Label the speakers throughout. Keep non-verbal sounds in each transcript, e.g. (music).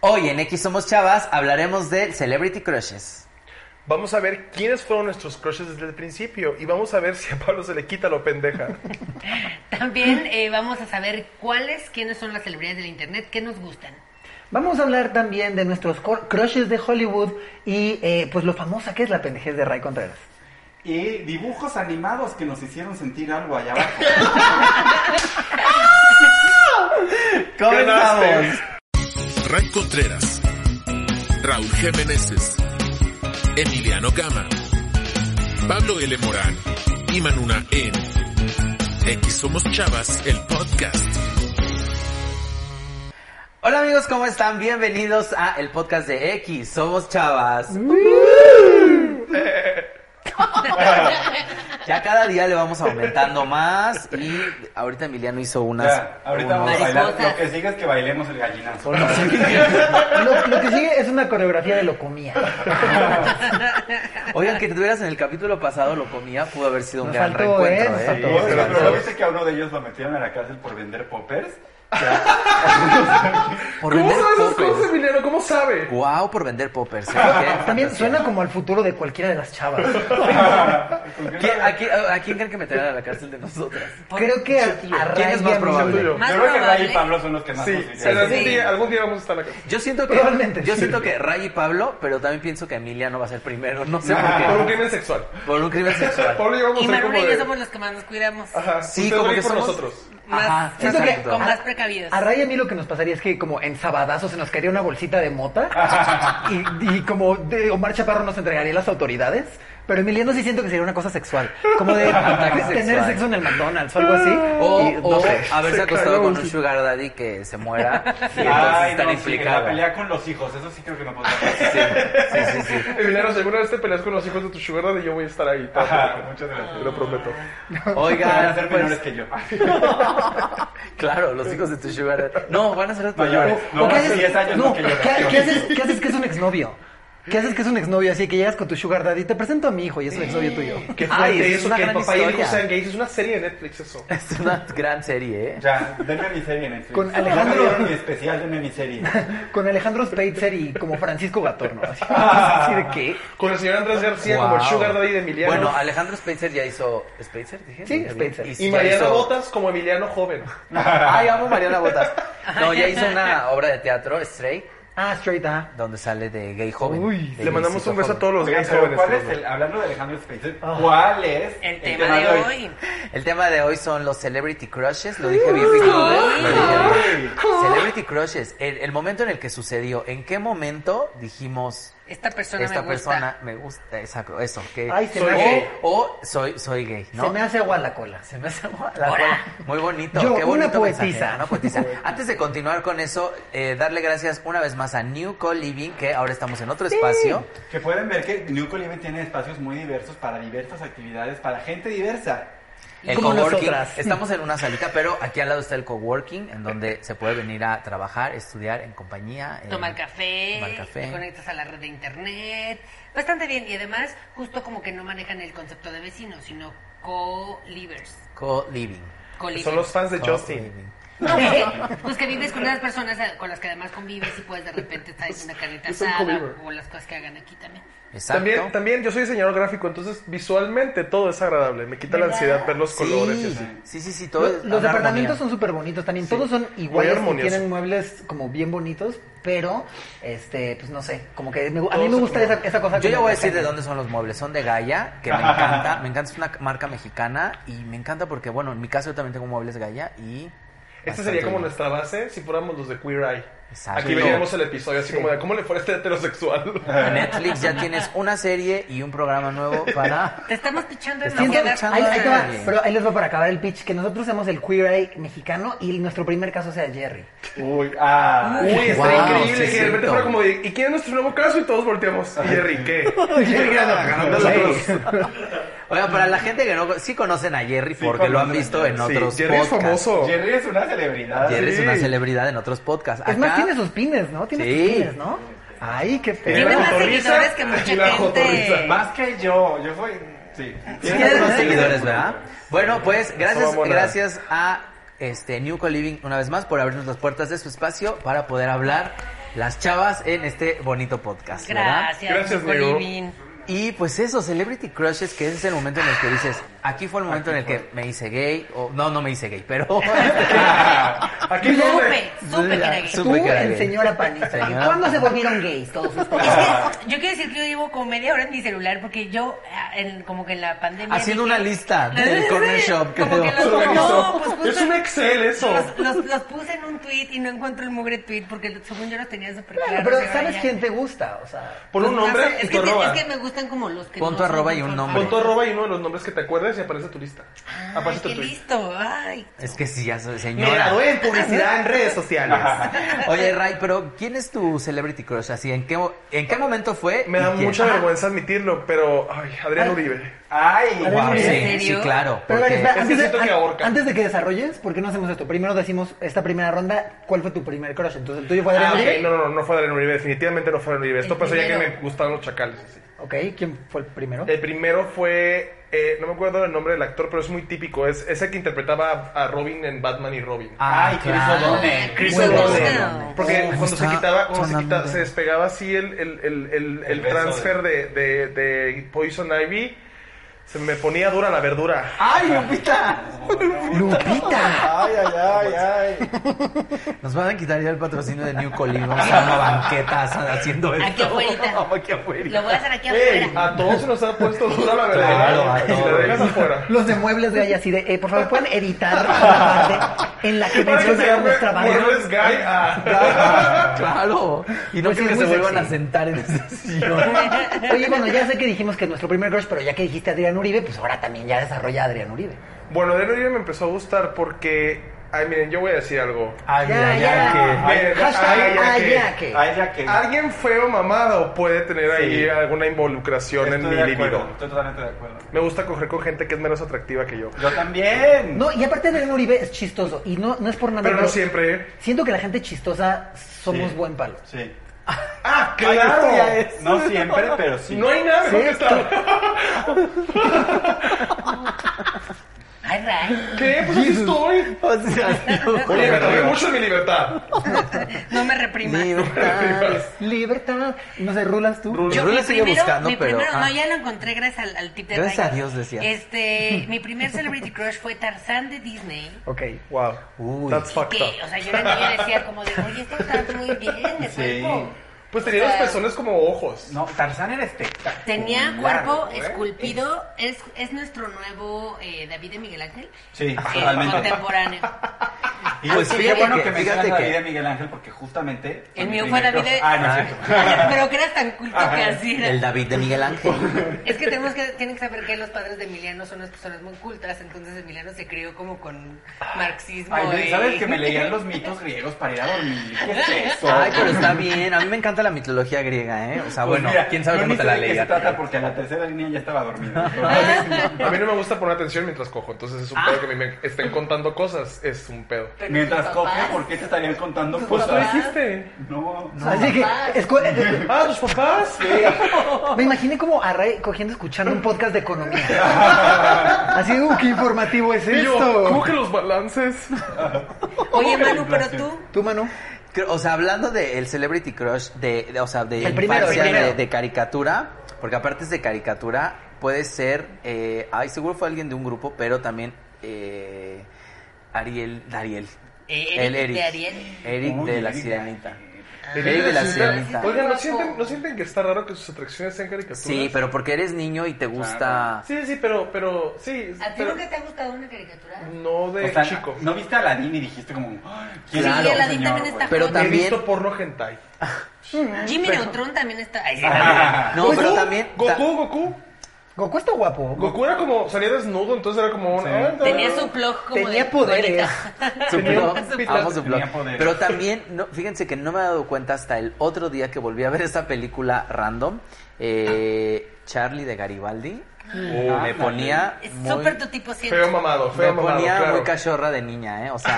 Speaker 1: Hoy en X Somos Chavas hablaremos de Celebrity Crushes.
Speaker 2: Vamos a ver quiénes fueron nuestros crushes desde el principio y vamos a ver si a Pablo se le quita lo
Speaker 1: (laughs)
Speaker 2: pendeja.
Speaker 3: También eh, vamos a saber cuáles, quiénes son las celebridades del internet, qué nos gustan.
Speaker 4: Vamos a hablar también de nuestros cor- crushes de Hollywood y eh, pues lo famosa que es la pendejez de Ray Contreras.
Speaker 5: Y dibujos animados que nos hicieron sentir algo allá abajo.
Speaker 1: ¡Comenzamos!
Speaker 6: Ray Contreras, Raúl G. Meneses, Emiliano Gama, Pablo L. Morán y Manuna en X Somos Chavas, el podcast.
Speaker 1: Hola amigos, ¿cómo están? Bienvenidos a el podcast de X Somos Chavas. (laughs) Ya cada día le vamos aumentando más y ahorita Emiliano hizo unas...
Speaker 5: Ya, ahorita vamos a bailar.
Speaker 3: Mariposas.
Speaker 5: Lo que sigue es que bailemos
Speaker 1: (laughs)
Speaker 5: el gallinazo.
Speaker 4: Lo, lo que sigue es una coreografía de locomía.
Speaker 1: Oigan, que tuvieras en el capítulo pasado lo comía, pudo haber sido un
Speaker 4: Nos
Speaker 1: gran
Speaker 4: faltó, ¿eh?
Speaker 1: reencuentro,
Speaker 4: Nos
Speaker 1: ¿eh?
Speaker 4: faltó.
Speaker 5: Pero, pero,
Speaker 1: Nos faltó.
Speaker 5: viste que a uno de ellos lo metieron a la cárcel por vender poppers. (laughs)
Speaker 1: Por
Speaker 2: ¿Cómo
Speaker 1: vender
Speaker 2: sabe esas cosas,
Speaker 1: poppers.
Speaker 2: Emiliano? ¿Cómo sabe?
Speaker 1: Wow, por vender poppers.
Speaker 4: (laughs)
Speaker 1: ¿eh? Qué
Speaker 4: También
Speaker 1: fantasía.
Speaker 4: suena como al futuro de cualquiera de las chavas.
Speaker 1: ¿Quién- a, quién, a- a quién creen que meterán a la cárcel de nosotras?
Speaker 4: Creo que a, a Ray
Speaker 1: ¿Quién es más
Speaker 4: y a mí-
Speaker 1: probable?
Speaker 2: tuyo.
Speaker 3: Más
Speaker 5: Yo creo que Ray
Speaker 3: probable.
Speaker 5: y Pablo son los que más
Speaker 2: Sí,
Speaker 5: nos
Speaker 2: en
Speaker 5: hicieron.
Speaker 2: algún, Día, algún día vamos a estar en la casa.
Speaker 1: Yo siento que
Speaker 4: Probablemente,
Speaker 1: yo
Speaker 4: sí.
Speaker 1: siento que Ray y Pablo, pero también pienso que Emilia no va a ser primero, no sé por
Speaker 2: Por un
Speaker 1: qué.
Speaker 2: crimen sexual.
Speaker 1: Por un Ah, crimen sexual.
Speaker 2: Pablo y yo vamos
Speaker 3: Y
Speaker 2: a ser como
Speaker 3: Maruna y yo
Speaker 2: de-
Speaker 3: somos los que más nos cuidamos.
Speaker 2: Ajá,
Speaker 1: Sí,
Speaker 2: ustedes
Speaker 1: como
Speaker 2: van a ir
Speaker 1: que
Speaker 2: por
Speaker 1: somos-
Speaker 2: nosotros.
Speaker 3: Más,
Speaker 1: Ajá,
Speaker 4: Siento que
Speaker 1: exacto.
Speaker 3: con más precavidos.
Speaker 4: A Ray y a mí lo que nos pasaría es que como en sabadazo se nos caería una bolsita de mota y, y como de Omar Chaparro nos entregaría las autoridades. Pero Emiliano sí siento que sería una cosa sexual. Como
Speaker 1: (laughs)
Speaker 4: de
Speaker 1: Ataque
Speaker 4: tener
Speaker 1: sexual. Ah.
Speaker 4: sexo en el McDonald's o algo así.
Speaker 1: O,
Speaker 4: Y, no
Speaker 1: o
Speaker 4: sé.
Speaker 1: haberse
Speaker 2: Ah, Se
Speaker 1: acostado
Speaker 2: cagó,
Speaker 1: con un
Speaker 2: sí.
Speaker 1: sugar daddy que se
Speaker 2: (laughs)
Speaker 1: muera y entonces están
Speaker 5: Ay, no, sí, la
Speaker 1: implicados.
Speaker 5: pelea con los hijos, eso sí creo que no podemos hacer.
Speaker 1: sí, sí, sí.
Speaker 2: Emiliano, si alguna vez te peleas con los hijos de tu sugar daddy, yo voy a estar ahí. te lo
Speaker 5: Ajá,
Speaker 2: prometo.
Speaker 5: Muchas
Speaker 2: Te
Speaker 5: gracias.
Speaker 2: lo prometo.
Speaker 5: Van a
Speaker 1: Oigan,
Speaker 5: ser
Speaker 1: pues,
Speaker 5: menores que yo.
Speaker 1: claro, los hijos de tu sugar daddy. No, van a ser otros.
Speaker 5: Mayores. No,
Speaker 4: ¿O qué
Speaker 5: hace
Speaker 4: haces?
Speaker 5: 10 años no que yo
Speaker 4: ¿qué,
Speaker 5: nació.
Speaker 4: qué haces, qué haces que es un exnovio? ¿Qué haces que es un exnovio? Así que llegas con tu sugar daddy, te presento a mi hijo y es un exnovio tuyo.
Speaker 2: Qué
Speaker 1: Ay,
Speaker 2: fuerte
Speaker 1: es
Speaker 2: eso,
Speaker 1: una
Speaker 2: que el
Speaker 1: gran
Speaker 2: papá y el hijo
Speaker 1: historia.
Speaker 2: sean gays. Es una serie de Netflix eso.
Speaker 1: (laughs) Es una gran serie, ¿eh?
Speaker 5: Ya, denme mi serie en Netflix.
Speaker 4: Con
Speaker 5: No me
Speaker 4: Alejandro.
Speaker 5: dieron mi especial, denme mi serie.
Speaker 4: Con Alejandro Speitzer y como Francisco Gatorno.
Speaker 2: (laughs)
Speaker 4: Así,
Speaker 5: Ah.
Speaker 4: así de qué.
Speaker 2: Con el señor Andrés García como el
Speaker 1: Wow.
Speaker 2: sugar daddy de Emiliano.
Speaker 1: Bueno, Alejandro Spencer ya hizo. ¿Spencer? Dije.
Speaker 4: Sí,
Speaker 1: Ya
Speaker 4: Spencer.
Speaker 1: vi.
Speaker 2: y
Speaker 1: ya
Speaker 2: Mariana
Speaker 1: hizo-
Speaker 2: Botas como Emiliano joven.
Speaker 1: Ay, amo Mariana Botas. No, ya hizo una obra de teatro, Stray,
Speaker 4: Ah, straight, ah.
Speaker 1: donde sale de gay joven.
Speaker 4: Uy,
Speaker 1: de
Speaker 4: le
Speaker 2: Le
Speaker 1: gaycito
Speaker 2: mandamos un beso a
Speaker 1: joven.
Speaker 2: todos los
Speaker 5: Oigan,
Speaker 2: gays
Speaker 5: pero
Speaker 2: jóvenes.
Speaker 5: ¿cuál
Speaker 2: que
Speaker 5: es
Speaker 2: nos ven.
Speaker 5: el, hablando de Alejandro Spencer,
Speaker 4: Ah.
Speaker 5: ¿cuál es
Speaker 3: El tema de hoy.
Speaker 1: El tema de hoy son los celebrity crushes. Lo dije bien rico. Lo dije bien. Celebrity crushes. El, el momento en el que sucedió. ¿En qué momento dijimos
Speaker 3: Esta persona
Speaker 1: esta
Speaker 3: me
Speaker 1: persona me gusta? Exacto, eso. Que,
Speaker 4: Ay, se
Speaker 1: o,
Speaker 4: me hace-
Speaker 1: o soy, soy gay, ¿no?
Speaker 4: Se me hace agua la cola.
Speaker 1: Se me hace agua la cola. Muy bonito.
Speaker 4: Yo,
Speaker 1: qué
Speaker 4: una
Speaker 1: bonito
Speaker 4: poetisa.
Speaker 1: mensaje, una
Speaker 4: (laughs)
Speaker 1: poetisa. Antes de continuar con eso, eh, darle gracias una vez más a New Call Living, que ahora estamos en otro espacio.
Speaker 5: Que pueden ver que New Colibri tiene espacios muy diversos para diversas actividades, para gente diversa.
Speaker 1: El
Speaker 4: Como
Speaker 1: coworking.
Speaker 4: nosotras.
Speaker 1: Estamos en una salita, pero aquí al lado está el coworking, en donde se puede venir a trabajar, estudiar en compañía. en-
Speaker 3: Tomar café,
Speaker 1: eh, Tomar café.
Speaker 3: te conectas a la red de internet, bastante bien. Y además, justo como que no manejan el concepto de vecinos, sino co-livers.
Speaker 1: Co-living.
Speaker 3: co-livers.
Speaker 2: Son los fans de
Speaker 1: Ah,
Speaker 2: Justin.
Speaker 1: Co-living.
Speaker 3: (laughs) No, pues que, pues que vives con esas personas a- con las que además convives y puedes de repente estar en una carnita
Speaker 2: Es un
Speaker 3: asada
Speaker 2: co-liver.
Speaker 3: o las cosas que hagan aquí también.
Speaker 1: Exacto.
Speaker 2: También, también yo soy diseñador gráfico, entonces visualmente todo es agradable. Me quita la
Speaker 3: ¿Verdad?
Speaker 2: ansiedad ver los colores y
Speaker 1: sí,
Speaker 2: así.
Speaker 1: sí, sí, sí, todo
Speaker 4: Los,
Speaker 1: es
Speaker 4: los
Speaker 1: una
Speaker 4: departamentos
Speaker 1: armonía.
Speaker 4: son súper bonitos también. Todos son iguales y
Speaker 2: armonioso.
Speaker 4: tienen muebles como bien bonitos, pero, este, pues no sé, como que me gu- a
Speaker 2: Todos
Speaker 4: mí me
Speaker 2: son
Speaker 4: gusta esa, esa cosa.
Speaker 1: Yo ya
Speaker 4: como
Speaker 1: voy a decir
Speaker 4: mecánica.
Speaker 1: de dónde son los muebles. Son de Gaia, que me encanta.
Speaker 2: (laughs)
Speaker 1: Me encanta, es una marca mexicana. Y me encanta porque, bueno, en mi caso yo también tengo muebles Gaia y.
Speaker 2: Esta
Speaker 1: bastante
Speaker 2: Este sería como
Speaker 1: bien.
Speaker 2: nuestra base si fuéramos los de Queer Eye.
Speaker 1: Exacto.
Speaker 2: Aquí veríamos el episodio así como de cómo le fue a este
Speaker 1: (laughs)
Speaker 2: heterosexual.
Speaker 1: En Netflix ya tienes una serie y un programa nuevo
Speaker 2: (laughs)
Speaker 1: para.
Speaker 3: Te estamos pichando en
Speaker 4: Siento-
Speaker 3: novedades.
Speaker 1: echando
Speaker 4: ahí, ahí te va,
Speaker 1: Oye.
Speaker 4: pero ahí les va para acabar el pitch, que nosotros somos el queer eye mexicano y nuestro primer caso sea Jerry.
Speaker 5: Uy, ah.
Speaker 2: Uy, está
Speaker 1: Wow, sí,
Speaker 2: increíble. que de repente
Speaker 1: cierto.
Speaker 2: fuera como de, ¿y quién es nuestro nuevo caso? Y todos volteamos. ¿Y Jerry
Speaker 1: (laughs)
Speaker 2: qué? Jerry "Ah, anda agarrando a todos.
Speaker 1: Oiga, para la gente que no. Sí conocen a Jerry
Speaker 5: Sí
Speaker 1: porque lo han
Speaker 5: conocen
Speaker 1: visto
Speaker 5: a
Speaker 1: en
Speaker 2: Sí,
Speaker 1: otros
Speaker 2: Jerry es
Speaker 1: podcasts.
Speaker 2: famoso.
Speaker 5: Jerry es una celebridad.
Speaker 1: Jerry es
Speaker 2: Sí.
Speaker 1: una celebridad en otros podcasts.
Speaker 4: Es más,
Speaker 1: Acá-
Speaker 4: tiene sus pines, ¿no? Tiene
Speaker 1: Sí.
Speaker 4: sus pines, ¿no? Ay, qué
Speaker 2: Tiene
Speaker 3: Tiene
Speaker 2: la
Speaker 4: feo.
Speaker 3: más
Speaker 2: cotorriza,
Speaker 3: seguidores que mucha
Speaker 2: aquí la cotorriza.
Speaker 3: gente.
Speaker 5: Más que yo, yo soy. Sí.
Speaker 1: Sí tiene más seguidores, ¿verdad? Bueno, pues gracias,
Speaker 2: vamos a nada.
Speaker 1: gracias a este New Co-Living una vez más por abrirnos las puertas de su espacio para poder hablar las chavas en este bonito podcast, ¿verdad?
Speaker 3: Gracias,
Speaker 2: Gracias,
Speaker 3: Nico
Speaker 2: Diego.
Speaker 3: Living.
Speaker 1: Y pues eso, Celebrity Crushes, que ese es el momento en el que dices, aquí fue el momento en el que me hice gay, o no, no me hice gay, pero... (laughs)
Speaker 2: Aquí no
Speaker 3: Supe, supe que era gay.
Speaker 1: Supe
Speaker 4: Tú
Speaker 1: que era
Speaker 4: en
Speaker 1: gay.
Speaker 4: señora panista. ¿Y
Speaker 1: Señora
Speaker 4: cuándo se volvieron gays todos ustedes?
Speaker 3: Es que yo quiero decir que yo llevo como media hora en mi celular porque yo, ah, en- como que en la pandemia.
Speaker 1: Haciendo
Speaker 3: dije-
Speaker 1: una lista
Speaker 3: (laughs)
Speaker 1: del
Speaker 3: Sí,
Speaker 1: corner shop,
Speaker 3: como
Speaker 1: creo.
Speaker 3: que los-
Speaker 2: se organizó.
Speaker 3: no, pues justo-
Speaker 2: es un Excel eso.
Speaker 3: Los, los- los puse en un tweet y no encuentro el mugre tweet porque según yo los tenía súper
Speaker 4: Claro,
Speaker 3: claros.
Speaker 4: pero
Speaker 3: y ahora
Speaker 4: ¿sabes
Speaker 3: ya-
Speaker 4: quién te gusta? O sea,
Speaker 2: Pon un
Speaker 3: Pues no
Speaker 2: nombre
Speaker 3: sé,
Speaker 2: y
Speaker 3: es
Speaker 2: tu
Speaker 3: que, te-
Speaker 2: arroba.
Speaker 3: Es que me gustan como los que.
Speaker 1: Pon tu
Speaker 3: son
Speaker 1: arroba y un
Speaker 3: conformes.
Speaker 1: nombre.
Speaker 2: Pon tu arroba y uno de los nombres que te acuerdes y aparece tu lista.
Speaker 3: Ay,
Speaker 2: Aparece
Speaker 3: qué
Speaker 2: tu tweet.
Speaker 3: listo. Ay.
Speaker 1: Es que sí, ya soy
Speaker 7: Me
Speaker 1: señora.
Speaker 7: gradué en publicidad en redes sociales.
Speaker 1: Oye, Ray, pero ¿quién es tu Celebrity Crush? Así, ¿en qué, mo- en qué momento fue?
Speaker 2: Me
Speaker 1: y
Speaker 2: da
Speaker 1: quién?
Speaker 2: mucha vergüenza admitirlo, pero ay, Adrián Uribe.
Speaker 5: Ay,
Speaker 4: ver,
Speaker 5: guau.
Speaker 1: Ah, Sí,
Speaker 4: Uribe.
Speaker 3: ¿En
Speaker 1: sí,
Speaker 3: serio?
Speaker 1: claro.
Speaker 4: Pero a ver,
Speaker 1: porque-
Speaker 4: espera,
Speaker 2: que
Speaker 4: antes,
Speaker 2: siento
Speaker 4: de,
Speaker 2: que
Speaker 4: an-
Speaker 2: ahorca.
Speaker 4: antes de que desarrolles, ¿por qué no hacemos esto? Primero decimos esta primera ronda, ¿cuál fue tu primer crush? Entonces el tuyo fue Adrián
Speaker 2: Ah,
Speaker 4: Uribe.
Speaker 2: ok, No, no, no, no fue Adrián Uribe, definitivamente no fue Adrián Uribe. Esto
Speaker 3: El
Speaker 2: pasó ya que me
Speaker 3: primero.
Speaker 2: gustaron los chacales. así.
Speaker 4: Ok, ¿quién fue el primero?
Speaker 2: El primero fue, eh, no me acuerdo el nombre del actor, pero es muy típico. Es ese que interpretaba a a Robin en Batman y Robin.
Speaker 1: Ah,
Speaker 5: Ay, Chris
Speaker 1: claro.
Speaker 5: O'Donnell.
Speaker 2: Chris
Speaker 3: Muy
Speaker 2: O'Donnell.
Speaker 3: bueno.
Speaker 2: Porque
Speaker 1: Oh,
Speaker 2: cuando se
Speaker 1: está
Speaker 2: quitaba, cuando se,
Speaker 1: sonando.
Speaker 2: quita- se despegaba así el, el, el, el,
Speaker 5: El
Speaker 2: el
Speaker 5: beso
Speaker 2: transfer de, de, de Poison Ivy, se me ponía dura la verdura.
Speaker 5: Ay, Lupita.
Speaker 4: ¡Lupita!
Speaker 5: Ay, ay, ay, ay.
Speaker 1: Nos van a quitar ya el patrocinio de New Colin. Vamos a una banqueta haciendo esto.
Speaker 2: (laughs)
Speaker 3: Aquí afuera.
Speaker 1: Aquí afuera.
Speaker 3: Lo voy a hacer aquí
Speaker 2: Ey,
Speaker 3: afuera.
Speaker 2: a todos se nos ha puesto dura la verdura.
Speaker 1: Claro, a
Speaker 2: y la
Speaker 1: todos.
Speaker 2: dejas afuera.
Speaker 4: Los de muebles de ahí así de, eh, por favor, ¿pueden editar la parte en la que
Speaker 2: Para que se
Speaker 4: mencionan
Speaker 2: llame
Speaker 4: nuestra banda?
Speaker 2: Morales Guy
Speaker 5: ah.
Speaker 1: (laughs)
Speaker 2: a-
Speaker 1: Claro. Y no
Speaker 4: Pues sí,
Speaker 1: creo que
Speaker 4: es
Speaker 1: se
Speaker 4: muy
Speaker 1: vuelvan a
Speaker 4: sexy.
Speaker 1: sentar en ese sillón.
Speaker 4: Oye, bueno, ya sé que dijimos que nuestro primer crush, pero ya que dijiste Adrián Uribe, pues ahora también ya desarrolla a Adrián Uribe.
Speaker 2: Bueno, Adrián Uribe me empezó a gustar porque... Ay, miren, yo voy a decir algo.
Speaker 1: Ay, mira,
Speaker 4: ya.
Speaker 1: ya,
Speaker 2: Miren,
Speaker 5: Ay,
Speaker 4: Hashtag,
Speaker 2: ay,
Speaker 4: ah,
Speaker 2: ay,
Speaker 4: ya que.
Speaker 5: Ay, ya que.
Speaker 2: Alguien feo mamado puede tener
Speaker 5: Sí.
Speaker 2: ahí alguna involucración en
Speaker 5: Estoy
Speaker 2: mi
Speaker 5: de acuerdo.
Speaker 2: libido.
Speaker 5: Estoy totalmente de acuerdo.
Speaker 2: Me gusta coger con gente que es menos atractiva que yo.
Speaker 5: Yo también.
Speaker 4: No, y aparte Adrián Uribe es chistoso, y no, no es por nada.
Speaker 2: Pero no siempre.
Speaker 4: Siento que la gente chistosa somos
Speaker 5: Sí.
Speaker 4: buen palo.
Speaker 5: Sí.
Speaker 2: ¡Ah,
Speaker 5: Ay, ya es. No siempre, pero sí.
Speaker 2: No hay nada mejor que estar.
Speaker 3: Ay, Ray.
Speaker 2: (laughs) ¿Qué? Pues así estoy.
Speaker 1: que. (laughs)
Speaker 2: Oye, me tomé mucho de mi libertad.
Speaker 3: No me reprimas.
Speaker 1: Libertad.
Speaker 4: Libertad. No sé, rulas tú.
Speaker 1: Rula
Speaker 3: Yo, mi
Speaker 1: sigue
Speaker 3: primero-
Speaker 1: buscando,
Speaker 3: mi
Speaker 1: pero.
Speaker 3: primero-
Speaker 1: ah,
Speaker 3: no, ya lo encontré gracias al, al tip de
Speaker 1: Gracias
Speaker 3: Ray.
Speaker 1: a Dios, decía.
Speaker 3: Este, mi primer celebrity crush fue Tarzán de Disney.
Speaker 4: Ok.
Speaker 2: Wow.
Speaker 1: Uy.
Speaker 2: That's fucked up.
Speaker 3: Que, o sea, yo era niña y decía como de, oye, esto está muy bien de
Speaker 5: Sí.
Speaker 3: cuerpo.
Speaker 2: Pues tenía los pezones como ojos.
Speaker 5: No, Tarzán era espectacular.
Speaker 3: Tenía cuerpo
Speaker 5: ¿eh?
Speaker 3: esculpido, es, es nuestro nuevo eh, David de Miguel Ángel,
Speaker 5: Ah, Sí,
Speaker 3: eh,
Speaker 5: totalmente.
Speaker 3: contemporáneo.
Speaker 5: Y
Speaker 1: Pues
Speaker 5: sí,
Speaker 1: fíjate
Speaker 5: qué bueno
Speaker 1: que-
Speaker 5: que,
Speaker 1: fíjate
Speaker 5: mencionas a
Speaker 1: que-
Speaker 5: David de Miguel Ángel porque justamente...
Speaker 3: El
Speaker 5: mi
Speaker 3: mío fue
Speaker 5: primer
Speaker 3: David
Speaker 5: crush.
Speaker 3: de...
Speaker 5: Ah, no es cierto.
Speaker 3: (laughs) Pero que eras tan culto que así era.
Speaker 1: El David de Miguel Ángel.
Speaker 3: Es que tenemos que, tienen que saber que los padres de Emiliano son unas personas muy cultas, entonces Emiliano se crió como con marxismo.
Speaker 5: (laughs) Ay, güey,
Speaker 3: y-
Speaker 5: ¿sabes que me leían los mitos griegos para ir a dormir?
Speaker 1: (laughs)
Speaker 5: ¿Qué es eso?
Speaker 1: Ay, pero está bien. A mí me encanta la mitología griega, ¿eh? O sea,
Speaker 5: Pues
Speaker 1: bueno,
Speaker 5: mira,
Speaker 1: quién sabe
Speaker 5: yo
Speaker 1: cómo
Speaker 5: ni
Speaker 1: te
Speaker 5: sé
Speaker 1: la
Speaker 5: de qué
Speaker 1: leía.
Speaker 5: se trata porque a la tercera línea ya estaba
Speaker 1: (laughs)
Speaker 5: dormida.
Speaker 2: A mí no me gusta poner atención mientras cojo. Entonces es un pedo que a mí me estén contando cosas. Es un pedo.
Speaker 3: Pero
Speaker 5: Mientras
Speaker 3: tus
Speaker 5: coge,
Speaker 3: papás-
Speaker 5: ¿por qué te estarían contando
Speaker 2: Pues tú
Speaker 5: cosas?
Speaker 2: dijiste.
Speaker 5: No, no.
Speaker 4: Así que, escu- eh,
Speaker 2: Ah, tus papás.
Speaker 4: me imaginé como a Ray cogiendo, escuchando un podcast de economía. Así, uh, qué informativo es
Speaker 2: Y yo,
Speaker 4: esto.
Speaker 2: ¿cómo que los balances?
Speaker 3: Oye, Manu, pero tú...
Speaker 4: Tú, Manu.
Speaker 1: Creo- O sea, hablando del Celebrity Crush, de, de- o sea, de
Speaker 4: El primero,
Speaker 1: infancia,
Speaker 4: el primero.
Speaker 1: De, de caricatura, porque aparte es de caricatura, puede ser, eh, ay, seguro fue alguien de un grupo, pero también eh, Ariel, Dariel.
Speaker 3: Eh, Eric
Speaker 1: El Eric.
Speaker 3: de Ariel.
Speaker 1: Eric
Speaker 5: Uy,
Speaker 1: de la
Speaker 5: Eric.
Speaker 1: Sirenita. Eric de la Sirenita.
Speaker 2: Oigan, ¿no sienten, ¿no sienten que está raro que sus atracciones sean caricaturas?
Speaker 1: Sí, pero porque eres niño y te gusta...
Speaker 2: Sí, sí, pero, pero, sí.
Speaker 3: ¿A ti
Speaker 2: pero
Speaker 3: nunca te ha gustado una caricatura?
Speaker 2: No de
Speaker 5: O sea,
Speaker 2: chico.
Speaker 5: no viste a Aladdin y dijiste como... "Ay, ¿quién
Speaker 1: Sí,
Speaker 5: es este
Speaker 3: Aladdin
Speaker 5: señor,
Speaker 3: también
Speaker 5: güey?"
Speaker 3: está-
Speaker 1: Pero
Speaker 2: He
Speaker 1: también...
Speaker 2: visto porno hentai.
Speaker 3: Jimmy Neutron también está... Ay, sí,
Speaker 1: (laughs)
Speaker 5: Ah,
Speaker 1: No, pero también... ta-
Speaker 2: Goku, Goku.
Speaker 4: Goku está guapo.
Speaker 2: Goku era como, salía desnudo, entonces era como... ah, ah,
Speaker 3: Tenía su plug como
Speaker 4: Tenía
Speaker 3: de
Speaker 4: poderes.
Speaker 3: abuelita.
Speaker 1: Su
Speaker 2: Tenía
Speaker 1: blog,
Speaker 2: un pita-
Speaker 1: amo su blog.
Speaker 5: tenía poderes.
Speaker 1: Pero también, no, fíjense que no me he dado cuenta hasta el otro día que volví a ver esa película random, eh, Charlie de Garibaldi. Uh, me ponía
Speaker 3: Es
Speaker 1: muy,
Speaker 3: súper tu tipo siento.
Speaker 2: Feo mamado,
Speaker 1: me
Speaker 2: feo mamado,
Speaker 1: ponía
Speaker 2: claro.
Speaker 1: muy cachorra de niña, ¿eh? O
Speaker 2: (laughs)
Speaker 1: sea.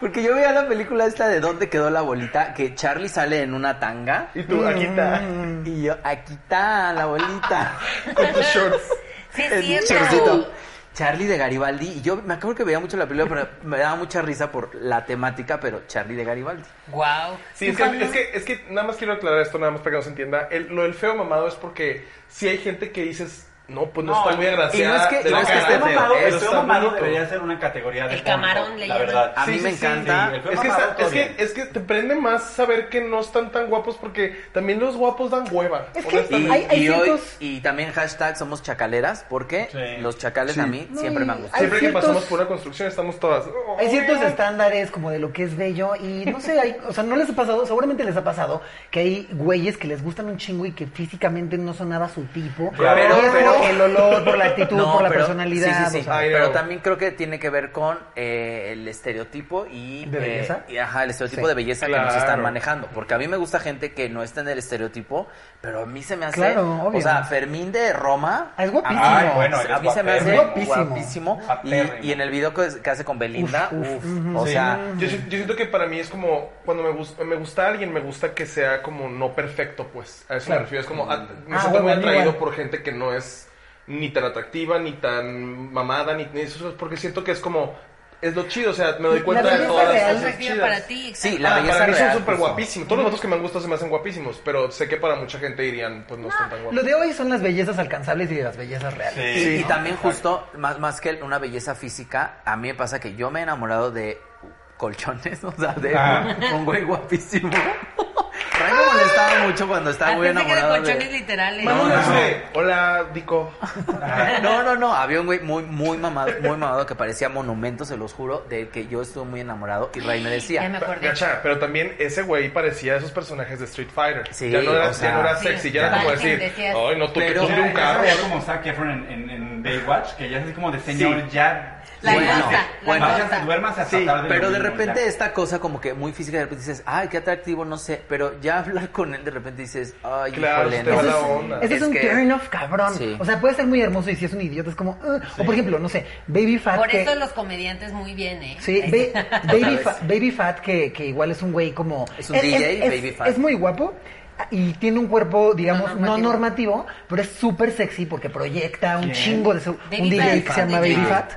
Speaker 1: porque yo veía la película esta de dónde quedó la bolita, que Charlie sale en una tanga
Speaker 2: Y tú, aquí está,
Speaker 1: y yo, aquí está la bolita.
Speaker 4: (laughs)
Speaker 2: (laughs) con tus shorts.
Speaker 3: Sí,
Speaker 1: en
Speaker 3: es
Speaker 1: chorcito.
Speaker 3: cierto.
Speaker 1: Charlie de Garibaldi. Y yo me acuerdo que veía mucho la película, pero me daba mucha risa por la temática, pero Charlie de Garibaldi.
Speaker 3: Wow.
Speaker 2: Sí, es que, es, que, es que nada más quiero aclarar esto, nada más para que nos entienda. El- lo del feo mamado es porque si hay gente que dices, no, pues no,
Speaker 5: No,
Speaker 2: está muy
Speaker 5: y no
Speaker 2: agraciada.
Speaker 1: es que- no
Speaker 2: de la
Speaker 1: es que
Speaker 2: cara".
Speaker 1: esté
Speaker 5: feo mamado,
Speaker 1: feo,
Speaker 5: el
Speaker 2: está
Speaker 5: feo mamado
Speaker 2: bonito.
Speaker 5: debería ser una categoría de
Speaker 3: El camarón
Speaker 5: porno,
Speaker 3: le
Speaker 5: la
Speaker 3: llaman.
Speaker 5: verdad.
Speaker 1: A mí me encanta.
Speaker 5: el feo
Speaker 2: Es que,
Speaker 5: mamado,
Speaker 2: está- es,
Speaker 5: todo bien.
Speaker 2: que, es que te prende más saber que no están tan guapos porque también los guapos dan hueva.
Speaker 4: Es que
Speaker 1: Y,
Speaker 2: honestamente.
Speaker 4: Hay- hay
Speaker 1: y hoy,
Speaker 4: ciertos-
Speaker 1: y también hashtag somos chacaleras, porque
Speaker 5: Sí.
Speaker 1: los chacales a mí
Speaker 4: No,
Speaker 1: siempre
Speaker 4: y
Speaker 1: me han gustado.
Speaker 4: hay
Speaker 2: Siempre que
Speaker 4: ciertos-
Speaker 2: pasamos por una construcción estamos todas. "Oh,
Speaker 4: Hay ciertos estándares como de lo que es bello y no sé, hay- o sea, no les ha pasado, seguramente les ha pasado que hay güeyes que les gustan un chingo y que físicamente no son nada su tipo.
Speaker 5: Pero-
Speaker 4: por
Speaker 1: pero-
Speaker 4: el olor, por la actitud,
Speaker 1: No,
Speaker 4: por la
Speaker 1: pero-
Speaker 4: personalidad.
Speaker 1: Sí, sí, sí.
Speaker 4: o sea,
Speaker 2: Ay,
Speaker 1: pero
Speaker 2: no.
Speaker 1: también creo que tiene que ver con eh, el estereotipo y.
Speaker 4: ¿De
Speaker 1: eh,
Speaker 4: belleza?
Speaker 1: y, ajá, el estereotipo
Speaker 4: Sí.
Speaker 1: de belleza que nos
Speaker 2: Claro.
Speaker 1: están manejando. Porque a mí me gusta gente que no está en el estereotipo, pero a mí se me hace.
Speaker 4: Claro, obvio.
Speaker 1: O sea, Fermín de Roma.
Speaker 4: Ah, es guapísimo.
Speaker 1: a mí-
Speaker 5: Ay, bueno,
Speaker 1: a
Speaker 5: eres
Speaker 1: mí se me hace
Speaker 4: guapérrimo.
Speaker 1: guapísimo.
Speaker 5: Guapérrimo.
Speaker 1: Y, y en el video que, que hace con Belinda,
Speaker 4: Uf, uf,
Speaker 1: uf, o
Speaker 5: sí.
Speaker 1: sea.
Speaker 2: Yo, si- yo siento que para mí es como cuando me gusta, me gusta alguien, me gusta que sea como no perfecto, pues. A eso me refiero. Es como at- me
Speaker 4: Ah,
Speaker 2: siento muy
Speaker 4: bueno,
Speaker 2: atraído
Speaker 4: igual.
Speaker 2: por gente que no es ni tan atractiva, ni tan mamada, ni, ni eso. Porque siento que es como. Es lo chido, o sea, me doy
Speaker 4: La
Speaker 2: cuenta de
Speaker 4: belleza
Speaker 2: todas
Speaker 4: real
Speaker 2: las
Speaker 3: Es
Speaker 4: se
Speaker 2: cosas
Speaker 3: atractiva
Speaker 2: chidas.
Speaker 3: para ti. exacto.
Speaker 1: Sí, la
Speaker 2: Ah,
Speaker 1: belleza
Speaker 2: para mí
Speaker 1: real.
Speaker 2: son súper guapísimos. Todos los otros que me han gustado se me hacen guapísimos, pero sé que para mucha gente dirían, pues no, están tan
Speaker 4: Lo
Speaker 2: guapos.
Speaker 4: de hoy son las bellezas alcanzables y las bellezas reales.
Speaker 1: Y, y también justo, más, más que una belleza física, a mí me pasa que yo me he enamorado de colchones, (laughs) o sea, de
Speaker 5: Ah.
Speaker 1: un güey guapísimo. Ray me molestaba mucho cuando estaba
Speaker 3: Ah,
Speaker 1: muy
Speaker 3: pensé que de
Speaker 1: enamorado
Speaker 3: colchones
Speaker 1: de...
Speaker 3: literales.
Speaker 2: Manu
Speaker 5: No, no.
Speaker 2: dice, hola, Dico. Ah.
Speaker 1: No, no, no, había un güey muy, muy mamado, muy mamado que parecía monumento, se los juro, de que yo estuve muy enamorado y Ray me
Speaker 3: Ya me
Speaker 1: decía...
Speaker 3: acordé.
Speaker 2: Gacha, pero también ese güey parecía a esos personajes de Street Fighter.
Speaker 1: Sí,
Speaker 2: ya no era,
Speaker 1: o sea,
Speaker 2: ya no era
Speaker 3: sí.
Speaker 2: sexy, ya era como
Speaker 3: Virgen,
Speaker 2: decir,
Speaker 3: decías.
Speaker 2: ay, no, tú que
Speaker 1: Pero-
Speaker 2: tú de un carro.
Speaker 5: Ya como Zac Efron en, en, en Baywatch, que ya es así como de señor,
Speaker 2: Sí.
Speaker 5: ya.
Speaker 3: La
Speaker 5: duérmase.
Speaker 1: idiota, la
Speaker 5: Váyase,
Speaker 3: idiota.
Speaker 5: duérmase hasta
Speaker 2: Sí,
Speaker 5: tarde.
Speaker 1: Pero de
Speaker 5: domingo,
Speaker 1: repente
Speaker 5: ya.
Speaker 1: esta cosa como que muy física, de repente dices, ay, qué atractivo, no sé, pero ya hablar con él de repente dices, ay,
Speaker 2: Claro,
Speaker 1: híjole,
Speaker 2: te
Speaker 1: no
Speaker 2: va la
Speaker 1: sé".
Speaker 2: onda.
Speaker 4: Ese es,
Speaker 1: Es
Speaker 4: un
Speaker 1: que-
Speaker 4: turn off, cabrón.
Speaker 1: Sí.
Speaker 4: O sea, puede ser muy hermoso y si es un idiota es como... "Ugh". O por ejemplo, no sé, Baby Fat
Speaker 3: Por
Speaker 4: que-
Speaker 3: eso los comediantes muy bien, ¿eh?
Speaker 4: Sí,
Speaker 3: Ahí
Speaker 1: (laughs)
Speaker 4: Ba-
Speaker 3: está.
Speaker 4: Baby,
Speaker 1: vez.
Speaker 4: Fa- Baby Fat, que, que igual es un güey como...
Speaker 1: Es un DJ, Baby Fat.
Speaker 4: Es muy guapo y tiene un cuerpo, digamos,
Speaker 3: No
Speaker 4: no
Speaker 3: normativo.
Speaker 4: normativo, pero es súper sexy porque proyecta un
Speaker 5: ¿Quién?
Speaker 4: chingo de... su-
Speaker 3: Baby
Speaker 4: un DJ
Speaker 3: Fat,
Speaker 4: que se
Speaker 3: DJ.
Speaker 4: llama Baby Fat,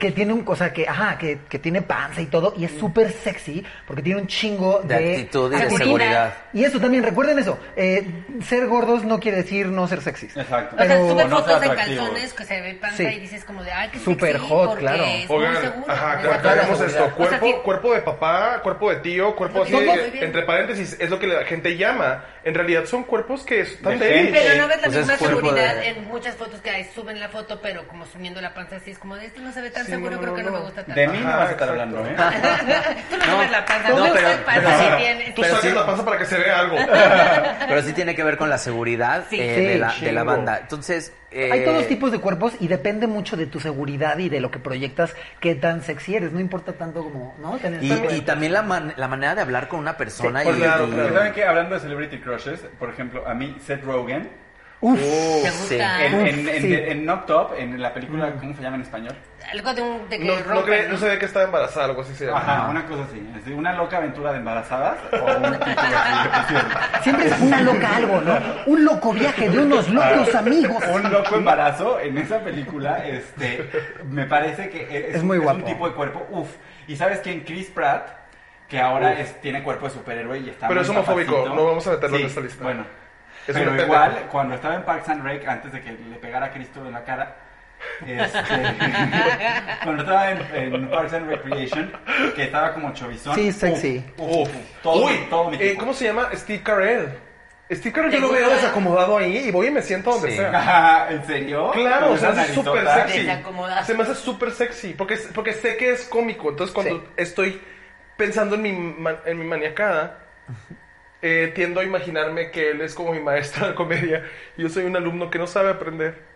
Speaker 4: que tiene un... O sea, que, ajá, que, que tiene panza y todo, y es súper sexy porque tiene un chingo de...
Speaker 1: Mm. De actitud y de
Speaker 3: actitud.
Speaker 1: seguridad.
Speaker 4: Y eso también, recuerden eso, eh, ser gordos no quiere decir no ser sexys.
Speaker 5: Exacto.
Speaker 3: O sea, tú ves
Speaker 5: O no
Speaker 3: fotos
Speaker 5: sea
Speaker 3: en
Speaker 5: atractivo.
Speaker 3: calzones que se ve panza
Speaker 4: Sí.
Speaker 3: y dices como de, ay, qué
Speaker 4: Súper
Speaker 3: sexy,
Speaker 4: hot,
Speaker 3: porque
Speaker 4: claro.
Speaker 3: es muy
Speaker 2: Oigan, ajá,
Speaker 3: seguro. O
Speaker 2: claro,
Speaker 3: sea,
Speaker 2: que hagamos
Speaker 3: seguridad.
Speaker 2: esto. Cuerpo,
Speaker 3: O sea, sí,
Speaker 2: cuerpo de papá, cuerpo de tío, cuerpo así,
Speaker 3: Muy bien.
Speaker 2: eh, entre paréntesis, es lo que la gente llama. En realidad son cuerpos que están
Speaker 5: De
Speaker 2: débiles.
Speaker 5: gente.
Speaker 3: Pero no ves la
Speaker 1: Pues es
Speaker 3: misma
Speaker 1: cuerpo
Speaker 3: seguridad
Speaker 1: de-
Speaker 3: en muchas fotos que hay, suben la foto, pero como sumiendo la panza así, es como de esto no se ve tan
Speaker 2: Sí,
Speaker 3: seguro,
Speaker 2: no,
Speaker 3: creo que no,
Speaker 2: no,
Speaker 3: me
Speaker 2: no.
Speaker 3: gusta tanto.
Speaker 5: De mí no
Speaker 2: Ajá,
Speaker 5: vas a estar
Speaker 2: exacto.
Speaker 5: hablando, ¿eh?
Speaker 3: (laughs) Ah, Tú no,
Speaker 1: No,
Speaker 3: subes la panza,
Speaker 1: no,
Speaker 3: no,
Speaker 1: pero-
Speaker 3: pero, panza
Speaker 1: pero-
Speaker 3: sí tienes.
Speaker 2: Tú
Speaker 1: Pero
Speaker 2: sacas
Speaker 1: sí.
Speaker 2: la panza para que se vea algo.
Speaker 1: Pero sí tiene que ver con la seguridad
Speaker 3: Sí.
Speaker 1: eh,
Speaker 4: Sí,
Speaker 1: de, la, de la
Speaker 2: chingo.
Speaker 1: banda. Entonces, eh,
Speaker 4: Hay todos tipos de cuerpos y depende mucho de tu seguridad y de lo que proyectas, qué tan sexy eres. No importa tanto como, ¿no? Tener
Speaker 1: Y,
Speaker 4: este cuerpo.
Speaker 1: y también la, man- la manera de hablar con una persona y,
Speaker 2: Pues claro,
Speaker 1: y-
Speaker 2: claro.
Speaker 5: ¿Saben qué? Hablando de celebrity crushes, por ejemplo, a mí Seth Rogen,
Speaker 4: Uf.
Speaker 3: ¿Te
Speaker 1: Oh, Sí.
Speaker 3: gusta?
Speaker 5: en,
Speaker 4: Uf,
Speaker 5: en, en,
Speaker 4: sí.
Speaker 5: en Knocked Up, en la película, ¿cómo se llama en español?
Speaker 3: Algo de un... De (laughs) que
Speaker 2: No, no,
Speaker 3: rompan,
Speaker 2: cree-
Speaker 3: ¿no?
Speaker 2: no se ve que está embarazada, algo así se llama.
Speaker 5: Ajá, una cosa así. es decir, Una loca aventura de embarazadas o un título así, yo quisiera.
Speaker 4: Siempre es una loca algo, ¿no? Un loco viaje de unos locos amigos. (laughs)
Speaker 5: Un loco embarazo en esa película, este, me parece que e-, es,
Speaker 4: Es muy
Speaker 5: un-
Speaker 4: guapo.
Speaker 5: un tipo de cuerpo, uff. Y sabes quién, Chris Pratt, que ahora es, tiene cuerpo de superhéroe y está
Speaker 2: Pero
Speaker 5: muy
Speaker 2: es homofóbico,
Speaker 5: papacito.
Speaker 2: no vamos a meterlo en
Speaker 5: Sí,
Speaker 2: esta lista.
Speaker 5: Bueno,
Speaker 2: Es
Speaker 5: pero
Speaker 2: una
Speaker 5: igual,
Speaker 2: pendeja.
Speaker 5: cuando estaba en Parks and Rec, antes de que le pegara a Cristo en la cara,
Speaker 2: (laughs)
Speaker 5: este, cuando estaba en, en Parks and Recreation, que estaba como chovizón.
Speaker 4: Sí,
Speaker 5: uf,
Speaker 4: sexy.
Speaker 5: uf, todo,
Speaker 2: Uy,
Speaker 5: todo mi
Speaker 2: eh,
Speaker 5: tipo.
Speaker 2: ¿cómo
Speaker 5: (laughs)
Speaker 2: se llama? Steve Carell. Steve Carell yo
Speaker 3: ¿Te
Speaker 2: lo veo
Speaker 3: gusta?
Speaker 2: desacomodado ahí y voy y me siento donde
Speaker 1: Sí.
Speaker 2: sea.
Speaker 5: Ajá, ¿En serio?
Speaker 2: Claro,
Speaker 5: Con
Speaker 2: o sea,
Speaker 5: esa
Speaker 2: es súper
Speaker 5: narizota.
Speaker 2: sexy.
Speaker 3: Desacomodado.
Speaker 2: Se me hace súper sexy. Porque, es- porque sé que es cómico. Entonces, cuando
Speaker 4: Sí.
Speaker 2: estoy pensando en mi, man- en mi maniacada, eh, tiendo a imaginarme que él es como mi maestra de comedia. Y yo soy un alumno que no sabe aprender.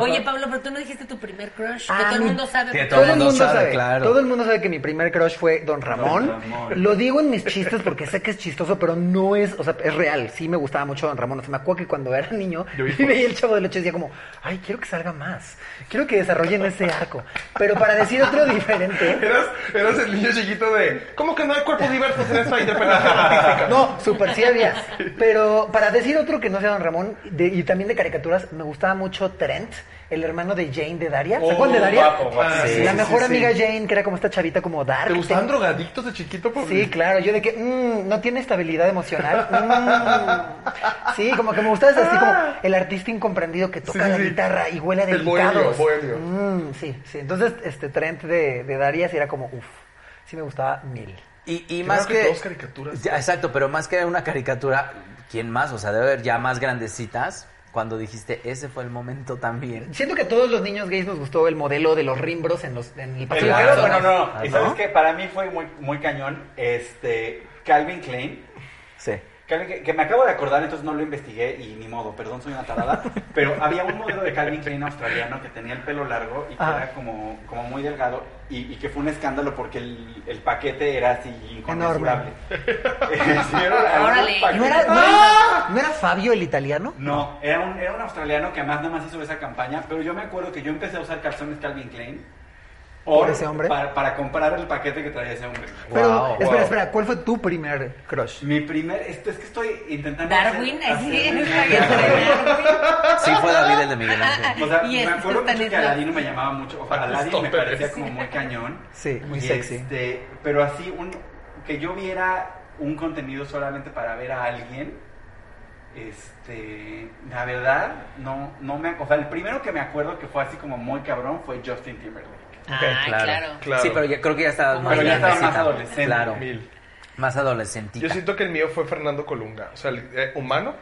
Speaker 3: Oye, Pablo, pero tú no dijiste tu primer crush, que
Speaker 4: Ah,
Speaker 3: todo el
Speaker 4: mi-
Speaker 3: mundo sabe.
Speaker 1: Que
Speaker 3: pero-
Speaker 1: todo el mundo sabe, claro.
Speaker 4: Todo el mundo sabe que mi primer crush fue Don Ramón.
Speaker 5: Don Ramón.
Speaker 4: Lo digo en mis chistes porque sé que es chistoso, pero no es, o sea, es real. Sí me gustaba mucho Don Ramón. O sea, me acuerdo que cuando era niño
Speaker 2: Yo vi
Speaker 4: (laughs) y veía el chavo del ocho y decía como, ay, quiero que salga más. Quiero que desarrollen ese arco. Pero para decir otro (laughs) diferente,
Speaker 2: Eras, eras el niño chiquito de. ¿Cómo que no hay cuerpos diversos en esta interpretación artística?
Speaker 4: No, super sí había. Pero para decir otro que no sea Don Ramón de- y también de caricaturas, me gustaba mucho Trent, el hermano de Jane de Daria. ¿Se
Speaker 5: Oh,
Speaker 4: acuerdan de Daria?
Speaker 5: guapo, guapo.
Speaker 2: Ah,
Speaker 1: sí,
Speaker 4: la
Speaker 1: sí,
Speaker 4: mejor
Speaker 2: sí.
Speaker 4: amiga Jane, que era como esta chavita como dark.
Speaker 2: ¿Te gustaban
Speaker 4: Ten-
Speaker 2: drogadictos de chiquito, Pablo?
Speaker 4: Sí, claro, yo de que mm, no tiene estabilidad emocional. (laughs) mm. Sí, como que me gustaba ese así como el artista incomprendido que toca
Speaker 2: Sí, sí,
Speaker 4: la
Speaker 2: sí.
Speaker 4: guitarra y huele a
Speaker 2: El bohemio,
Speaker 4: delicados.
Speaker 2: bohemio.
Speaker 4: Mm, sí, sí. Entonces, este Trent de, de Daria sí era como, uff, sí me gustaba mil.
Speaker 1: Y, y
Speaker 2: Qué
Speaker 1: más
Speaker 2: raro que
Speaker 1: que.
Speaker 2: todos caricaturas.
Speaker 1: Ya, exacto, pero más que una caricatura, ¿quién más? O sea, debe haber ya más grandecitas. Cuando dijiste, ese fue el momento también.
Speaker 4: Siento que a todos los niños gays nos gustó el modelo de los rimbros en, los, en el
Speaker 5: El
Speaker 4: paseo de
Speaker 5: claro,
Speaker 4: personas.
Speaker 5: bueno, no, no. ¿Y
Speaker 1: ¿no?
Speaker 5: sabes qué? Para mí fue muy, muy cañón este, Calvin Klein.
Speaker 1: Sí.
Speaker 5: Calvin Klein, que me acabo de acordar, entonces no lo investigué y ni modo, perdón, soy una
Speaker 4: (laughs)
Speaker 5: tarada. pero había un modelo de Calvin Klein australiano que tenía el pelo largo y que
Speaker 4: Ajá.
Speaker 5: era como, como muy delgado y, y que fue un escándalo porque el, el paquete era así inconmensurable.
Speaker 4: (laughs)
Speaker 5: (laughs) Sí, era- era un
Speaker 3: Órale.
Speaker 5: paquete-
Speaker 4: ¿No era, no era- ¿no era Fabio el italiano?
Speaker 5: No, era un, era un australiano que además nada más hizo esa campaña, pero yo me acuerdo que yo empecé a usar calzones Calvin Klein.
Speaker 4: ¿Por ese hombre?
Speaker 5: Para, para comprar el paquete que traía ese hombre.
Speaker 4: Pero,
Speaker 1: Wow,
Speaker 4: espera,
Speaker 5: wow.
Speaker 4: espera, ¿cuál fue tu primer crush?
Speaker 5: Mi primer, esto es que estoy intentando...
Speaker 3: Darwin,
Speaker 5: hacer-
Speaker 3: así
Speaker 5: hacer- (laughs)
Speaker 3: es, (laughs) Darwin.
Speaker 1: Sí, fue David el de Miguel Ángel.
Speaker 5: O sea,
Speaker 3: Y este
Speaker 5: me
Speaker 3: es-
Speaker 5: acuerdo
Speaker 3: es tan
Speaker 5: mucho que
Speaker 3: es-
Speaker 5: Aladino me llamaba mucho, o sea, Aladino me parecía como muy cañón.
Speaker 4: Sí, muy
Speaker 5: Y
Speaker 4: sexy.
Speaker 5: este, pero así, un, que yo viera un contenido solamente para ver a alguien, este, la verdad, no, no me, o sea, el primero que me acuerdo que fue así como muy cabrón fue Justin Timberlake.
Speaker 3: Ah, claro.
Speaker 2: Claro.
Speaker 1: Sí, pero ya, creo que Ah, ya estaba más
Speaker 5: Pero ya estaba
Speaker 1: grandecita.
Speaker 5: más adolescente.
Speaker 1: Claro.
Speaker 2: Mil.
Speaker 1: Más
Speaker 2: Yo
Speaker 1: adolescentita.
Speaker 2: siento que el mío fue Fernando Colunga. O sea, el, eh, humano.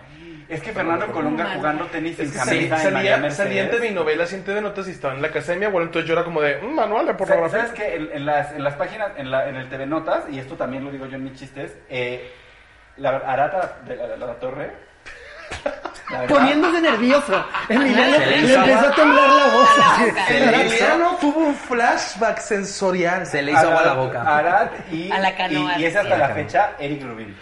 Speaker 5: Es que Fernando Colunga jugando tenis sin
Speaker 2: Es que
Speaker 5: camisa en María
Speaker 2: salía,
Speaker 5: Mercedes.
Speaker 2: salían de mi novela Siente de Notas y estaba en la casa de mi abuelo. Entonces yo era como de, mm, manual de
Speaker 5: O sea,
Speaker 2: pornografía.
Speaker 5: ¿Sabes que en, en las, en las páginas, en, la- en el TV Notas, y esto también lo digo yo en mis chistes, eh, la Arata de la, la- la Torre. (laughs) la verdad,
Speaker 4: Poniéndose nervioso. Emiliano
Speaker 1: Se le
Speaker 4: le
Speaker 1: hizo
Speaker 4: empezó a temblar la voz.
Speaker 1: Ah,
Speaker 4: así.
Speaker 1: Se le hizo-
Speaker 7: Emiliano tuvo un flashback sensorial.
Speaker 1: Se le hizo agua a la
Speaker 5: Arad-
Speaker 1: boca.
Speaker 5: Arad y,
Speaker 3: A la canoa,
Speaker 5: y, y es hasta
Speaker 3: sí.
Speaker 5: la fecha Eric Rubin.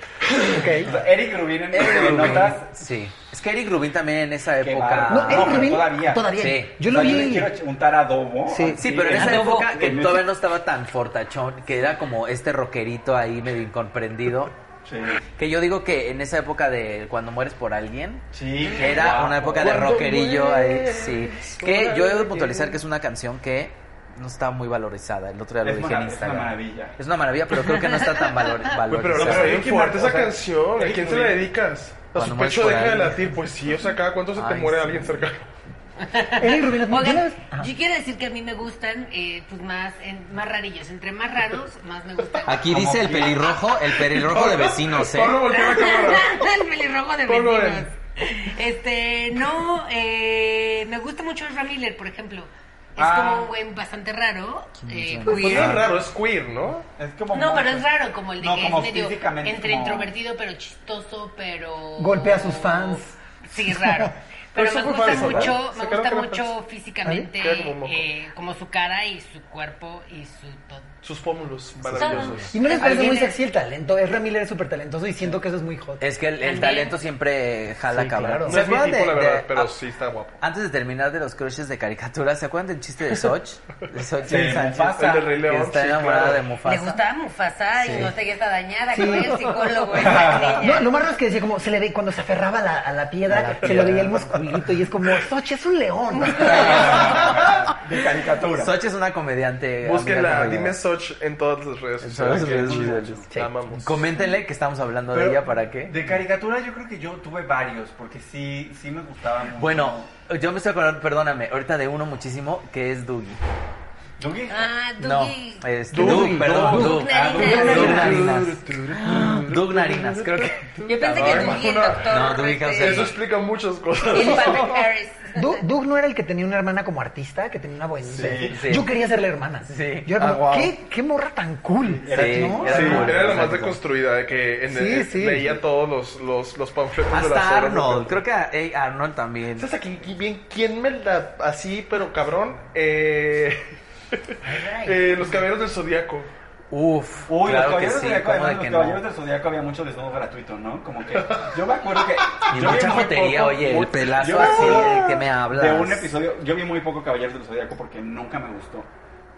Speaker 4: Ok.
Speaker 5: O sea, Eric Rubin en el
Speaker 1: Eric
Speaker 5: TV
Speaker 1: Rubin,
Speaker 5: Notas.
Speaker 1: Sí. Es que Eric Rubin también en esa
Speaker 5: Qué
Speaker 1: época.
Speaker 5: bárbaro.
Speaker 4: No, Eric
Speaker 5: pero
Speaker 4: Rubin,
Speaker 5: todavía.
Speaker 4: todavía.
Speaker 1: Ah, Sí.
Speaker 4: Yo lo
Speaker 5: O sea, le
Speaker 4: vi.
Speaker 5: quiero ch- untar adobo.
Speaker 4: Sí.
Speaker 1: Sí, pero en esa
Speaker 3: Adobo.
Speaker 1: época que todavía no estaba tan fortachón, que era como este rockerito ahí medio incomprendido.
Speaker 5: Sí.
Speaker 1: Que yo digo que en esa época de cuando mueres por alguien,
Speaker 5: Sí, qué
Speaker 1: Era
Speaker 5: guapo.
Speaker 1: una época de
Speaker 2: Cuando
Speaker 1: rockerillo ahí,
Speaker 2: mueres,
Speaker 1: sí.
Speaker 2: por
Speaker 1: Que yo debo
Speaker 2: alguien.
Speaker 1: puntualizar que es una canción que no está muy valorizada. El otro día lo
Speaker 5: Es
Speaker 1: dije
Speaker 5: una-
Speaker 1: en
Speaker 5: es una
Speaker 1: Instagram.
Speaker 5: maravilla.
Speaker 1: Es una maravilla, pero creo que no está tan valor-
Speaker 2: Güey, pero
Speaker 1: valorizada.
Speaker 2: la
Speaker 5: Exacto.
Speaker 2: bien que fuerte esa
Speaker 5: O sea,
Speaker 2: canción. ¿A
Speaker 5: Eric
Speaker 2: quién se
Speaker 5: Rubin.
Speaker 2: la dedicas? A
Speaker 1: Cuando
Speaker 2: su
Speaker 1: mueres
Speaker 2: pecho
Speaker 1: por
Speaker 2: deja de
Speaker 1: alguien.
Speaker 2: latir. Pues sí, o sea, cada cuánto se te
Speaker 1: Ay,
Speaker 2: muere
Speaker 1: sí.
Speaker 2: alguien cercano.
Speaker 4: Eric Rubin es muy
Speaker 3: Oigan,
Speaker 4: ¿tienes?
Speaker 3: yo quiero decir que a mí me gustan eh, pues más, en- más rarillos. Entre más raros, más
Speaker 1: (laughs)
Speaker 3: me gustan.
Speaker 1: Aquí
Speaker 5: Como
Speaker 1: dice el
Speaker 5: que-
Speaker 1: pelirrojo, el pelirrojo de vecinos, ¿eh?
Speaker 2: Pablo voltea la cámara.
Speaker 3: (laughs) el pelirrojo de
Speaker 2: Ponlo en-
Speaker 3: vecinos. Este, no, eh, me gusta mucho Ezra Miller, por ejemplo. Es
Speaker 5: Ah.
Speaker 3: como un güey bastante raro. eh,
Speaker 2: Pues no es
Speaker 3: queer.
Speaker 2: raro, es queer, ¿no?
Speaker 5: Pues Es como
Speaker 3: No,
Speaker 5: muy-
Speaker 3: pero es raro, como el de
Speaker 5: No,
Speaker 3: que
Speaker 5: como
Speaker 3: es medio
Speaker 5: físicamente
Speaker 3: entre
Speaker 5: como-
Speaker 3: introvertido, pero chistoso, pero...
Speaker 4: Golpea a sus fans.
Speaker 3: Sí, es
Speaker 4: (laughs)
Speaker 3: raro.
Speaker 2: Pero eso
Speaker 3: Pero me
Speaker 2: fue
Speaker 3: gusta
Speaker 2: falso, ¿verdad?
Speaker 3: mucho,
Speaker 2: Se
Speaker 3: me
Speaker 2: quedó
Speaker 3: gusta
Speaker 2: con la
Speaker 3: mucho
Speaker 2: falsa.
Speaker 3: físicamente,
Speaker 2: Queda como moco.
Speaker 3: eh, como su cara y su cuerpo y su todo.
Speaker 2: Sus pómulos
Speaker 3: Todos.
Speaker 2: maravillosos.
Speaker 4: ¿Y no les parece
Speaker 3: Alguien
Speaker 4: muy
Speaker 3: es-
Speaker 4: sexy el talento? Ezra Miller es súper talentoso y siento que eso es muy hot.
Speaker 1: Es que el, el
Speaker 3: También.
Speaker 1: talento siempre jala
Speaker 4: Sí,
Speaker 1: cabrón.
Speaker 4: claro.
Speaker 2: No
Speaker 1: ¿Se
Speaker 2: es mi
Speaker 1: acuerdan
Speaker 2: tipo, la
Speaker 1: de-
Speaker 2: verdad,
Speaker 1: de-
Speaker 2: pero
Speaker 1: ah,
Speaker 2: sí está guapo.
Speaker 1: Antes de terminar de los crushes de caricaturas, ¿se acuerdan del chiste de Soch? De Soch
Speaker 5: Sí,
Speaker 1: Sánchez.
Speaker 5: Mufasa.
Speaker 2: El de Rey
Speaker 1: Que
Speaker 2: León.
Speaker 1: está
Speaker 2: sí,
Speaker 1: enamorada
Speaker 2: claro.
Speaker 1: de
Speaker 3: Le
Speaker 1: Mufasa.
Speaker 3: gustaba Mufasa y no sé, ya está dañada, que vaya al
Speaker 4: (laughs)
Speaker 3: psicólogo. ¿eh? esa niña.
Speaker 1: eh.
Speaker 4: No, lo más raro es que decía como se le ve cuando se aferraba a la, a la piedra, se le veía el musculito y es como, Sochi es un león.
Speaker 5: (laughs) de caricatura.
Speaker 1: Soch es una comediante. amiga
Speaker 2: Búsquenla,
Speaker 1: como yo.
Speaker 2: dime Soch en todas las redes
Speaker 1: En todas
Speaker 2: sociales.
Speaker 1: las
Speaker 2: que
Speaker 1: redes
Speaker 2: es chida,
Speaker 1: sociales.
Speaker 2: La amamos.
Speaker 1: Coméntenle que estamos hablando
Speaker 5: Pero-
Speaker 1: de ella para qué.
Speaker 5: De caricatura yo creo que yo tuve varios, porque sí, sí me gustaban mucho.
Speaker 1: Bueno, yo me estoy acordando, perdóname, ahorita de uno muchísimo que es Dougie.
Speaker 5: Dougie.
Speaker 3: Ah,
Speaker 1: No,
Speaker 3: Dougie.
Speaker 1: es
Speaker 2: Dougie,
Speaker 1: Doug, perdón,
Speaker 3: Doug.
Speaker 1: Doug.
Speaker 3: Doug
Speaker 1: Ah,
Speaker 3: Narinas.
Speaker 1: Doug Narinas. Doug Narinas, creo que.
Speaker 3: Yo pensé que Dougie el doctor.
Speaker 1: No, Dougie Cancel.
Speaker 2: Eso
Speaker 3: este,
Speaker 2: explica muchas cosas.
Speaker 3: El Patrick Harris.
Speaker 4: Du- Doug no era el que tenía una hermana como artista, que tenía una buenita.
Speaker 1: Sí, sí.
Speaker 4: Yo quería ser la hermana.
Speaker 1: Sí.
Speaker 4: Yo era
Speaker 1: Ah,
Speaker 4: como,
Speaker 1: wow.
Speaker 4: ¿qué, qué morra tan cool.
Speaker 1: Era-
Speaker 4: ¿no?
Speaker 1: era
Speaker 2: Sí,
Speaker 1: cool,
Speaker 2: era la más
Speaker 1: exacto.
Speaker 2: deconstruida, de que en
Speaker 4: Sí, sí.
Speaker 2: leía todos los, los, los panfletos de la
Speaker 1: Hasta
Speaker 2: obras de
Speaker 1: Arnold,
Speaker 2: teatro.
Speaker 1: creo que a- eh, Arnold también.
Speaker 2: ¿Sabes aquí bien quién me la así, pero cabrón? Eh, (laughs) eh, los caballeros del zodiaco.
Speaker 1: Uf,
Speaker 5: Uy,
Speaker 1: claro que
Speaker 5: los
Speaker 1: sí,
Speaker 5: caballeros del Zodíaco,
Speaker 1: ¿cómo de
Speaker 5: además, los
Speaker 1: que
Speaker 5: caballeros
Speaker 1: no?
Speaker 5: del Zodíaco había mucho desnudo gratuito, ¿no? Como que yo me acuerdo que...
Speaker 1: (laughs) Y
Speaker 5: yo vi
Speaker 1: mucha
Speaker 5: muy
Speaker 1: jotería,
Speaker 5: poco-
Speaker 1: oye,
Speaker 5: muy-
Speaker 1: el pelazo
Speaker 5: yo me
Speaker 1: así
Speaker 5: acuerdo
Speaker 1: de que me hablas.
Speaker 5: De un episodio, yo vi muy poco Caballeros del Zodíaco porque nunca me gustó.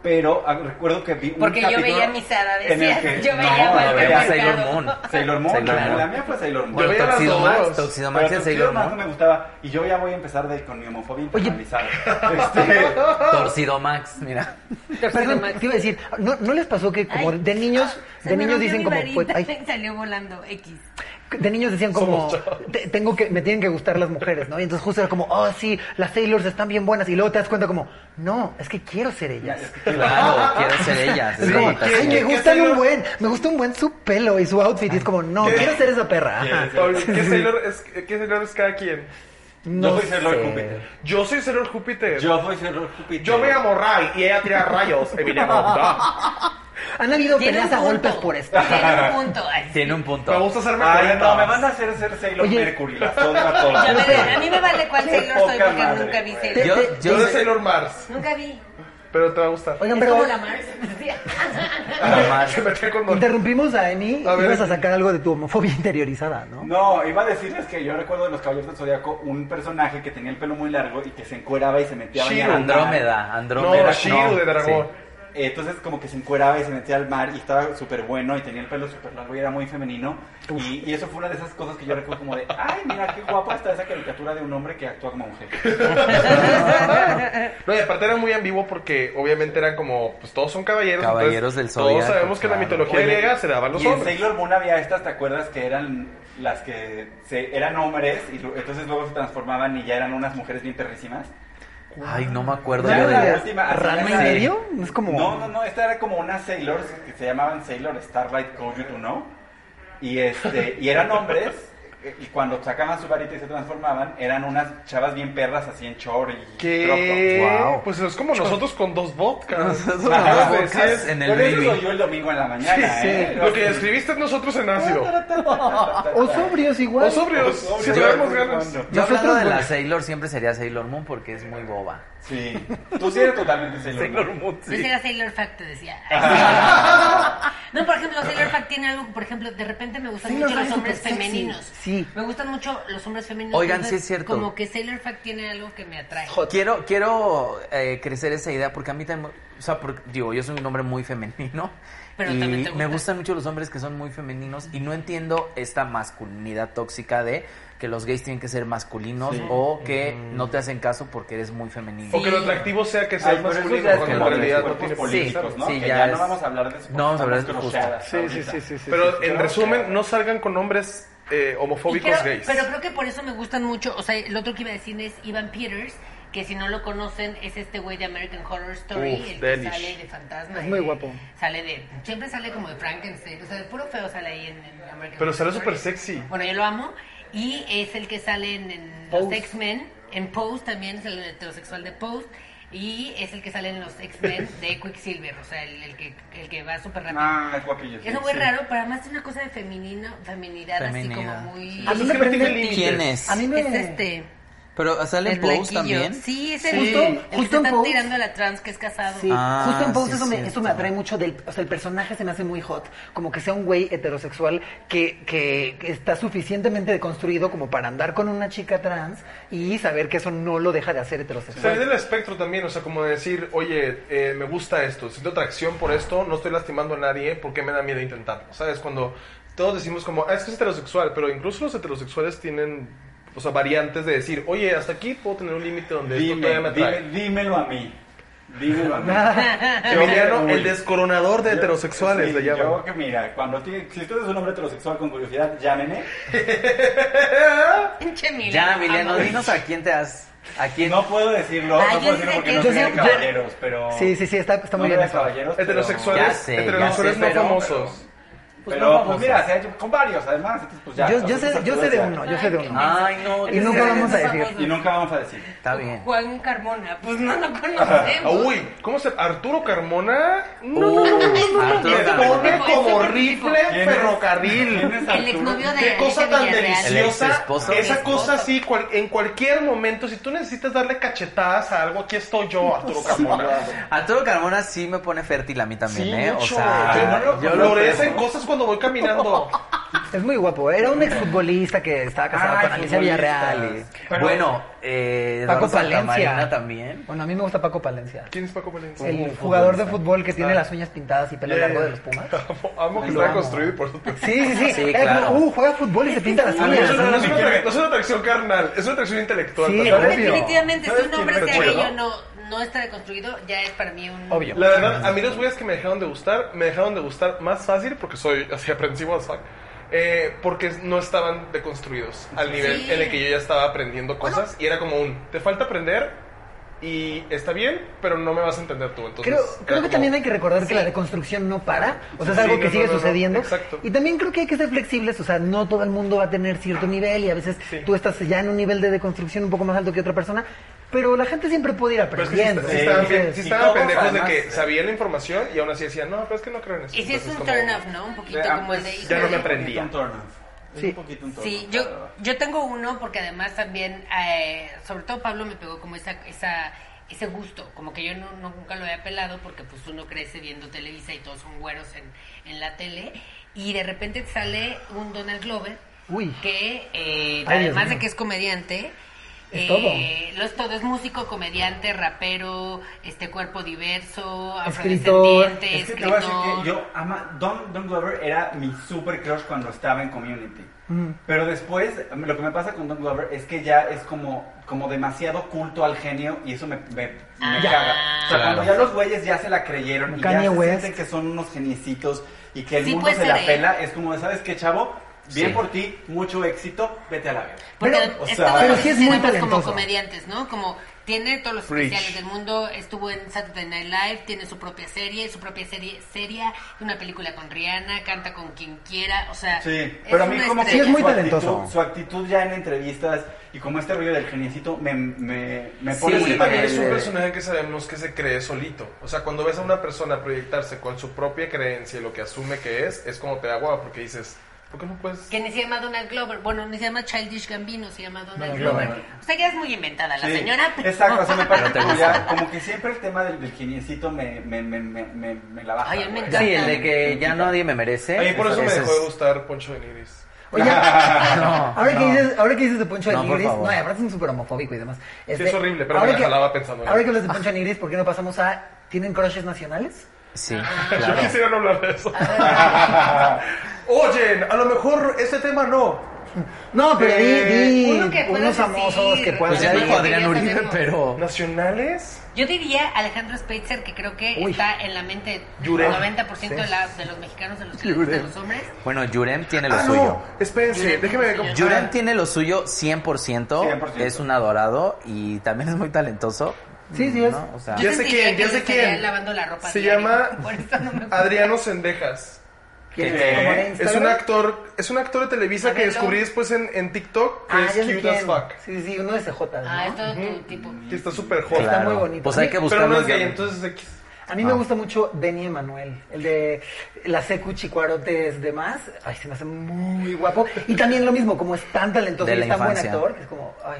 Speaker 5: Pero ah, recuerdo que vi un
Speaker 3: Porque yo
Speaker 5: capítulo
Speaker 3: veía Misada,
Speaker 5: en el
Speaker 3: decías.
Speaker 5: que-
Speaker 3: Yo veía
Speaker 5: no,
Speaker 3: Walter
Speaker 5: no veía
Speaker 3: Mercado.
Speaker 1: Sailor Moon.
Speaker 5: Sailor Moon.
Speaker 1: Sailor
Speaker 5: la-
Speaker 1: Moon.
Speaker 5: La mía fue Sailor Moon.
Speaker 1: Bueno,
Speaker 2: veía las
Speaker 1: Toxido Max,
Speaker 2: dos.
Speaker 1: Toxido
Speaker 5: Pero
Speaker 1: Max es
Speaker 5: Torcido
Speaker 1: Sailor
Speaker 5: Max no
Speaker 1: Moon.
Speaker 5: me gustaba. Y yo ya voy a empezar de, con mi
Speaker 1: (laughs)
Speaker 5: homofobia internalizada. Este,
Speaker 1: Torcido Max, mira.
Speaker 4: Perdón, te iba a decir, ¿no, no les pasó que como
Speaker 3: Ay. ah,
Speaker 4: de niños,
Speaker 3: Se
Speaker 4: de
Speaker 3: me
Speaker 4: niños
Speaker 3: rompió
Speaker 4: dicen
Speaker 3: mi
Speaker 4: como, pues,
Speaker 3: varita,
Speaker 4: ay,
Speaker 3: (laughs) Salió volando X.
Speaker 4: de niños decían como,
Speaker 2: Somos chavos.
Speaker 4: "Te- tengo que, me tienen que gustar las mujeres, ¿no? Y entonces justo era como, oh sí, las Sailors están bien buenas y luego te das cuenta como, no, es que quiero ser
Speaker 5: ya,
Speaker 4: ellas.
Speaker 5: es que-
Speaker 1: Claro, quiero ser ella.
Speaker 4: Es como,
Speaker 1: sí,
Speaker 4: ay, me
Speaker 2: ¿qué
Speaker 4: gustan un
Speaker 2: Sailor-
Speaker 4: buen, me gusta un buen su pelo y su outfit y es como, no,
Speaker 2: ¿Qué?
Speaker 4: quiero ser esa perra. Ajá.
Speaker 2: Oye, Ah, ¿Qué Sailor es, qué Sailor es cada quien?
Speaker 5: yo soy Sailor Júpiter.
Speaker 2: Yo soy Sailor Júpiter.
Speaker 5: Yo soy Sailor Júpiter.
Speaker 2: Yo me amo Ray y ella tira
Speaker 5: (laughs)
Speaker 2: rayos, Emiliano. No.
Speaker 4: Han habido
Speaker 3: Tiene
Speaker 4: peleas
Speaker 3: un
Speaker 4: a golpes
Speaker 3: punto.
Speaker 4: por esto.
Speaker 3: Tiene
Speaker 4: (laughs)
Speaker 3: un punto. Ay,
Speaker 1: Tiene un
Speaker 2: Me
Speaker 1: punto.
Speaker 2: gusta hacerme
Speaker 5: Ay, no, me
Speaker 2: coletas.
Speaker 5: van a hacer ser Sailor
Speaker 4: Oye.
Speaker 5: Mercury. Las dos, las dos.
Speaker 3: (laughs) Ya me vale, a mí me vale cuál
Speaker 5: Qué
Speaker 3: Sailor soy
Speaker 5: poca
Speaker 3: porque
Speaker 5: madre,
Speaker 3: nunca vi
Speaker 5: güey.
Speaker 3: Sailor.
Speaker 1: Yo,
Speaker 2: Yo
Speaker 1: yo
Speaker 2: soy
Speaker 1: soy
Speaker 2: Sailor Mars,
Speaker 3: Nunca vi.
Speaker 2: pero te va a gustar.
Speaker 4: Oigan,
Speaker 3: Es como
Speaker 4: pero
Speaker 3: la Mars. (laughs)
Speaker 1: Sailor Mars.
Speaker 2: (laughs) Se metió con Don.
Speaker 4: interrumpimos a Emi y
Speaker 2: A ver.
Speaker 4: vas a sacar algo de tu homofobia (laughs) interiorizada, ¿no?
Speaker 5: No, iba a decirles que yo recuerdo de los Caballeros del Zodiaco un personaje que tenía el pelo muy largo y que se encueraba y se metía a bañar
Speaker 2: Shiro.
Speaker 5: al mar.
Speaker 1: Andrómeda, Andrómeda.
Speaker 2: No, Shiro de dragón.
Speaker 5: Eh, Entonces como que se encueraba y se metía al mar y estaba súper bueno y tenía el pelo súper largo y era muy femenino. Y, y eso fue una de esas cosas que yo recuerdo como de, ay, mira qué guapa está esa caricatura de un hombre que actúa como mujer.
Speaker 2: No, y aparte era muy ambiguo porque obviamente eran como, pues todos son caballeros.
Speaker 1: Caballeros
Speaker 2: entonces,
Speaker 1: del zodiaco,
Speaker 2: Todos sabemos que la
Speaker 1: claro.
Speaker 2: mitología
Speaker 5: Oye,
Speaker 2: griega se daban los
Speaker 5: y en
Speaker 2: hombres.
Speaker 5: Sailor Moon había estas, ¿te acuerdas? Que eran las que se, eran hombres y lu- entonces luego se transformaban y ya eran unas mujeres bien perrísimas.
Speaker 1: Sí. Ay, no me acuerdo
Speaker 5: Ya
Speaker 1: yo
Speaker 5: la
Speaker 1: de
Speaker 5: última, así
Speaker 4: ¿Rama
Speaker 5: era
Speaker 4: en
Speaker 5: de-
Speaker 4: serio? Es como...
Speaker 5: No, no, no, esta era como una Sailor que se llamaban Sailor Starlight Code You Know. Y, este, y eran hombres, eh, y cuando sacaban su varita y se transformaban, eran unas chavas bien perras así en chor y
Speaker 2: ¿Qué?
Speaker 1: Wow.
Speaker 2: Pues es como nosotros con dos vodkas.
Speaker 1: Nosotros
Speaker 5: con dos
Speaker 2: Pues, sí, es-
Speaker 1: vodkas. En el
Speaker 5: Pero eso
Speaker 1: baby.
Speaker 5: soy yo el domingo en la mañana,
Speaker 2: sí,
Speaker 5: ¿eh?
Speaker 2: Lo que escribiste es nosotros en ácido.
Speaker 4: (laughs) O sobrios igual.
Speaker 2: O sobrios, si
Speaker 5: Yo-
Speaker 2: tenemos ganas.
Speaker 1: Yo
Speaker 4: Nosotros,
Speaker 1: hablando de
Speaker 4: güey.
Speaker 1: la Sailor siempre sería Sailor Moon porque es muy boba.
Speaker 5: Sí. Tú sí eres totalmente Sailor, Moon.
Speaker 3: Ese era Sailor Fact, te decía. No, por ejemplo, Sailor Fact tiene algo, por ejemplo, de repente me gustan
Speaker 4: Sailor
Speaker 3: mucho
Speaker 4: Fact
Speaker 3: los
Speaker 4: es
Speaker 3: hombres
Speaker 4: súper sexy.
Speaker 3: femeninos.
Speaker 4: Sí.
Speaker 3: Me gustan mucho los hombres femeninos.
Speaker 1: Oigan,
Speaker 3: entonces,
Speaker 1: sí es cierto.
Speaker 3: Como que Sailor Fact tiene algo que me atrae.
Speaker 1: Quiero, quiero eh, crecer esa idea porque a mí también, o sea, porque, digo, yo soy un hombre muy femenino
Speaker 3: Pero
Speaker 1: y
Speaker 3: también te
Speaker 1: me
Speaker 3: gusta.
Speaker 1: gustan mucho los hombres que son muy femeninos y no entiendo esta masculinidad tóxica de que los gays tienen que ser masculinos o que no te hacen caso porque eres muy femenino.
Speaker 2: O que lo atractivo sea que sea
Speaker 5: Ay, pero eso ya
Speaker 2: masculino,
Speaker 5: es
Speaker 2: cuando
Speaker 5: como
Speaker 2: en
Speaker 5: de
Speaker 2: realidad no
Speaker 5: cuerpos
Speaker 2: tiene
Speaker 5: políticos,
Speaker 1: Sí,
Speaker 5: ¿no?
Speaker 1: sí,
Speaker 5: que
Speaker 1: ya
Speaker 5: ya, no
Speaker 1: es-
Speaker 5: vamos a hablar de eso.
Speaker 1: No vamos a hablar de eso,
Speaker 5: cruceadas
Speaker 8: Sí, sí,
Speaker 5: ahorita.
Speaker 8: sí, sí, sí. sí,
Speaker 2: Pero
Speaker 8: sí.
Speaker 2: en resumen, no salgan con hombres eh,
Speaker 3: Y
Speaker 2: homofóbicos
Speaker 3: creo-
Speaker 2: gays.
Speaker 3: Pero creo que por eso me gustan mucho. O sea, el otro que iba a decir es Ivan Peters, que si no lo conocen es este güey de American Horror Story,
Speaker 2: Uf,
Speaker 3: el que
Speaker 2: delish.
Speaker 3: sale de fantasma.
Speaker 4: Es muy
Speaker 3: y de-
Speaker 4: guapo.
Speaker 3: Sale de, siempre sale como de Frankenstein, o sea, de puro feo sale ahí en, en American
Speaker 2: Pero
Speaker 3: Horror
Speaker 2: sale
Speaker 3: Story.
Speaker 2: súper sexy.
Speaker 3: Bueno, yo lo amo. Y es el que sale en, en los X-Men, en Post también, es el heterosexual de Post. Y es el que sale en los X-Men de
Speaker 5: (laughs)
Speaker 3: Quicksilver, o sea, el, el que, el que va súper rápido.
Speaker 5: Ah, es guapillo. sí.
Speaker 3: Es muy raro, pero además tiene una cosa de femenino, feminidad,
Speaker 1: Feminidad.
Speaker 3: así como muy...
Speaker 4: A mí
Speaker 2: Es
Speaker 4: me
Speaker 2: que no tiene
Speaker 4: prende...
Speaker 2: límites.
Speaker 1: ¿Quién es?
Speaker 4: A mí me...
Speaker 3: Es este.
Speaker 1: Pero sale
Speaker 3: El
Speaker 1: en Pose
Speaker 3: blanquillo.
Speaker 1: también.
Speaker 3: Sí, es el,
Speaker 4: Sí.
Speaker 3: el que
Speaker 4: Justo en
Speaker 3: se está
Speaker 4: Pose.
Speaker 3: tirando a la trans que es casado.
Speaker 4: Sí,
Speaker 1: Ah,
Speaker 4: justo en Pose
Speaker 1: sí,
Speaker 4: eso, me,
Speaker 1: cierto.
Speaker 4: eso me atrae mucho del, o sea, el personaje se me hace muy hot, como que sea un güey heterosexual que, que, que está suficientemente deconstruido como para andar con una chica trans y saber que eso no lo deja de hacer heterosexual.
Speaker 2: Salir del espectro también, o sea, como decir, oye, eh, me gusta esto, siento atracción por esto, no estoy lastimando a nadie, ¿por qué me da miedo intentarlo? ¿Sabes? Cuando todos decimos como, ah, es que es heterosexual, pero incluso los heterosexuales tienen, o sea, variantes de decir, oye, hasta aquí puedo tener un límite donde esto todavía me
Speaker 5: Dime,
Speaker 2: atrae.
Speaker 5: dime, dímelo a mí. Dímelo a mí.
Speaker 2: Emiliano, el
Speaker 5: descoronador
Speaker 2: descoronador de heterosexuales le llaman.
Speaker 5: Yo que mira, cuando tiene- si usted es un hombre heterosexual con curiosidad, llámeme.
Speaker 3: Pinche Milena.
Speaker 1: Ya, Emiliano, dinos a quién te has... ¿A quién?
Speaker 5: No puedo decirlo,
Speaker 3: Ay, yo
Speaker 5: no puedo
Speaker 3: sé
Speaker 5: decirlo porque
Speaker 3: que-
Speaker 5: no
Speaker 3: yo
Speaker 5: soy de
Speaker 3: sé-
Speaker 5: caballeros, pero...
Speaker 4: Sí, sí, sí, está, está muy
Speaker 5: no
Speaker 4: bien
Speaker 5: de
Speaker 4: eso.
Speaker 5: caballeros, pero-
Speaker 2: Heterosexuales,
Speaker 1: Ya sé, ya
Speaker 2: heterosexuales
Speaker 1: sé,
Speaker 2: no
Speaker 1: pero-
Speaker 2: famosos.
Speaker 5: Pero,
Speaker 1: no
Speaker 5: pues,
Speaker 1: famosos.
Speaker 5: mira, o sea, yo- con varios además, entonces, pues ya.
Speaker 4: Yo, yo
Speaker 5: a
Speaker 4: sé,
Speaker 5: estas
Speaker 4: yo sé de
Speaker 5: alturas
Speaker 4: uno, yo sé de uno.
Speaker 1: Ay, no.
Speaker 4: Y nunca vamos a decir.
Speaker 5: ya. Y nunca vamos a decir.
Speaker 1: Está bien.
Speaker 3: Juan Carmona, pues no lo conocemos.
Speaker 2: Ah, Uy, ¿cómo se Arturo Carmona? No,
Speaker 1: Uh,
Speaker 2: no, no, no, no.
Speaker 1: Arturo
Speaker 2: Me
Speaker 1: Carmona.
Speaker 2: pone como
Speaker 3: Ese
Speaker 2: rifle
Speaker 5: ¿Quién es? (laughs) ¿Quién
Speaker 2: ferrocarril.
Speaker 5: es
Speaker 3: El
Speaker 5: Arturo?
Speaker 3: exnovio de
Speaker 2: Qué cosa tan
Speaker 1: El
Speaker 2: deliciosa.
Speaker 1: exesposo.
Speaker 2: Esa
Speaker 3: Exesposo.
Speaker 2: cosa así, cual- en cualquier momento, si tú necesitas darle cachetadas a algo, aquí estoy yo, Arturo Carmona.
Speaker 1: Arturo Carmona sí me pone fértil a mí también,
Speaker 2: Sí,
Speaker 1: ¿eh? O
Speaker 2: mucho.
Speaker 1: sea,
Speaker 2: Yo
Speaker 1: yo lo
Speaker 2: Florecen
Speaker 1: veo.
Speaker 2: cosas cuando voy caminando.
Speaker 4: Es muy guapo. Era un exfutbolista que estaba casado
Speaker 5: Ay,
Speaker 4: con Alicia
Speaker 5: futbolistas.
Speaker 4: Villarreal. y-
Speaker 5: Pero-
Speaker 1: bueno, eh,
Speaker 4: Paco
Speaker 1: Eduardo Santa
Speaker 4: Palencia.
Speaker 1: Marina también.
Speaker 4: Bueno, a mí me gusta Paco Palencia.
Speaker 2: ¿Quién es Paco Valencia?
Speaker 4: El jugador de fútbol que tiene las uñas pintadas y pelo
Speaker 2: Yeah.
Speaker 4: largo de los Pumas.
Speaker 2: Amo, amo que
Speaker 4: Lo
Speaker 2: está
Speaker 4: amo.
Speaker 2: construido y por supuesto. (laughs)
Speaker 4: Sí, sí, sí.
Speaker 1: Sí,
Speaker 4: Era
Speaker 1: claro.
Speaker 4: como, uh, juega fútbol y se pinta las
Speaker 5: A mí
Speaker 4: uñas.
Speaker 5: eso
Speaker 2: No
Speaker 5: no
Speaker 2: es,
Speaker 5: me
Speaker 2: una, atrac-
Speaker 5: quiere.
Speaker 2: no es una atracción carnal, es una atracción intelectual.
Speaker 4: Sí,
Speaker 2: tal
Speaker 4: es
Speaker 2: vez.
Speaker 4: obvio.
Speaker 3: Definitivamente, si
Speaker 5: ¿Sabes
Speaker 3: un
Speaker 5: quién
Speaker 3: hombre
Speaker 5: me
Speaker 3: ese
Speaker 5: recuerda?
Speaker 3: cabello no, no está deconstruido, ya es para mí un...
Speaker 4: Obvio.
Speaker 2: La verdad, a mí los güeyes que me dejaron de gustar, me dejaron de gustar más fácil porque soy así aprensivo as fuck. eh, porque no estaban deconstruidos al nivel
Speaker 3: Sí.
Speaker 2: en el que yo ya estaba aprendiendo cosas y era como un, te falta aprender y está bien, pero no me vas a entender tú. Entonces,
Speaker 4: Creo,
Speaker 2: era
Speaker 4: creo que
Speaker 2: como-
Speaker 4: también hay que recordar
Speaker 3: Sí.
Speaker 4: que la deconstrucción no para, o sea, es
Speaker 2: Sí,
Speaker 4: algo
Speaker 2: no,
Speaker 4: que
Speaker 2: no,
Speaker 4: sigue
Speaker 2: no, no,
Speaker 4: sucediendo.
Speaker 2: exacto.
Speaker 4: Y también creo que hay que ser flexibles, o sea, no todo el mundo va a tener cierto nivel y a veces
Speaker 2: Sí.
Speaker 4: tú estás ya en un nivel de deconstrucción un poco más alto que otra persona, pero la gente siempre puede ir
Speaker 2: Pero es que sí,
Speaker 4: aprendiendo.
Speaker 2: sí estaban, bien- sí
Speaker 5: Y
Speaker 2: estaban
Speaker 5: todos,
Speaker 2: pendejos de
Speaker 5: además,
Speaker 2: que
Speaker 5: eh.
Speaker 2: sabían la información y aún así decían, no, pero es que no creo en eso.
Speaker 3: Y si es
Speaker 2: Entonces,
Speaker 3: un
Speaker 2: como-
Speaker 3: turn off, ¿no? Un poquito
Speaker 5: Ah,
Speaker 3: como el de...
Speaker 5: pues,
Speaker 2: ya no
Speaker 3: híjole,
Speaker 2: me aprendía.
Speaker 5: Es un poquito un turn-off. Es
Speaker 4: Sí.
Speaker 5: un poquito un
Speaker 3: Sí,
Speaker 5: turn-off,
Speaker 3: yo,
Speaker 5: la verdad.
Speaker 3: yo tengo uno porque además también, eh, sobre todo Pablo me pegó como esa, esa, ese gusto, como que yo no, no- nunca lo había pelado porque pues uno crece viendo Televisa y todos son güeros en, en la tele y de repente te sale un Donald Glover
Speaker 4: Uy.
Speaker 3: que eh,
Speaker 4: Ay,
Speaker 3: además
Speaker 4: Dios
Speaker 3: de
Speaker 4: mío.
Speaker 3: que es comediante,
Speaker 4: Es
Speaker 3: eh,
Speaker 4: todo.
Speaker 3: lo es todo, es músico, comediante, rapero, este cuerpo diverso,
Speaker 4: Escritor.
Speaker 3: afrodescendiente,
Speaker 5: Es que te voy a decir
Speaker 3: escritor.
Speaker 5: que yo ama. Don, Don Glover era mi super crush cuando estaba en community.
Speaker 4: mm,
Speaker 5: Pero después, lo que me pasa con Don Glover es que ya es como, como demasiado culto al genio y eso me, me, me
Speaker 3: Ah,
Speaker 5: caga. O sea,
Speaker 1: claro.
Speaker 5: cuando ya los güeyes ya se la creyeron y ya
Speaker 4: Kanye
Speaker 5: se
Speaker 4: West.
Speaker 5: sienten que son unos geniecitos y que el
Speaker 3: Sí,
Speaker 5: mundo
Speaker 3: puede
Speaker 5: se
Speaker 3: ser,
Speaker 5: la
Speaker 3: ¿eh?
Speaker 5: pela, es como, ¿sabes qué, chavo? Bien
Speaker 1: Sí.
Speaker 5: por ti, mucho éxito, vete a la verga.
Speaker 3: Porque
Speaker 5: o
Speaker 3: es
Speaker 5: sea,
Speaker 3: todo
Speaker 5: pero
Speaker 3: lo
Speaker 5: sí
Speaker 3: que
Speaker 4: es muy
Speaker 3: tenemos como
Speaker 4: talentoso.
Speaker 3: comediantes, ¿no? Como tiene todos los especiales del mundo, estuvo en Saturday Night Live, tiene su propia serie, su propia serie seria, una película con Rihanna, canta con quien quiera, o sea,
Speaker 5: Sí,
Speaker 3: Ah, es
Speaker 5: pero a mí
Speaker 3: una
Speaker 5: como que
Speaker 4: Sí, es
Speaker 3: estrella.
Speaker 4: muy
Speaker 5: su actitud-
Speaker 4: talentoso.
Speaker 5: su actitud ya en entrevistas y como este rollo del geniecito me, me, me
Speaker 1: Sí,
Speaker 5: pone
Speaker 2: Es que
Speaker 5: muy
Speaker 2: también
Speaker 5: mal.
Speaker 2: es un personaje que sabemos que se cree solito. O sea, cuando ves a una persona proyectarse con su propia creencia y lo que asume que es, es como te da guau, porque dices, ¿por qué no puedes?
Speaker 3: que ni se llama Donald Glover, bueno, ni se llama Childish Gambino, se llama Donald
Speaker 5: Glover.
Speaker 3: Glover. O sea, ya es muy inventada la
Speaker 5: Sí,
Speaker 3: señora. pero-
Speaker 5: Exacto,
Speaker 3: (laughs)
Speaker 5: o sea, me parece
Speaker 1: Pero te
Speaker 5: como,
Speaker 1: gusta.
Speaker 5: ya- como que siempre el tema del, del geniecito me, me, me, me, me, me la baja.
Speaker 3: Ay, a mí me
Speaker 5: güey.
Speaker 3: encanta.
Speaker 1: Sí, el de que ya nadie me merece.
Speaker 2: A mí por eso me
Speaker 1: Ese
Speaker 2: dejó
Speaker 1: es-
Speaker 2: de gustar Poncho de Nigris.
Speaker 4: Oye, (laughs) ahora, que
Speaker 1: no.
Speaker 4: dices, ahora que dices de Poncho de
Speaker 1: No, por
Speaker 4: Nigris,
Speaker 1: favor.
Speaker 4: no, y aparte es súper homofóbico y demás. Este,
Speaker 2: es horrible, pero me la jalaba pensando en
Speaker 4: Ahora
Speaker 2: él.
Speaker 4: que hablas de Poncho de Nigris, ¿por qué no pasamos a. ¿Tienen crushes nacionales?
Speaker 1: Sí,
Speaker 2: Yo (laughs)
Speaker 1: claro.
Speaker 2: quisiera no
Speaker 1: (laughs)
Speaker 2: hablar de eso. Oye, a lo mejor este tema no. eh,
Speaker 4: No, pero di, di
Speaker 3: uno que puedas
Speaker 4: unos famosos
Speaker 3: decir.
Speaker 4: que puedan
Speaker 1: Pues ya
Speaker 3: Además,
Speaker 1: dijo Adrián
Speaker 3: ya
Speaker 1: Uribe,
Speaker 3: sabemos.
Speaker 1: pero...
Speaker 2: ¿Nacionales?
Speaker 3: Yo diría Alejandro Speitzer, que creo que
Speaker 4: Uy.
Speaker 3: está en la mente del
Speaker 2: Yurem.
Speaker 3: 90% de, la- de los mexicanos, de los, de los hombres.
Speaker 1: Bueno, Yurem tiene lo
Speaker 2: Ah,
Speaker 1: suyo.
Speaker 2: no. Espérense,
Speaker 3: Yurem.
Speaker 2: déjeme.
Speaker 3: Yurem.
Speaker 1: Yurem tiene lo suyo 100%,
Speaker 5: 100%.
Speaker 1: es un adorado y también es muy talentoso.
Speaker 4: Sí, sí es.
Speaker 1: ¿no? O sea,
Speaker 2: Ya
Speaker 3: Yo
Speaker 2: sé
Speaker 3: sentiría
Speaker 2: quién,
Speaker 3: que
Speaker 2: ya
Speaker 3: yo
Speaker 2: sé
Speaker 3: estaría
Speaker 2: quién.
Speaker 3: lavando la ropa
Speaker 2: Se
Speaker 3: diario,
Speaker 2: llama
Speaker 3: (laughs) por eso no me-
Speaker 2: Adriano Sendejas.
Speaker 5: ¿Qué?
Speaker 2: Pues, eh, Es un actor, es un actor de Televisa
Speaker 3: A
Speaker 2: que
Speaker 3: verlo.
Speaker 2: descubrí después en, en TikTok que
Speaker 4: Ah,
Speaker 2: es
Speaker 4: ya sé
Speaker 2: cute as
Speaker 4: quién.
Speaker 2: fuck.
Speaker 4: Sí, sí, uno de CJ, ¿no?
Speaker 3: Ah, es todo tu tipo.
Speaker 2: Que está súper joven.
Speaker 1: claro.
Speaker 4: muy bonito.
Speaker 1: Pues hay que
Speaker 2: Pero no
Speaker 1: buscarlo.
Speaker 2: es gay, entonces X.
Speaker 4: A
Speaker 2: Ah.
Speaker 4: mí me gusta mucho Benny Emanuel, el de la secu, chicuarotes, demás. Ay, se me hace muy guapo. Y también lo mismo, como es tan talentoso
Speaker 1: De
Speaker 4: y
Speaker 1: la
Speaker 4: es tan buen
Speaker 1: infancia.
Speaker 4: actor, que es como, ay.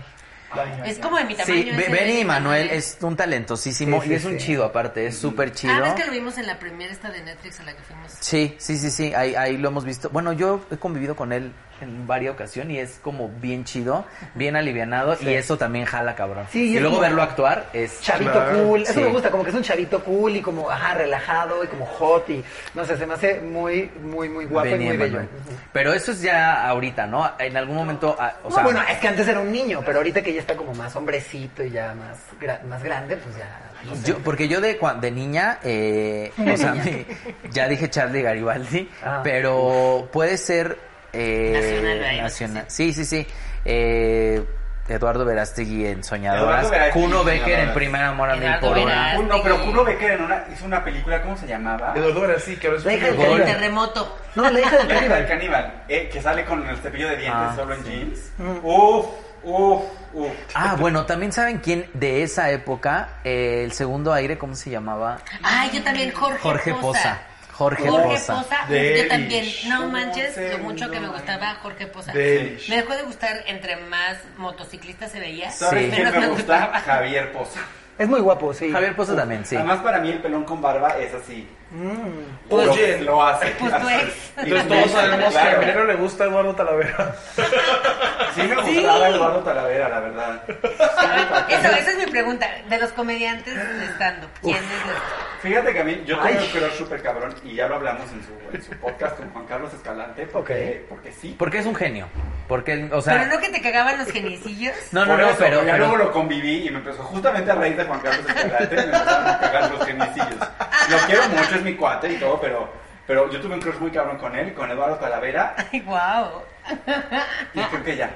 Speaker 3: Es como de mi tamaño.
Speaker 1: Sí,
Speaker 3: es
Speaker 1: Be-
Speaker 3: el
Speaker 1: Benny
Speaker 3: de-
Speaker 1: y Manuel es un talentosísimo
Speaker 4: Sí, sí,
Speaker 1: y es un
Speaker 4: sí.
Speaker 1: chido aparte, es súper chido.
Speaker 3: Ah, ¿ves que lo vimos en la primera esta de Netflix a la que fuimos?
Speaker 1: Sí, sí, sí, sí, ahí, ahí lo hemos visto. Bueno, yo he convivido con él en varias ocasiones y es como bien chido, bien alivianado y eso también jala cabrón.
Speaker 4: Sí, y
Speaker 1: y
Speaker 4: es
Speaker 1: luego
Speaker 4: como-
Speaker 1: verlo actuar es...
Speaker 4: Chavito
Speaker 2: Claro.
Speaker 4: cool, eso
Speaker 1: Sí.
Speaker 4: me gusta, como que es un chavito cool y como, ajá, relajado y como hot y, no sé, se me hace muy, muy, muy guapo
Speaker 1: Benny
Speaker 4: y muy bello.
Speaker 1: Emanuel. Pero eso es ya ahorita, ¿no? En algún momento, ah, o
Speaker 4: No,
Speaker 1: sea,
Speaker 4: bueno, es que antes era un niño, pero ahorita que ya está como más hombrecito y ya más, gra- más grande, pues ya... no sé.
Speaker 1: Yo, porque yo de, cuan- de niña, eh, o
Speaker 5: (laughs)
Speaker 1: sea, mi- ya dije Charlie Garibaldi,
Speaker 4: Ah.
Speaker 1: pero puede ser... eh,
Speaker 3: Nacional, ¿verdad?
Speaker 1: nacional. Sí, sí, sí. Eh, Eduardo Verástegui en Soñadoras.
Speaker 5: Eduardo Verástegui,
Speaker 1: Kuno Becker en
Speaker 5: Soñadoras.
Speaker 1: Primer Amor a Mil
Speaker 3: Eduardo
Speaker 1: por Hora.
Speaker 3: Verástegui.
Speaker 5: Un- No, pero Kuno Becker en una, hizo una película, ¿cómo se llamaba?
Speaker 2: Eduardo era así, que ahora es
Speaker 4: La hija
Speaker 2: un
Speaker 4: del
Speaker 1: Gol.
Speaker 3: El
Speaker 4: caníbal.
Speaker 3: terremoto.
Speaker 4: No, la hija del
Speaker 5: La hija del
Speaker 4: caníbal.
Speaker 5: caníbal, eh, que sale con el cepillo de dientes
Speaker 1: Ah,
Speaker 5: solo en jeans.
Speaker 3: Mm.
Speaker 5: Uf, uf, uf.
Speaker 1: Ah, bueno, también saben quién de esa época, eh, el segundo aire, ¿cómo se llamaba?
Speaker 3: Ah, yo también, Jorge,
Speaker 1: Jorge Poza. Jorge,
Speaker 3: Jorge
Speaker 1: Poza.
Speaker 3: Poza, uf,
Speaker 2: Delish.
Speaker 3: yo también. No manches
Speaker 5: Delish.
Speaker 3: lo mucho que me gustaba Jorge Poza.
Speaker 2: Delish.
Speaker 3: Me dejó de gustar entre más motociclistas se veía.
Speaker 1: Sí.
Speaker 5: ¿Sabes quién
Speaker 3: (laughs) menos
Speaker 5: me gusta? Javier Poza.
Speaker 4: Es muy guapo, sí.
Speaker 1: Javier Poza también, sí.
Speaker 5: Además, para mí el pelón con barba es así. Lo-
Speaker 2: Oye.
Speaker 5: lo hace.
Speaker 3: Mm. Pues tu ex.
Speaker 2: Entonces todos sabemos que a
Speaker 5: Claro.
Speaker 2: Emiliano le gusta Eduardo Talavera.
Speaker 5: Sí, me gustaba Eduardo Talavera, la verdad.
Speaker 3: Eso, esa es mi pregunta. De los comediantes de stand-up, ¿quién es el-
Speaker 5: Fíjate que a mí, yo tuve un crush súper cabrón y ya lo hablamos en su, en su podcast con Juan Carlos Escalante. Porque, porque sí.
Speaker 1: Porque es un genio. Porque, él, o
Speaker 3: Pero
Speaker 1: sea.
Speaker 3: no que te cagaban los geniecillos.
Speaker 1: No, no,
Speaker 5: Por
Speaker 1: no,
Speaker 5: eso,
Speaker 1: pero.
Speaker 5: Ya
Speaker 1: pero-
Speaker 5: luego lo conviví y me empezó justamente a raíz de Juan Carlos Escalante. Me empezaron a cagar los geniecillos. Lo quiero mucho, es mi cuate y todo, pero, pero yo tuve un crush muy cabrón con él, con Eduardo Talavera.
Speaker 3: Ay, wow.
Speaker 5: Y creo que ya.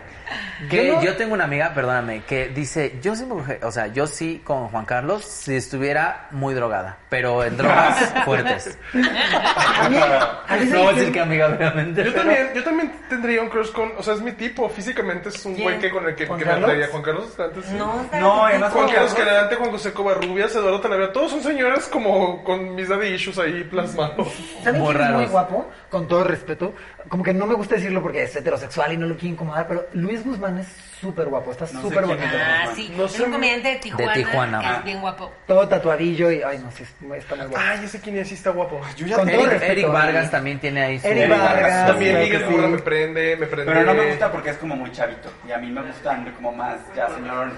Speaker 1: Que
Speaker 4: Yo
Speaker 1: yo,
Speaker 4: no-
Speaker 1: tengo una amiga, perdóname, que dice, yo sí me brujé, o sea, yo sí con Juan Carlos si estuviera muy drogada, pero en
Speaker 4: (laughs)
Speaker 1: drogas fuertes.
Speaker 4: A mí, a veces
Speaker 1: No voy a
Speaker 4: dicen-
Speaker 1: decir que amiga, obviamente.
Speaker 2: Yo también, yo también tendría un crush con, o sea, es mi tipo, físicamente es un
Speaker 3: ¿Quién?
Speaker 2: güey que con el que
Speaker 4: ¿Juan
Speaker 2: que
Speaker 4: Carlos?
Speaker 2: me atraía. Juan Carlos Escalante, sí.
Speaker 3: No, está
Speaker 5: No,
Speaker 3: bien.
Speaker 5: además
Speaker 2: Juan Carlos
Speaker 5: Carlos.
Speaker 2: Escalante, Juan José Covarrubias, Eduardo Talavera, todos son señores como con mis daddy issues ahí plasmados.
Speaker 4: ¿Saben
Speaker 1: Muy
Speaker 4: quién es muy
Speaker 1: raros.
Speaker 4: guapo? Con todo respeto. Como que no me gusta decirlo porque es heterosexual y no lo quiero incomodar, pero Luis Guzmán es súper guapo. Está
Speaker 5: No sé
Speaker 4: súper
Speaker 5: quién
Speaker 4: bonito.
Speaker 3: Ah, sí.
Speaker 2: No
Speaker 3: es
Speaker 2: sé-
Speaker 3: un comediante de Tijuana.
Speaker 1: Tijuana.
Speaker 3: que
Speaker 1: Ah.
Speaker 3: Es bien guapo.
Speaker 4: Todo tatuadillo y... Ay, no, sí, es- está muy guapo.
Speaker 2: Ay, ese quién es, sí está guapo.
Speaker 5: Yo ya
Speaker 4: Con
Speaker 5: tengo-
Speaker 4: todo
Speaker 1: Eric,
Speaker 4: respeto,
Speaker 1: Eric Vargas
Speaker 4: Eric.
Speaker 1: también tiene ahí su...
Speaker 4: Eric
Speaker 5: Eric Vargas,
Speaker 4: Vargas.
Speaker 2: También
Speaker 4: claro que
Speaker 2: Miguel Mora
Speaker 4: sí.
Speaker 2: me prende, me prende.
Speaker 5: Pero no me gusta porque es como muy chavito. Y a mí me gustan como más ya señores.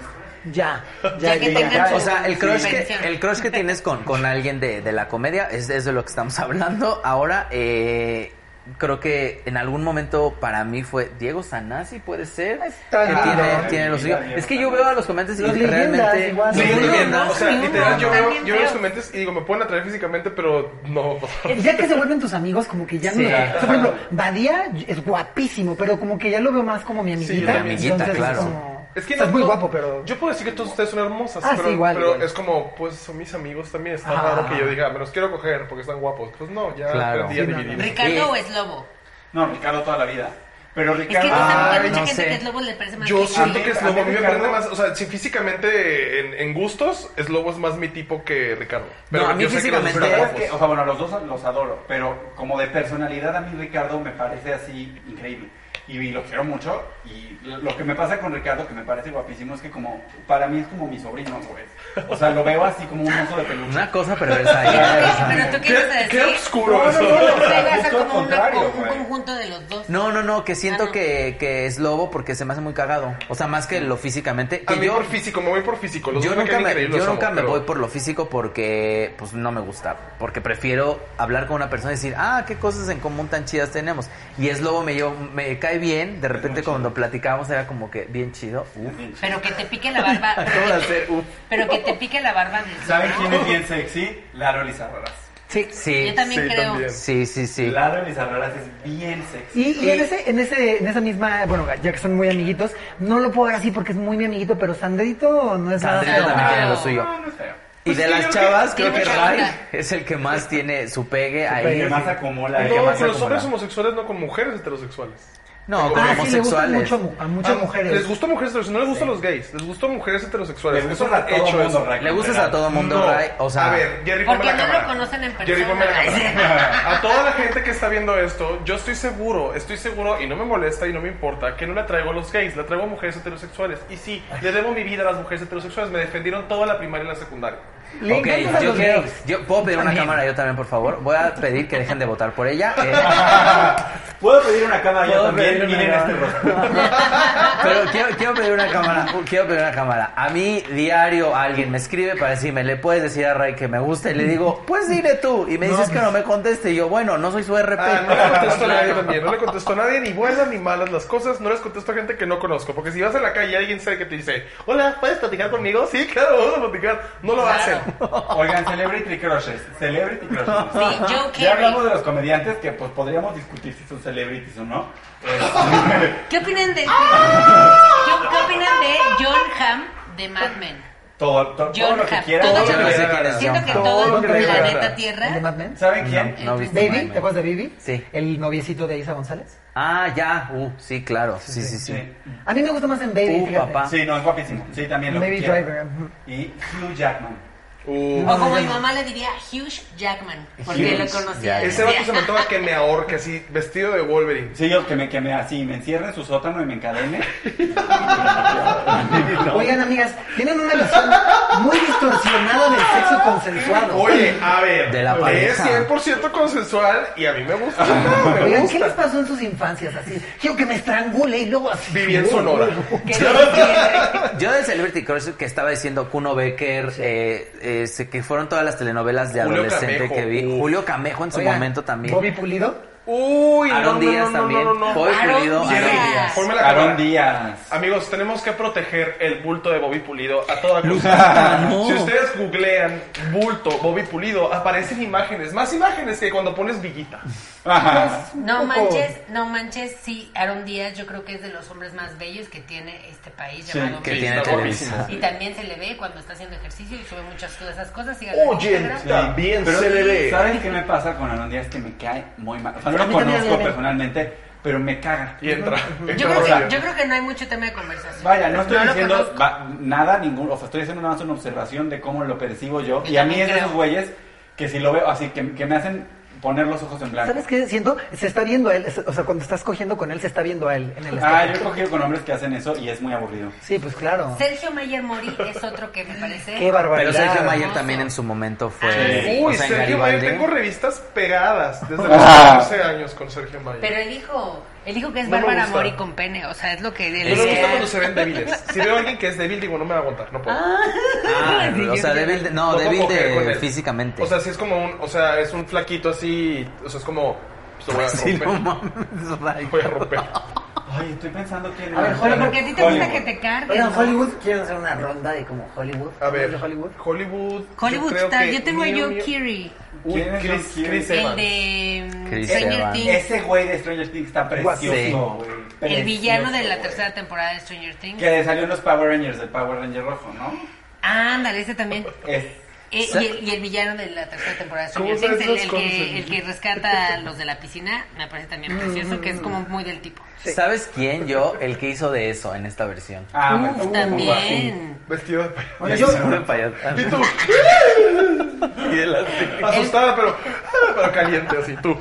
Speaker 4: Ya, ya,
Speaker 3: Ya,
Speaker 4: ya.
Speaker 3: que
Speaker 5: ya,
Speaker 3: tengan
Speaker 5: ya.
Speaker 3: su-
Speaker 1: O sea, el
Speaker 3: su
Speaker 1: crush, que,
Speaker 3: pensión.
Speaker 1: el crush que tienes con, con alguien de, de la comedia es, es de lo que estamos (laughs) hablando. Ahora, eh, creo que en algún momento para mí fue Diego Sanasi, puede ser.
Speaker 4: Está
Speaker 1: que
Speaker 4: bien.
Speaker 1: tiene,
Speaker 5: Ah,
Speaker 1: tiene lo suyo.
Speaker 5: mira, Diego
Speaker 1: Es que yo
Speaker 5: Sanasi.
Speaker 1: veo a los comediantes y
Speaker 4: Los
Speaker 1: digo, realmente...
Speaker 4: leyendas, igual.
Speaker 2: Sí,
Speaker 1: Los
Speaker 2: yo
Speaker 3: No,
Speaker 2: también,
Speaker 1: leyendas.
Speaker 2: o sea,
Speaker 3: no,
Speaker 2: literal, yo veo, yo
Speaker 3: también
Speaker 2: veo los
Speaker 3: feos.
Speaker 2: comentes y digo, me pueden atraer físicamente, pero no.
Speaker 4: Ya que se vuelven tus amigos, como que ya no...
Speaker 1: Sí.
Speaker 4: o sea, por ejemplo, Badía es guapísimo, pero como que ya lo veo más como mi amiguita.
Speaker 2: Sí, mi
Speaker 1: amiguita,
Speaker 4: entonces
Speaker 1: claro.
Speaker 4: Es, como-
Speaker 2: Es que
Speaker 4: o sea,
Speaker 2: no-
Speaker 4: es muy
Speaker 2: no-
Speaker 4: guapo, pero...
Speaker 2: Yo puedo decir que todos ustedes son hermosas,
Speaker 4: Ah,
Speaker 2: pero,
Speaker 4: sí, igual,
Speaker 2: pero
Speaker 4: igual.
Speaker 2: es como, pues son mis amigos también. Está
Speaker 4: Ah.
Speaker 2: raro que yo diga, me los quiero coger porque están guapos. Pues no, ya
Speaker 1: Claro.
Speaker 2: aprendí a
Speaker 4: Sí, no,
Speaker 2: dividir.
Speaker 1: Sí.
Speaker 3: Ricardo o es lobo.
Speaker 5: No, Ricardo toda la vida. Pero
Speaker 3: Es que
Speaker 5: Ricardo. Ah,
Speaker 3: no sabemos,
Speaker 1: Ay,
Speaker 3: mucha
Speaker 1: no
Speaker 3: gente
Speaker 1: sé.
Speaker 3: que es lobo le parece más
Speaker 2: Yo
Speaker 3: sexy.
Speaker 2: siento
Speaker 5: mí-
Speaker 2: que es
Speaker 5: a
Speaker 2: lobo.
Speaker 5: mí
Speaker 2: A mí me
Speaker 5: Ricardo-
Speaker 2: prende más. O sea, si físicamente en, en gustos, es lobo es más mi tipo que Ricardo.
Speaker 1: No, a mí
Speaker 2: yo sé que los dos
Speaker 5: Pero
Speaker 1: físicamente-
Speaker 2: están
Speaker 5: es
Speaker 2: guapos.
Speaker 5: que, o sea, bueno, los dos los adoro, pero como de personalidad a mí Ricardo me parece así increíble. Y, y lo quiero mucho. Y lo que me pasa con Ricardo, que me parece guapísimo, es que como, para mí es como mi sobrino, güey. O sea, lo veo así como un oso de peluche.
Speaker 1: Una cosa perversa ahí. ¿eh?
Speaker 3: (laughs) Ok, Pero tú qué ibas a
Speaker 2: Qué-
Speaker 3: decir.
Speaker 2: qué oscuro
Speaker 5: No,
Speaker 2: eso.
Speaker 5: no, no, no.
Speaker 3: Pero iba a ser
Speaker 5: Justo
Speaker 3: como una-
Speaker 5: contrario,
Speaker 3: un
Speaker 5: güey.
Speaker 3: conjunto de los dos.
Speaker 1: No, no, no, que siento
Speaker 3: Ah, no.
Speaker 1: Que, que es lobo porque se me hace muy cagado. O sea, más que lo físicamente.
Speaker 2: A
Speaker 1: Que
Speaker 2: mí
Speaker 1: yo,
Speaker 2: por físico, me voy por físico. Los
Speaker 1: yo
Speaker 2: dos
Speaker 1: nunca,
Speaker 2: me,
Speaker 1: me,
Speaker 2: caen increíbles,
Speaker 1: yo
Speaker 2: los
Speaker 1: nunca
Speaker 2: amo,
Speaker 1: me
Speaker 2: pero-
Speaker 1: voy por lo físico porque pues no me gusta. Porque prefiero hablar con una persona y decir, ah, qué cosas en común tan chidas tenemos. Y es lobo, me, llevo- me cae bien. De repente cuando platicábamos era como que bien chido. Uh, Uf.
Speaker 3: Pero que te pique la barba.
Speaker 1: Acabo de hacer uf.
Speaker 3: Pero que te pique la barba del
Speaker 5: ¿Saben
Speaker 3: lobo.
Speaker 5: quién es bien sexy? Laro Lizarraras.
Speaker 1: Sí, sí.
Speaker 3: Yo también
Speaker 2: Sí,
Speaker 3: creo.
Speaker 2: también.
Speaker 1: Sí, sí, sí.
Speaker 5: Laro Lizarraras es bien sexy.
Speaker 4: Y, y en, ese, en, ese, en esa misma, bueno, ya que son muy amiguitos, no lo puedo ver así porque es muy mi amiguito, pero Sandrito no es nada
Speaker 1: Sandrito
Speaker 4: feo.
Speaker 1: también tiene lo
Speaker 3: No.
Speaker 1: suyo.
Speaker 5: No, no es feo.
Speaker 1: Y de las chavas,
Speaker 3: que-
Speaker 1: creo que
Speaker 3: tiene mucha
Speaker 1: Ray
Speaker 3: onda.
Speaker 1: es el que más tiene su pegue ahí.
Speaker 5: El que más acumula. el
Speaker 2: No,
Speaker 5: que más
Speaker 2: con los
Speaker 5: acumula.
Speaker 2: hombres homosexuales, no con mujeres heterosexuales.
Speaker 1: No, con
Speaker 4: Ah, sí, le gustan
Speaker 1: homosexuales.
Speaker 4: mucho a mu- a muchas
Speaker 2: Ah,
Speaker 4: mujeres.
Speaker 2: Les gustó mujeres heterosexuales, no les gustan los gays, les gustó mujeres heterosexuales.
Speaker 5: Le
Speaker 2: Eso es
Speaker 5: gustan a
Speaker 2: un
Speaker 5: todo
Speaker 2: hecho
Speaker 5: mundo,
Speaker 2: eso.
Speaker 5: Ray.
Speaker 1: Le gustas a todo mundo,
Speaker 2: No.
Speaker 1: Ray. O sea,
Speaker 2: a ver, Jerry, ponme
Speaker 3: Porque
Speaker 2: la
Speaker 3: no
Speaker 2: cámara.
Speaker 3: lo conocen en
Speaker 2: Jerry, ponme la
Speaker 3: (laughs)
Speaker 2: cámara.
Speaker 3: persona.
Speaker 2: A toda la gente que está viendo esto, yo estoy seguro, estoy seguro y no me molesta y no me importa que no la traigo a los gays, la traigo a mujeres heterosexuales. Y sí, le debo mi vida a las mujeres heterosexuales, me defendieron toda la primaria y la secundaria.
Speaker 4: Le
Speaker 1: ok,
Speaker 4: encantas a
Speaker 1: yo
Speaker 4: los
Speaker 1: quiero.
Speaker 4: gays.
Speaker 1: Yo, ¿Puedo pedir una
Speaker 4: También.
Speaker 1: cámara yo también, por favor? Voy a pedir que dejen de votar por ella. eh,
Speaker 5: Puedo pedir una cámara yo
Speaker 1: Puedo
Speaker 5: también.
Speaker 1: pedir una
Speaker 5: Miren este
Speaker 1: cámara.
Speaker 5: rostro.
Speaker 1: pero quiero, quiero pedir una cámara. uh, Quiero pedir una cámara. A mí, diario, alguien me escribe para decirme, ¿le puedes decir a Ray que me gusta? Y le digo, pues dile tú. Y me dices que no me conteste. Y yo, bueno, no soy su RP.
Speaker 2: Ah, no le contesto
Speaker 1: (laughs)
Speaker 2: a nadie también, no le contesto a nadie, ni buenas ni malas las cosas, no les contesto a gente que no conozco, porque si vas a la calle y alguien sabe que te dice, hola, ¿puedes platicar conmigo? Sí, claro, vamos a platicar, no lo hacen.
Speaker 5: Oigan, Celebrity Crushes. Celebrity Crushes.
Speaker 3: Sí, Joe Carey.
Speaker 5: Ya hablamos de los comediantes que pues podríamos discutir si son celebrities o no. Este, (laughs)
Speaker 3: ¿Qué opinan de... ¿Qué, qué opinan de John Hamm de Mad Men?
Speaker 5: todo, to- todo
Speaker 3: John
Speaker 5: lo que
Speaker 3: Hamm.
Speaker 5: quieran.
Speaker 1: todo
Speaker 3: Todo
Speaker 1: lo
Speaker 3: lo
Speaker 1: que
Speaker 3: que-
Speaker 1: quieras,
Speaker 3: Siento
Speaker 1: John
Speaker 3: que
Speaker 1: Hamm.
Speaker 3: todo
Speaker 2: Todo
Speaker 3: el
Speaker 2: lo que
Speaker 3: planeta
Speaker 2: quieras.
Speaker 4: ¿El de Mad
Speaker 3: Tierra...
Speaker 4: Men?
Speaker 5: ¿Saben quién?
Speaker 1: No, no viste
Speaker 4: Baby,
Speaker 1: Mad Men.
Speaker 4: ¿te acuerdas de Baby?
Speaker 1: Sí.
Speaker 4: El noviecito de Isa González.
Speaker 1: Ah, ya. Uh, sí, claro. Sí, sí, sí.
Speaker 5: Sí. Ah,
Speaker 4: A mí me gusta más en Baby,
Speaker 1: Uh,
Speaker 4: fíjate.
Speaker 1: papá.
Speaker 5: Sí, no, es guapísimo. Sí, también lo
Speaker 4: Baby
Speaker 5: que quieran.
Speaker 4: Driver. ujú.
Speaker 5: Y Hugh Jackman.
Speaker 2: Uh,
Speaker 3: O como mi mamá le diría, Hugh Jackman, porque
Speaker 5: Hugh
Speaker 3: lo conocía.
Speaker 1: Jackman.
Speaker 2: ese vato
Speaker 3: (laughs)
Speaker 2: se me antoja que me ahorque así, vestido de Wolverine.
Speaker 5: Sí, yo que me, que me así, me encierre en su sótano y me encadene.
Speaker 4: Oigan, amigas, tienen una visión muy distorsionada del sexo consensuado.
Speaker 2: Ah, Oye, a ver,
Speaker 1: De la
Speaker 2: es
Speaker 1: pareja. Ah,
Speaker 2: 100% consensual y a mí me gusta. me
Speaker 4: Oigan, ¿qué
Speaker 2: gusta.
Speaker 4: les pasó en sus infancias? Así, quiero que me estrangule y luego así.
Speaker 2: Viví en Sonora.
Speaker 1: Yo de Celebrity Crush que estaba diciendo Kuno Becker, eh, eh, se- que fueron todas las telenovelas de
Speaker 2: Julio
Speaker 1: adolescente
Speaker 2: Camejo.
Speaker 1: que vi.
Speaker 2: Uf.
Speaker 1: Julio Camejo en su
Speaker 4: Oigan,
Speaker 1: momento también.
Speaker 4: Bobby Pulido.
Speaker 2: Uy, no, no,
Speaker 1: Aaron Díaz
Speaker 2: no, no,
Speaker 1: también.
Speaker 2: no, no, no.
Speaker 1: Bobby
Speaker 3: Aaron
Speaker 1: Pulido, Aaron
Speaker 3: Díaz.
Speaker 1: Díaz.
Speaker 2: Ponme la cámara.
Speaker 5: Aarón Díaz.
Speaker 2: Amigos, tenemos que proteger el bulto de Bobby Pulido a toda costa. Si ustedes googlean bulto Bobby Pulido, aparecen imágenes, más imágenes que cuando pones villita.
Speaker 5: Ajá.
Speaker 4: Oh.
Speaker 3: No manches, no manches, sí, Aaron Díaz yo creo que es de los hombres más bellos que tiene este país
Speaker 5: Sí,
Speaker 3: llamado
Speaker 1: que
Speaker 3: México.
Speaker 1: tiene
Speaker 2: está
Speaker 1: Televisa.
Speaker 2: guapísimo.
Speaker 3: Y también se le ve cuando está haciendo ejercicio y sube muchas de esas cosas. síganlo en
Speaker 2: Oye,
Speaker 3: Instagram.
Speaker 2: también se le ve.
Speaker 5: ¿Saben qué me pasa con Aaron Díaz? Que me cae muy mal. O sea, no
Speaker 4: A
Speaker 5: lo
Speaker 4: mí también
Speaker 5: conozco
Speaker 4: me-
Speaker 5: personalmente, pero me caga.
Speaker 2: Y entra.
Speaker 3: Yo creo, que, yo creo que no hay mucho tema de conversación. Pues
Speaker 5: Vaya, no estoy
Speaker 3: lo
Speaker 5: diciendo
Speaker 3: conozco.
Speaker 5: va- nada, ningún, o sea, estoy haciendo nada más una observación de cómo lo percibo yo. Y a mí es de esos güeyes que si lo veo así, que, que me hacen poner los ojos en blanco.
Speaker 4: ¿Sabes qué siento? Se está viendo a él. O sea, cuando estás cogiendo con él, se está viendo a él en el espejo.
Speaker 5: Ah, yo he cogido con hombres que hacen eso y es muy aburrido.
Speaker 4: Sí, pues claro.
Speaker 3: Sergio Mayer Mori es otro que me parece.
Speaker 4: Qué barbaridad.
Speaker 1: Pero Sergio Mayer
Speaker 3: Hermoso.
Speaker 1: también en su momento fue.
Speaker 3: Ah, sí.
Speaker 1: o
Speaker 2: Uy,
Speaker 1: sea, en
Speaker 2: Sergio Mayer,
Speaker 1: Garibaldi.
Speaker 2: tengo revistas pegadas desde los
Speaker 5: Ah.
Speaker 2: 14 años con Sergio Mayer.
Speaker 3: Pero él dijo, él dijo que es
Speaker 2: No me
Speaker 3: Bárbara
Speaker 2: gusta.
Speaker 3: Mori con pene, o sea, es lo que él
Speaker 2: No me gusta
Speaker 3: decía.
Speaker 2: cuando se ven
Speaker 1: (laughs)
Speaker 2: débiles. Si veo a alguien que es débil, digo, no me va a aguantar, no puedo.
Speaker 1: Ah, o sea, débil de, no,
Speaker 2: puedo
Speaker 1: débil
Speaker 2: coger con
Speaker 1: de
Speaker 2: él.
Speaker 1: físicamente.
Speaker 2: O
Speaker 1: (laughs)
Speaker 2: sea, si es como un, o sea, es un flaquito así, o sea, es como, pues, lo voy
Speaker 1: (laughs)
Speaker 2: a
Speaker 1: Sí, no
Speaker 2: romper.
Speaker 1: mames, Ray.
Speaker 2: voy a romper.
Speaker 5: Ay, estoy pensando que...
Speaker 4: A ver,
Speaker 3: Pero
Speaker 4: Hollywood,
Speaker 3: porque a ti te gusta que te carguen.
Speaker 4: Oigan,
Speaker 3: ¿no?
Speaker 4: Hollywood, quieren hacer una ronda de como Hollywood.
Speaker 2: A ver,
Speaker 4: ¿De Hollywood?
Speaker 2: Hollywood.
Speaker 3: Hollywood
Speaker 2: creo
Speaker 3: está.
Speaker 2: que
Speaker 3: Yo tengo a
Speaker 2: mío,
Speaker 3: Joe
Speaker 2: mío-
Speaker 3: Keery,
Speaker 2: Uy,
Speaker 5: ¿Quién es
Speaker 2: Chris,
Speaker 5: Joe
Speaker 2: Chris
Speaker 3: el
Speaker 5: Keery?
Speaker 2: Evans.
Speaker 3: de mm,
Speaker 1: Chris
Speaker 3: Stranger
Speaker 1: Evans.
Speaker 3: Things,
Speaker 5: Ese güey de Stranger Things está precioso, güey.
Speaker 3: el
Speaker 5: Precioso,
Speaker 3: villano de la
Speaker 5: güey.
Speaker 3: tercera temporada de Stranger Things.
Speaker 5: Que salió en los Power Rangers, el Power Ranger rojo, ¿no?
Speaker 3: Ah, ándale, ese también.
Speaker 5: Es...
Speaker 3: Eh, y, el, y el villano de la tercera temporada de
Speaker 2: ¿Cómo
Speaker 3: Stranger Things,
Speaker 2: sabes
Speaker 3: el,
Speaker 2: esas
Speaker 3: el
Speaker 2: cosas?
Speaker 3: que, el que rescata a los de la piscina, me parece también precioso, que es como muy del tipo.
Speaker 1: ¿Sabes quién yo? El que hizo de eso en esta versión.
Speaker 5: Ah,
Speaker 3: Uh,
Speaker 5: bueno,
Speaker 3: también.
Speaker 2: Vestido de payaso.
Speaker 5: Bueno, yo-
Speaker 1: Fue payaso.
Speaker 2: Y tú. (laughs) Y de la- Asustada, pero, pero caliente así, tú.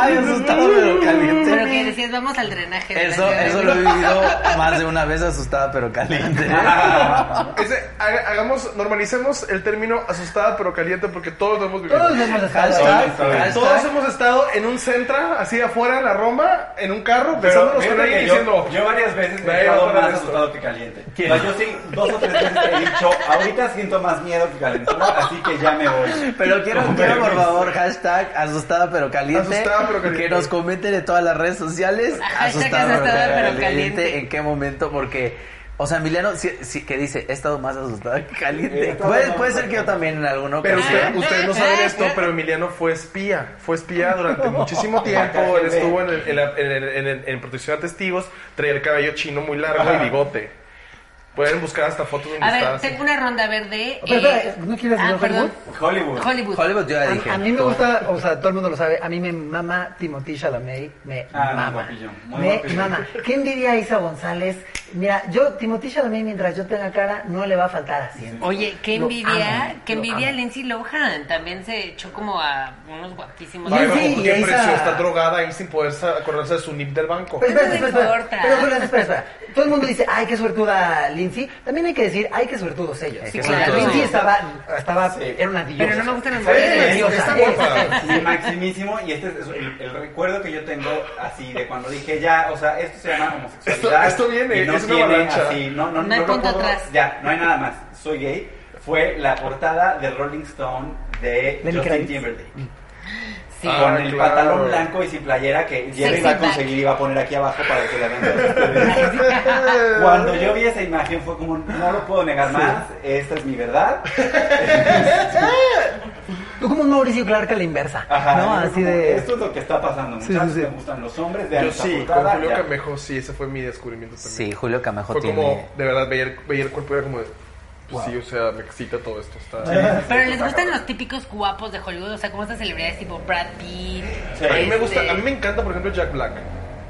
Speaker 1: Ay, asustado pero caliente.
Speaker 3: Pero que decías, vamos al drenaje.
Speaker 1: Eso,
Speaker 3: drenaje,
Speaker 1: eso lo he
Speaker 3: drenaje.
Speaker 1: vivido más de una vez asustada pero caliente.
Speaker 3: (laughs)
Speaker 2: Ese, haga- hagamos, normalicemos el término asustada pero caliente porque todos lo hemos vivido.
Speaker 4: Todos hemos estado.
Speaker 5: Hashtag- hashtag-
Speaker 2: Todos hemos estado en un centra, así afuera en la Roma, en un carro,
Speaker 5: Pero
Speaker 2: besándonos con
Speaker 5: fíjate
Speaker 2: alguien
Speaker 5: que yo,
Speaker 2: diciendo.
Speaker 5: yo varias veces me
Speaker 2: "Ve,
Speaker 5: he quedado
Speaker 2: vamos a
Speaker 5: más
Speaker 2: esto".
Speaker 5: asustado que caliente. O sea, yo sí, dos o tres veces he dicho, ahorita siento más miedo que calentura, así que ya me voy.
Speaker 1: Pero quiero,
Speaker 5: Con
Speaker 1: quiero por
Speaker 5: permiso.
Speaker 1: favor, hashtag asustada pero caliente.
Speaker 2: Asustada pero caliente.
Speaker 1: Que nos comenten en todas las redes sociales.
Speaker 3: Hashtag asustada pero caliente.
Speaker 1: En qué momento, porque. O sea, Emiliano, sí, sí, que dice, he estado más asustada que
Speaker 5: He
Speaker 1: caliente.
Speaker 5: estado
Speaker 1: Puede,
Speaker 5: más
Speaker 1: puede ser que yo también en alguna
Speaker 4: Ah,
Speaker 2: Pero
Speaker 1: ocasión.
Speaker 2: usted- ustedes no saben esto, pero Emiliano fue espía. Fue espía
Speaker 4: (laughs)
Speaker 2: durante muchísimo tiempo. Él estuvo en, el- en la- en el- en el- en protección a testigos, traía el cabello chino muy largo y bigote. Pueden buscar hasta fotos donde
Speaker 3: A
Speaker 2: está.
Speaker 3: ver,
Speaker 2: así.
Speaker 3: tengo una ronda verde.
Speaker 4: Pero, espera, ¿no quieres
Speaker 3: ah,
Speaker 4: Hollywood?
Speaker 3: perdón.
Speaker 5: Hollywood.
Speaker 3: Hollywood.
Speaker 1: Hollywood yo ya dije.
Speaker 4: A, a mí me
Speaker 1: Todo.
Speaker 4: gusta, o sea, todo el mundo lo sabe, a mí me mama Timothy Chalamet, me
Speaker 5: Ah, muy
Speaker 4: mama.
Speaker 5: guapillo, muy
Speaker 4: me
Speaker 5: guapillo.
Speaker 4: mama. ¿Qué envidia Isa González? Mira, yo, Timothy Chalamet, mientras yo tenga cara, no le va a faltar así.
Speaker 3: Oye, qué
Speaker 4: Lo
Speaker 3: envidia,
Speaker 4: amo,
Speaker 3: qué
Speaker 4: lo
Speaker 3: envidia
Speaker 4: amo.
Speaker 3: Lindsay Lohan. También se echó como a unos guapísimos.
Speaker 4: Ay,
Speaker 2: Ay,
Speaker 4: sí,
Speaker 2: bajo qué
Speaker 4: esa-
Speaker 2: precio está drogada ahí sin poder sa- acordarse de su NIP del banco. (laughs)
Speaker 4: Pero espera,
Speaker 3: No
Speaker 4: espera,
Speaker 3: me
Speaker 4: espera,
Speaker 3: importa.
Speaker 4: Pero, espera, espera, espera. Todo el mundo dice, ay, qué suertuda Lindsay. También hay que decir, ay, qué suertudos ellos.
Speaker 1: Sí,
Speaker 4: Porque
Speaker 1: claro.
Speaker 4: Lindsay estaba, estaba, era una diosa.
Speaker 3: Pero no me gustan las
Speaker 4: Era una
Speaker 3: mujeres.
Speaker 4: diosa,
Speaker 2: Está
Speaker 4: era-
Speaker 2: guapa.
Speaker 5: Sí, maximísimo, y este es el, el recuerdo que yo tengo así de cuando dije ya, o sea, esto se llama homosexualidad.
Speaker 2: Esto- esto viene,
Speaker 5: y no
Speaker 2: es una
Speaker 5: tiene
Speaker 2: avalancha.
Speaker 5: así, no, no,
Speaker 3: No hay
Speaker 5: lo
Speaker 3: punto
Speaker 5: puedo-
Speaker 3: atrás.
Speaker 5: Ya, no hay nada más. Soy gay. Fue la portada de Rolling Stone de
Speaker 4: Lenny
Speaker 5: Justin
Speaker 4: Kravitz.
Speaker 5: Timberlake.
Speaker 3: Sí.
Speaker 2: Mm. Ah,
Speaker 5: con el
Speaker 2: claro.
Speaker 5: pantalón blanco y sin playera que ya
Speaker 3: Sexy
Speaker 5: iba a
Speaker 3: back.
Speaker 5: conseguir, iba a poner aquí abajo para que la
Speaker 2: (laughs)
Speaker 5: vean. Cuando yo vi esa imagen fue como, no lo puedo negar más, esta es mi verdad.
Speaker 4: Tú como un Mauricio Clark a la inversa.
Speaker 5: Ajá,
Speaker 4: no,
Speaker 5: yo
Speaker 4: así
Speaker 5: como,
Speaker 4: de...
Speaker 5: Esto es lo que está pasando,
Speaker 4: Sí,
Speaker 5: muchachos,
Speaker 4: sí, sí.
Speaker 5: me gustan los hombres, vean
Speaker 2: Yo
Speaker 5: esta
Speaker 2: sí, con
Speaker 5: portada,
Speaker 2: Julio
Speaker 5: ya. (laughs)
Speaker 2: Camejo, sí, ese fue mi descubrimiento también.
Speaker 1: Sí, Julio Camejo
Speaker 2: fue
Speaker 1: tiene.
Speaker 2: como, de verdad, veía el, veía el cuerpo y era como de, pues sí, o sea, me excita todo esto. Está...
Speaker 4: (laughs)
Speaker 3: Pero les gustan los típicos guapos de Hollywood, o sea, como estas celebridades tipo Brad Pitt.
Speaker 5: Sí.
Speaker 2: A mí me
Speaker 3: este,
Speaker 2: gusta, a mí me encanta, por ejemplo, Jack Black.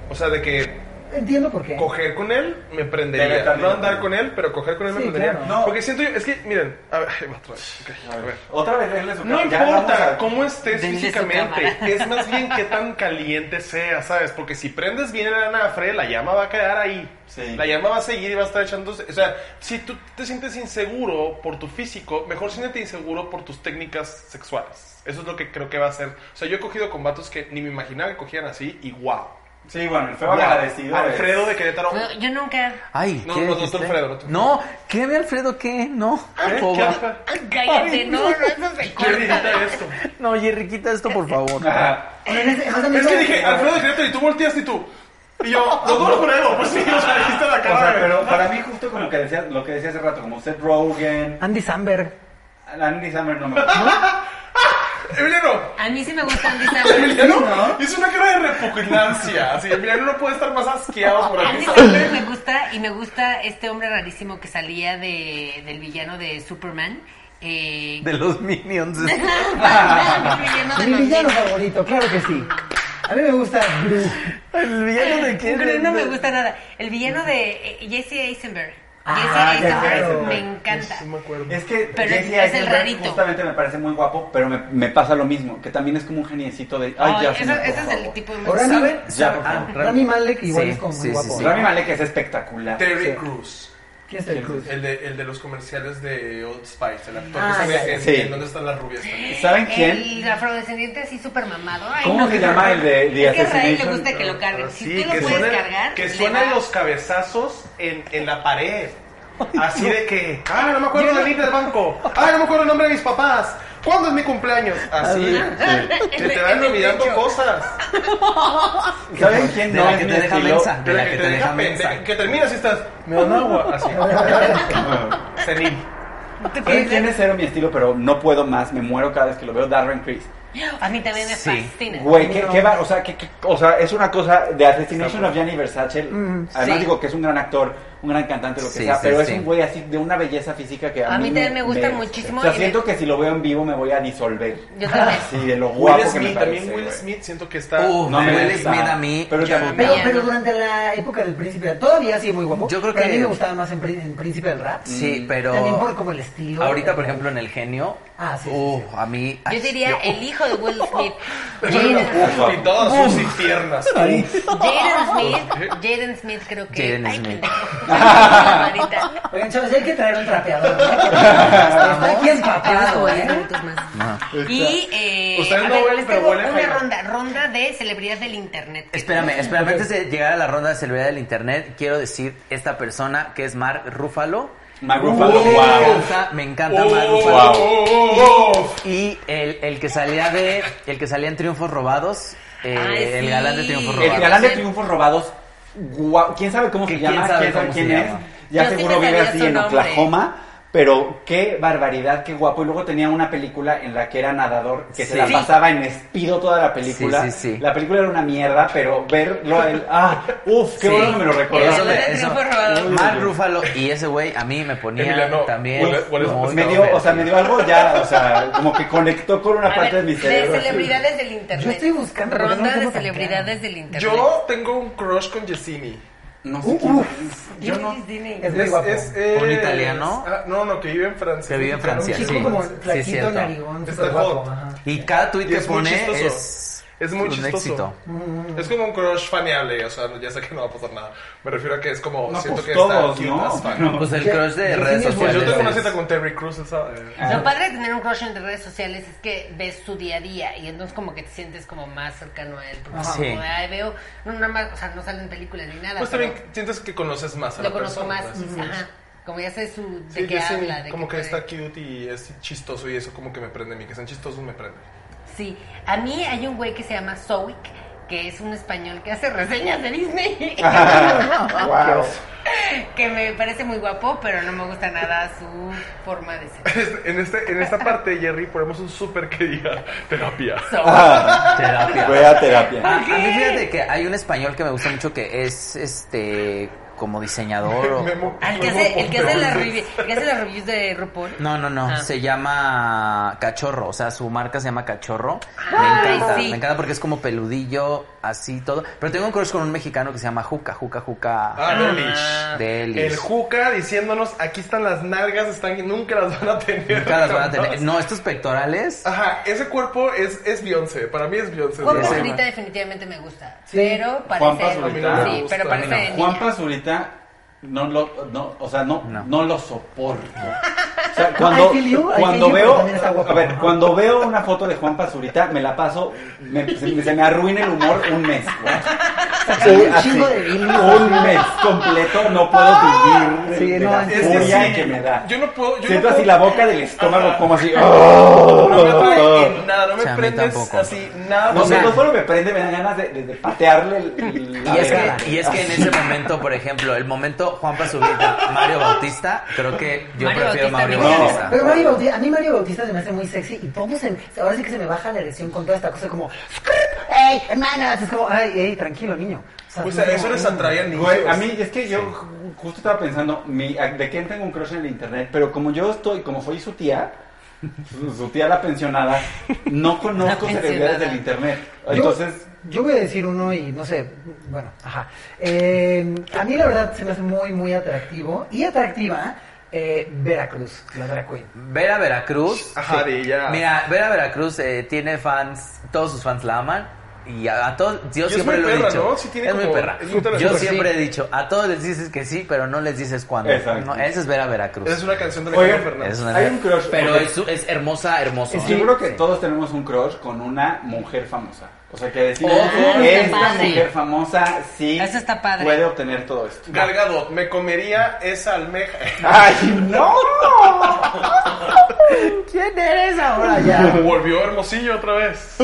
Speaker 2: O sea, de que
Speaker 4: Entiendo por qué.
Speaker 2: Coger con él me
Speaker 5: Debe
Speaker 2: prendería.
Speaker 5: estar
Speaker 2: No
Speaker 5: bien.
Speaker 2: andar con él, pero coger con él me
Speaker 4: Sí,
Speaker 2: prendería.
Speaker 4: claro.
Speaker 5: No.
Speaker 2: Porque siento yo, es que, miren, a ver, ay, otra vez, ok, a ver.
Speaker 5: Otra vez denle su
Speaker 2: No
Speaker 5: cara. Ya vamos
Speaker 2: importa
Speaker 5: a-
Speaker 2: cómo estés
Speaker 3: Denle su
Speaker 2: físicamente,
Speaker 3: cámara.
Speaker 2: es más bien qué tan caliente sea, ¿sabes? Porque si prendes bien el anafre, la llama va a quedar ahí.
Speaker 5: Sí.
Speaker 2: La llama va a seguir y va a estar echándose. O sea, si tú te sientes inseguro por tu físico, mejor siéntete inseguro por tus técnicas sexuales. Eso es lo que creo que va a hacer. O sea, yo he cogido combatos que ni me imaginaba que cogían así y wow.
Speaker 5: Sí, bueno, el feo
Speaker 2: Guau.
Speaker 5: agradecido. es-
Speaker 2: Alfredo de Querétaro.
Speaker 3: este,
Speaker 2: ¿Eh?
Speaker 3: Yo- Yo nunca.
Speaker 1: Ay,
Speaker 2: No,
Speaker 1: ¿qué
Speaker 2: no, no,
Speaker 1: dijiste?
Speaker 2: tú, Alfredo, no, tú.
Speaker 1: No, ¿qué, mi Alfredo? ¿Qué? No.
Speaker 2: ¿Eh?
Speaker 1: Por
Speaker 2: ¿Qué
Speaker 1: favor.
Speaker 2: haces?
Speaker 3: Cállate, no, no, eso se
Speaker 2: ¿Qué
Speaker 3: corta.
Speaker 2: edita esto?
Speaker 1: No, Jerry, quita esto, por favor.
Speaker 5: Ajá.
Speaker 2: Es que dije, Alfredo de Querétaro, y tú volteaste y tú. Y yo, los dos los pruebo. Pues sí, o sea, ahí está la
Speaker 5: O sea,
Speaker 2: cara.
Speaker 5: pero para mí justo como que decías, lo que decía hace rato, como Seth Rogen,
Speaker 4: Andy Samberg.
Speaker 5: Andy Samberg no me gusta.
Speaker 2: Emiliano,
Speaker 3: A mí sí me gusta
Speaker 2: (laughs)
Speaker 3: Andy Samberg.
Speaker 2: Emiliano hizo una cara de repugnancia. Así, Emiliano no puede estar más asqueado por
Speaker 3: Andy
Speaker 2: aquí.
Speaker 3: Samberg me gusta y me gusta este hombre rarísimo que salía de, del villano de Superman. Eh,
Speaker 1: De los
Speaker 3: (laughs)
Speaker 1: Minions.
Speaker 3: villano de
Speaker 4: Mi
Speaker 3: los
Speaker 4: villano
Speaker 3: Minions.
Speaker 4: favorito, claro que sí. A mí
Speaker 1: (laughs)
Speaker 4: me gusta Gru.
Speaker 1: ¿El villano de quién?
Speaker 3: Pero no me gusta nada. El villano de eh, Jesse Eisenberg.
Speaker 4: Ah,
Speaker 3: Jesse Eisenberg
Speaker 4: claro.
Speaker 3: me encanta.
Speaker 2: No me acuerdo.
Speaker 5: Es que
Speaker 3: Pero
Speaker 5: Jesse
Speaker 3: es el
Speaker 5: Eisenberg
Speaker 3: rarito.
Speaker 5: justamente me parece muy guapo, pero me, me pasa lo mismo, que también es como un geniecito de... Ay, ya,
Speaker 3: Ay,
Speaker 5: señor,
Speaker 3: Oh, ese, ese
Speaker 5: por
Speaker 3: es el
Speaker 5: favor.
Speaker 3: tipo de
Speaker 4: Ahora
Speaker 3: ¿Saben?
Speaker 4: Rami,
Speaker 5: Ya, por favor.
Speaker 4: Rami Malek igual
Speaker 1: Sí,
Speaker 4: es como muy
Speaker 1: sí, sí,
Speaker 4: guapo.
Speaker 1: sí.
Speaker 5: Rami Malek es espectacular.
Speaker 2: Terry Cruz.
Speaker 4: ¿Quién es el Cruz?
Speaker 2: El de, el de los comerciales de Old Spice, el actor
Speaker 4: Ah,
Speaker 2: que sale
Speaker 4: sí.
Speaker 2: en,
Speaker 5: Sí.
Speaker 2: en ¿Dónde están las rubias? también.
Speaker 5: ¿Saben quién?
Speaker 3: El afrodescendiente así súper mamado. Ay,
Speaker 5: ¿Cómo
Speaker 3: no,
Speaker 5: se
Speaker 3: no,
Speaker 5: llama
Speaker 3: no.
Speaker 5: el de The
Speaker 3: Es que a Israel le
Speaker 5: Assassination?
Speaker 3: gusta que lo carguen. Si
Speaker 2: Sí,
Speaker 3: tú
Speaker 2: que
Speaker 3: lo puedes
Speaker 2: suenan-
Speaker 3: cargar,
Speaker 2: que
Speaker 3: le
Speaker 2: suenan
Speaker 3: va-
Speaker 2: los cabezazos en, en la pared. Así de que, ah, no me acuerdo del link del banco, ah, no me acuerdo el nombre de mis papás, ¿cuándo es mi cumpleaños? Así, que te van olvidando cosas.
Speaker 5: ¿Saben quién
Speaker 1: De
Speaker 5: no
Speaker 1: la
Speaker 5: es
Speaker 1: que
Speaker 5: mi
Speaker 1: te deja
Speaker 5: estilo?
Speaker 1: mensa. De
Speaker 2: Pero
Speaker 1: la
Speaker 2: que,
Speaker 1: que te
Speaker 2: te
Speaker 1: deja
Speaker 2: deja
Speaker 1: mensa.
Speaker 2: pendeja, que terminas y estás, me dan agua, así, senil.
Speaker 5: ¿Saben quién es cero mi estilo, pero no puedo más? Me muero cada vez que lo veo, Darren Criss.
Speaker 3: A mí también me
Speaker 1: Sí.
Speaker 3: fascina.
Speaker 5: Güey, ¿qué, qué va? O sea, ¿qué- qué- o sea, es una cosa de Assassination of Gianni Versace. Además
Speaker 3: sí.
Speaker 5: digo que es un gran actor, un gran cantante, lo que
Speaker 1: Sí,
Speaker 5: sea,
Speaker 1: sí,
Speaker 5: pero
Speaker 1: sí.
Speaker 5: es un güey así de una belleza física que a,
Speaker 3: A mí también me gusta muchísimo
Speaker 5: O sea,
Speaker 3: y
Speaker 5: siento
Speaker 3: de-
Speaker 5: que si lo veo en vivo me voy a disolver.
Speaker 3: Yo también.
Speaker 5: (laughs) Sí, de lo guapo
Speaker 2: Will
Speaker 5: que me
Speaker 2: Smith,
Speaker 5: parece,
Speaker 2: también Will
Speaker 5: güey.
Speaker 2: Smith, siento que está...
Speaker 1: Uh,
Speaker 5: No me
Speaker 1: Will
Speaker 5: gusta.
Speaker 2: (laughs)
Speaker 1: Smith a mí,
Speaker 5: Pero
Speaker 1: yo-
Speaker 5: también-
Speaker 4: Pero,
Speaker 3: Bien.
Speaker 4: pero durante la época del príncipe, todavía sí muy guapo.
Speaker 1: Yo creo
Speaker 4: pero
Speaker 1: que-
Speaker 4: a mí me gustaba más en, Prín- en príncipe del rap.
Speaker 1: Sí,
Speaker 4: También por
Speaker 1: pero.
Speaker 4: como el estilo.
Speaker 1: Ahorita, por ejemplo, en El Genio.
Speaker 4: Ah, sí, sí,
Speaker 1: uh,
Speaker 4: sí.
Speaker 1: a mí. ay, uh,
Speaker 3: Yo diría el hijo de Will
Speaker 1: (laughs)
Speaker 3: Smith. Jaden
Speaker 5: Ufa.
Speaker 2: Y todas sus piernas.
Speaker 3: Jaden Smith. Jaden Smith creo que.
Speaker 1: Jaden
Speaker 3: Ay,
Speaker 1: Smith. (laughs)
Speaker 3: qué barbarita.
Speaker 4: Oigan, chavos, ya hay que traer un trapeador. ¿no? Aquí empapado,
Speaker 3: Unos
Speaker 4: ¿eh?
Speaker 3: minutos más. Y eh,
Speaker 2: Ustedes
Speaker 3: a
Speaker 2: no
Speaker 3: ver,
Speaker 2: ven,
Speaker 3: les
Speaker 2: pero
Speaker 3: tengo
Speaker 2: huele
Speaker 3: una
Speaker 2: feo.
Speaker 3: ronda, ronda de celebridades del internet.
Speaker 1: Espérame, espérame, antes de llegar a la ronda de celebridad del internet, quiero decir esta persona que es Mark Ruffalo.
Speaker 5: Mark Ruffalo,
Speaker 1: Me
Speaker 5: wow.
Speaker 1: encanta, me encanta Mark
Speaker 2: Oh,
Speaker 1: Ruffalo.
Speaker 2: oh, oh, oh.
Speaker 1: Y el, el que salía de. El que salía en Triunfos Robados. eh,
Speaker 3: Ay,
Speaker 1: el
Speaker 3: sí.
Speaker 1: galán de Triunfos
Speaker 3: El
Speaker 1: Robados.
Speaker 5: El galán de triunfos robados, guau, quién sabe cómo se
Speaker 1: ¿Quién
Speaker 5: llama,
Speaker 1: sabe
Speaker 5: quién sabe
Speaker 1: cómo
Speaker 5: quién
Speaker 1: se
Speaker 5: es.
Speaker 1: llama?
Speaker 5: Ya
Speaker 3: Yo sí
Speaker 5: seguro
Speaker 3: me
Speaker 5: vive
Speaker 3: sabía
Speaker 5: así
Speaker 3: su
Speaker 5: en
Speaker 3: nombre.
Speaker 5: Oklahoma, pero qué barbaridad, qué guapo. Y luego tenía una película en la que era nadador, que
Speaker 1: Sí.
Speaker 5: se la pasaba en espido toda la película.
Speaker 1: Sí, sí, sí.
Speaker 5: La película era una mierda, pero verlo a él,
Speaker 1: (laughs)
Speaker 5: ah, uf, qué
Speaker 1: Sí.
Speaker 5: bueno que me lo
Speaker 1: Eso
Speaker 5: recordaste.
Speaker 1: me-
Speaker 3: de
Speaker 1: eso-
Speaker 3: Triunfos Robados.
Speaker 1: Mark Ruffalo y ese güey a mí me ponía
Speaker 2: Emiliano,
Speaker 1: también.
Speaker 2: ¿cuál es- cuál es-
Speaker 1: muy
Speaker 5: Me
Speaker 1: over.
Speaker 5: dio, o sea, me dio algo ya, o sea, como que conectó con una
Speaker 3: A
Speaker 5: parte
Speaker 3: ver,
Speaker 5: de mi
Speaker 3: de
Speaker 5: cerebro. así.
Speaker 3: celebridades del internet.
Speaker 4: Yo estoy buscando, porque no
Speaker 3: Ronda
Speaker 4: lo tengo
Speaker 3: de
Speaker 4: tan
Speaker 3: celebridades del internet.
Speaker 2: Yo tengo un crush con Yesini.
Speaker 5: No
Speaker 1: Uh,
Speaker 5: sé quién
Speaker 4: Uf.
Speaker 3: (laughs)
Speaker 5: es.
Speaker 3: Yo no. Disney.
Speaker 4: Es muy guapo.
Speaker 1: ¿Un italiano?
Speaker 2: ah, no, no, que vive en Francia.
Speaker 1: Que vive en
Speaker 2: Mexicano.
Speaker 1: Francia,
Speaker 4: Un chico
Speaker 1: sí.
Speaker 4: como
Speaker 1: es
Speaker 4: flaquito,
Speaker 1: cierto.
Speaker 4: narigón,
Speaker 2: Está
Speaker 4: súper guapo.
Speaker 2: hot.
Speaker 4: ajá.
Speaker 1: Y cada tweet
Speaker 2: Y
Speaker 1: que
Speaker 2: es muy
Speaker 1: pone
Speaker 2: chistoso.
Speaker 1: es,
Speaker 2: Es muy
Speaker 1: un
Speaker 2: chistoso.
Speaker 1: éxito.
Speaker 2: Es como un crush faneable, o sea, ya sé que no va a pasar nada. Me refiero a que es como,
Speaker 5: No,
Speaker 2: siento
Speaker 5: pues
Speaker 2: que
Speaker 5: todos,
Speaker 2: está
Speaker 5: ¿no?
Speaker 2: cute as fuck.
Speaker 5: Pero-
Speaker 1: Pues el crush de
Speaker 4: Yo-
Speaker 1: redes
Speaker 4: yo
Speaker 2: Pues
Speaker 1: sociales.
Speaker 2: yo tengo una
Speaker 1: es-
Speaker 2: cita con Terry Crews, esa, eh,
Speaker 3: Lo padre de tener un crush en redes sociales es que ves su día a día y entonces como que te sientes como más cercano a él. Porque es
Speaker 1: Ah, Sí.
Speaker 3: como, ay, veo, no, nada más, o sea, no salen películas ni nada.
Speaker 2: Pues
Speaker 3: pero
Speaker 2: también sientes que conoces más a la
Speaker 3: lo conozco
Speaker 2: persona.
Speaker 3: más,
Speaker 2: ¿no?
Speaker 3: ajá. Como ya sé su, de
Speaker 2: Sí,
Speaker 3: qué
Speaker 2: Yesenia,
Speaker 3: habla, de
Speaker 2: como
Speaker 3: qué
Speaker 2: que
Speaker 3: puede-
Speaker 2: está cute y es chistoso y eso como que me prende a mí, que sean chistosos me (laughs) prende.
Speaker 3: Sí, a mí hay un güey que se llama Zoic, que es un español que hace reseñas de Disney.
Speaker 5: Guau.
Speaker 3: (laughs) que me parece muy guapo, pero no me gusta nada su forma
Speaker 2: (laughs)
Speaker 3: de ser.
Speaker 2: en, este, en esta parte, Jerry, ponemos un súper que diga terapia.
Speaker 1: Terapia.
Speaker 5: (laughs) Fue a terapia.
Speaker 1: (laughs) A mí fíjate que hay un español que me gusta mucho que es este como diseñador
Speaker 2: (laughs)
Speaker 1: o...
Speaker 2: Memo-
Speaker 3: Ah, el que
Speaker 2: Memo
Speaker 3: hace, el que hace las
Speaker 2: Ponteón.
Speaker 3: reviews, el que hace las reviews de RuPaul.
Speaker 1: No, no, no.
Speaker 3: Ah.
Speaker 1: Se llama Cachorro. O sea, su marca se llama Cachorro. me
Speaker 3: Ay,
Speaker 1: encanta.
Speaker 3: Ah, sí.
Speaker 1: Me encanta porque es como peludillo, así todo. Pero tengo un crush con un mexicano que se llama Juca. Juca, Juca.
Speaker 2: Ah,
Speaker 3: Ah.
Speaker 2: Delish.
Speaker 1: Delish.
Speaker 2: El Juca diciéndonos, aquí están las nalgas, están, nunca las van a tener.
Speaker 1: Nunca las van a tener.
Speaker 2: jamás.
Speaker 1: No, estos pectorales.
Speaker 2: (laughs) Ajá, ese cuerpo es, es Beyoncé, para mí es Beyoncé.
Speaker 3: Juan
Speaker 1: Sí, sí.
Speaker 3: Pazurita definitivamente me gusta. Pero
Speaker 5: Juan
Speaker 3: parece.
Speaker 5: Pazurita.
Speaker 2: A mí no
Speaker 3: Sí,
Speaker 2: me
Speaker 3: pero
Speaker 2: gusta.
Speaker 3: parece
Speaker 5: No,
Speaker 3: de
Speaker 5: Juan
Speaker 3: niña.
Speaker 5: Pazurita no lo, no, o sea, no,
Speaker 1: No.
Speaker 5: no. lo soporto. O sea, cuando,
Speaker 4: I feel you, I feel
Speaker 5: cuando
Speaker 4: you, pero
Speaker 5: veo,
Speaker 4: también está guapo.
Speaker 5: a ver, cuando veo una foto de Juan Pazurita, me la paso, me- se, se me arruina el humor un mes. güey.
Speaker 4: Saca un
Speaker 1: ah,
Speaker 5: Sí, así,
Speaker 4: chingo de bilis.
Speaker 5: un mes completo no puedo vivir
Speaker 4: Sí,
Speaker 5: de, de
Speaker 4: no,
Speaker 5: la
Speaker 4: es que
Speaker 5: furia
Speaker 2: sí,
Speaker 5: que me da.
Speaker 2: yo no puedo- yo no
Speaker 5: Siento
Speaker 2: puedo-
Speaker 5: así la boca del estómago como así.
Speaker 2: No me trae en nada, no me
Speaker 1: Sí, a mí
Speaker 2: prendes
Speaker 1: tampoco.
Speaker 2: así, nada.
Speaker 5: No
Speaker 1: O
Speaker 5: sé,
Speaker 1: sea-
Speaker 5: no solo me prende, me dan ganas de, de- de patearle el- la
Speaker 1: Y es,
Speaker 5: verga.
Speaker 1: que, y es que en ese momento, por ejemplo, el momento Juan Pazurita, Mario Bautista, creo que yo
Speaker 3: Mario
Speaker 1: prefiero a
Speaker 3: Bautista
Speaker 1: Mario
Speaker 5: no.
Speaker 1: Bautista.
Speaker 4: Pero Mario Bautista, a mí Mario Bautista se me hace muy sexy y todo se, ahora sí que se me baja la erección con toda esta cosa como, ¡Ey, hermanas! Es como, ¡ay, ey, tranquilo, niño! O sea,
Speaker 2: O sea,
Speaker 4: no,
Speaker 2: eso les atrae al niño.
Speaker 5: Güey, a mí es que yo ju- justo estaba pensando, mi, a- de quién tengo un crush en el internet, pero como yo estoy, como soy su tía, su, su tía la pensionada, no conozco
Speaker 3: La
Speaker 5: celebridades
Speaker 3: pensionada.
Speaker 5: del internet.
Speaker 4: Yo-
Speaker 5: Entonces,
Speaker 4: Yo voy a decir uno y no sé, bueno, ajá. Eh, a mí la verdad se me hace muy, muy atractivo y atractiva eh, Veracruz, la drag queen.
Speaker 1: Vera Veracruz.
Speaker 2: Ajá,
Speaker 1: Sí.
Speaker 2: de ella.
Speaker 1: Mira, Vera Veracruz eh, tiene fans, todos sus fans la aman. Y a, a todos, yo
Speaker 2: es
Speaker 1: siempre
Speaker 2: muy
Speaker 1: lo he
Speaker 2: perra,
Speaker 1: dicho.
Speaker 2: ¿no? Sí tiene
Speaker 1: es muy
Speaker 2: como-
Speaker 1: perra.
Speaker 2: es muy talentosa.
Speaker 1: yo
Speaker 2: Sí.
Speaker 1: siempre he dicho, a todos les dices que sí, pero no les dices cuándo.
Speaker 5: Exacto.
Speaker 1: No, esa es Vera Veracruz.
Speaker 2: Es una canción de
Speaker 5: Oigan,
Speaker 2: Alejandro Fernández.
Speaker 1: Es una-
Speaker 5: Hay un crush,
Speaker 1: Pero
Speaker 5: porque-
Speaker 1: es, es hermosa, hermoso.
Speaker 5: seguro que
Speaker 1: Sí.
Speaker 5: todos tenemos un crush con una mujer famosa. O sea, que decimos,
Speaker 1: Ojo,
Speaker 5: esta
Speaker 3: está padre.
Speaker 5: mujer famosa sí
Speaker 3: Eso está padre.
Speaker 5: puede obtener todo esto.
Speaker 2: Gal Gadot, me comería esa
Speaker 5: (laughs)
Speaker 2: almeja.
Speaker 5: ¡Ay, no!
Speaker 4: ¿Quién eres
Speaker 2: (laughs)
Speaker 4: ahora ya?
Speaker 2: Volvió Hermosillo otra vez.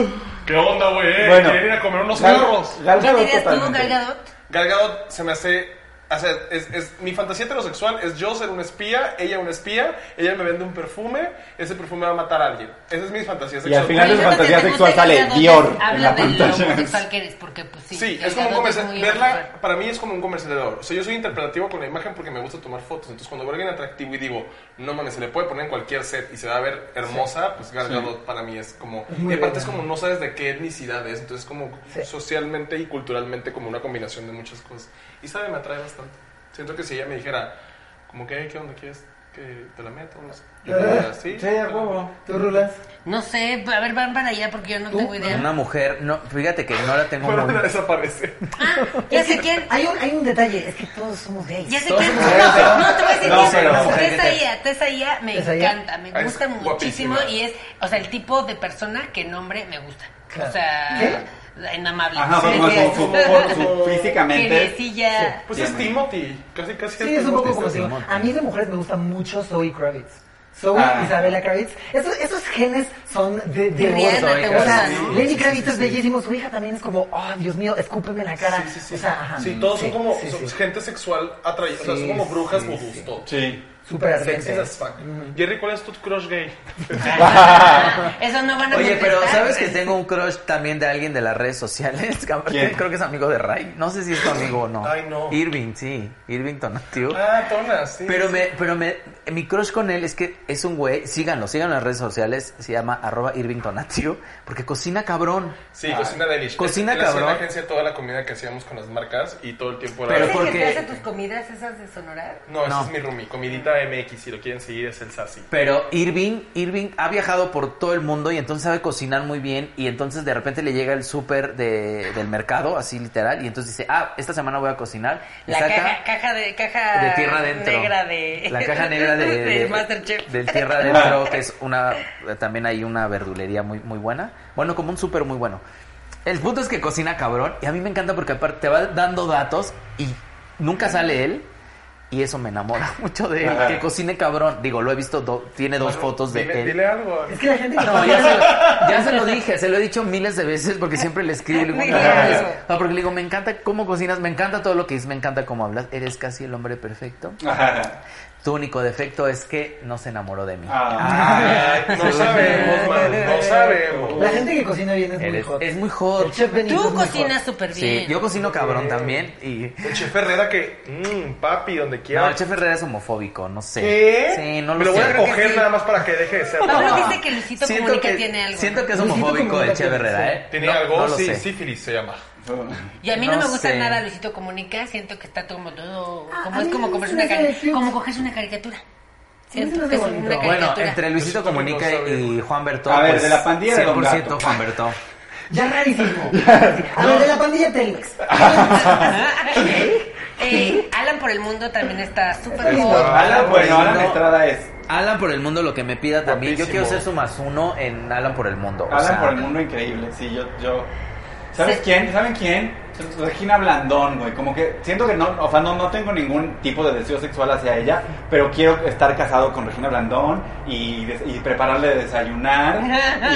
Speaker 2: ¿Qué onda, güey? eh?
Speaker 5: Bueno.
Speaker 2: Quieren ir a comer unos
Speaker 5: Gal-
Speaker 2: carros.
Speaker 5: Gal
Speaker 3: ¿Qué
Speaker 5: Gadot
Speaker 3: dirías tú,
Speaker 5: totalmente.
Speaker 3: Gal Gadot?
Speaker 2: Gal Gadot se me hace... O sea, es, es- mi fantasía heterosexual es yo ser un espía, ella un espía, ella me vende un perfume, ese perfume va a matar a alguien. Esa es mi fantasía
Speaker 5: Y
Speaker 2: sexual.
Speaker 5: al final de su
Speaker 3: Lo que
Speaker 5: fantasía
Speaker 3: te gusta
Speaker 5: sexual
Speaker 3: de Gal
Speaker 5: sale
Speaker 3: Gadot es-
Speaker 5: Dior en
Speaker 3: Habla
Speaker 5: la
Speaker 3: de lo
Speaker 5: pantalla.
Speaker 3: homosexual que eres, porque pues sí.
Speaker 2: Sí,
Speaker 3: Gal
Speaker 2: es como un
Speaker 3: Gadot es
Speaker 2: comercial.
Speaker 3: muy
Speaker 2: Verla,
Speaker 3: homosexual.
Speaker 2: para mí es como un comercializador. O sea, yo soy interpretativo con la imagen porque me gusta tomar fotos. Entonces, cuando veo a alguien atractivo y digo, no mames, se le puede poner en cualquier set y se va a ver hermosa, pues Gal
Speaker 5: Sí.
Speaker 2: Gadot para mí es como.
Speaker 4: muy
Speaker 2: y aparte es
Speaker 4: buena.
Speaker 2: como no sabes de qué etnicidad es. Entonces, como
Speaker 4: Sí.
Speaker 2: socialmente y culturalmente, como una combinación de muchas cosas. Y sabe, me atrae bastante. Siento que si ella me dijera, como que, ¿qué onda quieres? Que te la meto, no sé. Yo le
Speaker 4: (laughs)
Speaker 2: diría, sí.
Speaker 5: Sí, a huevo.
Speaker 4: ¿Tú rulas?
Speaker 3: No sé, a ver, van para allá porque yo no tengo idea.
Speaker 1: Una mujer, no, fíjate que no la tengo
Speaker 2: Pero (laughs)
Speaker 1: muy-
Speaker 2: mira, desaparece.
Speaker 3: Ah, ya sé quién.
Speaker 4: Hay un, hay un detalle, es que todos somos gays.
Speaker 3: Ya sé
Speaker 1: Todos
Speaker 3: quién. No,
Speaker 1: somos gays, pero-
Speaker 3: no, te voy a decir
Speaker 5: No,
Speaker 3: quién.
Speaker 5: pero-
Speaker 3: Tessa
Speaker 1: mujer que te-
Speaker 3: Ia, Tessa Ia me
Speaker 4: Tessa Ia.
Speaker 3: encanta, me
Speaker 2: Ah, es
Speaker 3: gusta muchísimo
Speaker 2: guapísima.
Speaker 3: y es, o sea, el tipo de persona que nombre me gusta.
Speaker 4: Claro.
Speaker 3: O sea, en amable.
Speaker 5: Ajá,
Speaker 3: Sí,
Speaker 5: como
Speaker 3: sí,
Speaker 5: su-
Speaker 3: sí.
Speaker 5: su-
Speaker 3: (laughs)
Speaker 5: por su- físicamente.
Speaker 3: Fierecilla.
Speaker 2: Pues
Speaker 5: Bien,
Speaker 2: es
Speaker 5: bien.
Speaker 2: Timothy. Casi, casi
Speaker 4: Sí, es un poco
Speaker 2: Timothy.
Speaker 4: como si...
Speaker 1: Timothy.
Speaker 4: A mí de mujeres me gusta mucho Zoe Kravitz. Zoe,
Speaker 5: Ah.
Speaker 4: Isabella Kravitz. Esos, esos genes son de... de
Speaker 3: Rihanna,
Speaker 1: te
Speaker 4: oro. O sea,
Speaker 1: gusta, ¿no?
Speaker 4: Lenny
Speaker 1: Sí, sí,
Speaker 4: Kravitz es bellísimo. Su hija también es como, oh, Dios mío, escúpeme en la cara.
Speaker 2: Sí, sí, sí.
Speaker 4: O sea, ajá.
Speaker 2: Sí, todos son
Speaker 4: Mm, Sí,
Speaker 2: como
Speaker 4: sí,
Speaker 2: son
Speaker 4: sí.
Speaker 2: gente sexual atraída. o sea, son
Speaker 4: Sí,
Speaker 2: como brujas
Speaker 4: sí,
Speaker 2: vudús
Speaker 4: sí.
Speaker 2: todos.
Speaker 5: Sí.
Speaker 4: Súper
Speaker 2: Sexy
Speaker 4: adventure.
Speaker 2: as fuck. Jerry, ¿cuál es tu crush gay?
Speaker 3: (laughs) Eso no van a
Speaker 1: Oye, pero
Speaker 3: contestar.
Speaker 1: ¿sabes que tengo un crush también de alguien de las redes sociales? (laughs) Que aparte
Speaker 5: ¿Quién?
Speaker 1: Creo que es amigo de Ray. No sé si es tu amigo o no.
Speaker 2: Ay, no.
Speaker 1: Irving, sí. Irving Tonatiu.
Speaker 2: Ah, tonas, sí.
Speaker 1: Pero me, pero me, mi crush con él es que es un güey, síganlo, síganlo en las redes sociales, se llama arroba Irving Tonatiu, porque cocina cabrón.
Speaker 2: Sí, cocina delish.
Speaker 1: Ah, Cocina
Speaker 2: Él hacía en
Speaker 1: cabrón.
Speaker 2: la agencia toda la comida que hacíamos con las marcas y todo el tiempo era...
Speaker 1: Pero
Speaker 3: ¿Es el que
Speaker 1: porque-
Speaker 3: te hace tus comidas esas de Sonora?
Speaker 2: No, ese
Speaker 1: No.
Speaker 2: es mi roomie. Comidita MX, si lo quieren seguir, es el Sassy.
Speaker 1: Pero Irving, Irving ha viajado por todo el mundo y entonces sabe cocinar muy bien y entonces de repente le llega el súper de, del mercado, así literal, y entonces dice, ah, esta semana voy a cocinar. Y
Speaker 3: La
Speaker 1: saca-
Speaker 3: caja, caja de caja
Speaker 1: de tierra adentro.
Speaker 3: Ah, negra de
Speaker 1: la caja negra de,
Speaker 3: (laughs) de,
Speaker 1: de-
Speaker 3: Masterchef.
Speaker 1: del tierra
Speaker 2: Ah.
Speaker 1: adentro que es una también hay una verdulería muy muy buena. Bueno, como un súper muy bueno. El punto es que cocina cabrón y a mí me encanta porque aparte te va dando datos y nunca sale él. Y eso me enamora (laughs) mucho de él,
Speaker 5: Ajá.
Speaker 1: que cocine cabrón. Digo, lo he visto, do- tiene dos fotos de
Speaker 2: dile,
Speaker 1: él.
Speaker 2: Dile algo.
Speaker 4: Es que la gente...
Speaker 2: Ah,
Speaker 1: No, ya se, lo, ya se lo dije, se lo he dicho miles de veces porque siempre le escribo. Le digo, (laughs)
Speaker 3: Dile
Speaker 1: "No, mames".
Speaker 3: algo.
Speaker 1: No, porque le digo, me encanta cómo cocinas, me encanta todo lo que dices, me encanta cómo hablas, eres casi el hombre perfecto. Tu único defecto es que no se enamoró de mí.
Speaker 5: Ah,
Speaker 2: No sabemos,
Speaker 1: (laughs)
Speaker 2: man, no sabemos.
Speaker 4: La gente que cocina bien es muy
Speaker 1: Eres-
Speaker 4: hot.
Speaker 1: es muy
Speaker 4: El
Speaker 1: hot.
Speaker 4: chef Benito es
Speaker 3: Tú
Speaker 4: muy hot.
Speaker 3: cocinas súper bien.
Speaker 1: Sí, yo cocino cabrón también y...
Speaker 2: El chef Herrera que, mmm, papi, donde
Speaker 1: No,
Speaker 2: quiera.
Speaker 1: el chef Herrera es homofóbico, no sé.
Speaker 2: ¿Qué? oh,
Speaker 1: Sí, no
Speaker 2: Me
Speaker 1: lo
Speaker 2: lo
Speaker 1: sé.
Speaker 2: voy a
Speaker 1: Creo que
Speaker 2: coger
Speaker 1: sí.
Speaker 2: nada más para que deje de ser.
Speaker 3: Pablo dice que Luisito Comunica
Speaker 1: que,
Speaker 3: tiene algo.
Speaker 1: Siento
Speaker 3: ¿no?
Speaker 1: que es
Speaker 4: Luisito
Speaker 1: homofóbico el
Speaker 4: Comunica
Speaker 1: Che
Speaker 4: tiene-
Speaker 1: Herrera,
Speaker 4: sí.
Speaker 1: ¿eh?
Speaker 2: Tiene
Speaker 1: No-
Speaker 2: algo,
Speaker 1: no lo
Speaker 2: sí,
Speaker 1: sé.
Speaker 2: sífilis se llama.
Speaker 5: pues,
Speaker 3: Y a mí no,
Speaker 1: No
Speaker 3: me gusta
Speaker 1: sé.
Speaker 3: nada Luisito Comunica, siento que está todo como todo, como
Speaker 4: Ah, a
Speaker 3: es
Speaker 4: mí
Speaker 3: como
Speaker 4: me
Speaker 3: comerse
Speaker 4: gusta
Speaker 3: una cari-
Speaker 4: ese cute.
Speaker 3: como coges una caricatura. Siento
Speaker 4: hace
Speaker 3: que es
Speaker 4: bonito.
Speaker 3: una
Speaker 4: Bueno,
Speaker 3: caricatura.
Speaker 1: Bueno, entre Luisito
Speaker 2: Luisito
Speaker 1: Comunica
Speaker 2: Comunica
Speaker 1: y Juan Bertó,
Speaker 5: A ver,
Speaker 1: pues,
Speaker 5: de la pandilla de Don
Speaker 1: 100%
Speaker 5: Gato.
Speaker 1: Juan Bertó.
Speaker 4: Ya rarísimo. A ver, de la pandilla Telmex.
Speaker 3: (laughs) Eh, Alan por el mundo también está súper
Speaker 5: Eso.
Speaker 3: hot.
Speaker 5: Alan, bueno, Alan
Speaker 1: No.
Speaker 5: Estrada es.
Speaker 1: Alan por el mundo lo que me pida también. Yo
Speaker 2: Guapísimo.
Speaker 1: quiero ser su más uno en Alan por el mundo. o
Speaker 5: Alan
Speaker 1: sea,
Speaker 5: por el mundo increíble, sí, yo, yo. ¿Sabes
Speaker 3: Sí.
Speaker 5: quién? ¿Saben quién? Regina Blandón, güey. Como que siento que no, o sea, no, no tengo ningún tipo de deseo sexual hacia ella, pero quiero estar casado con Regina Blandón y, des- y prepararle de desayunar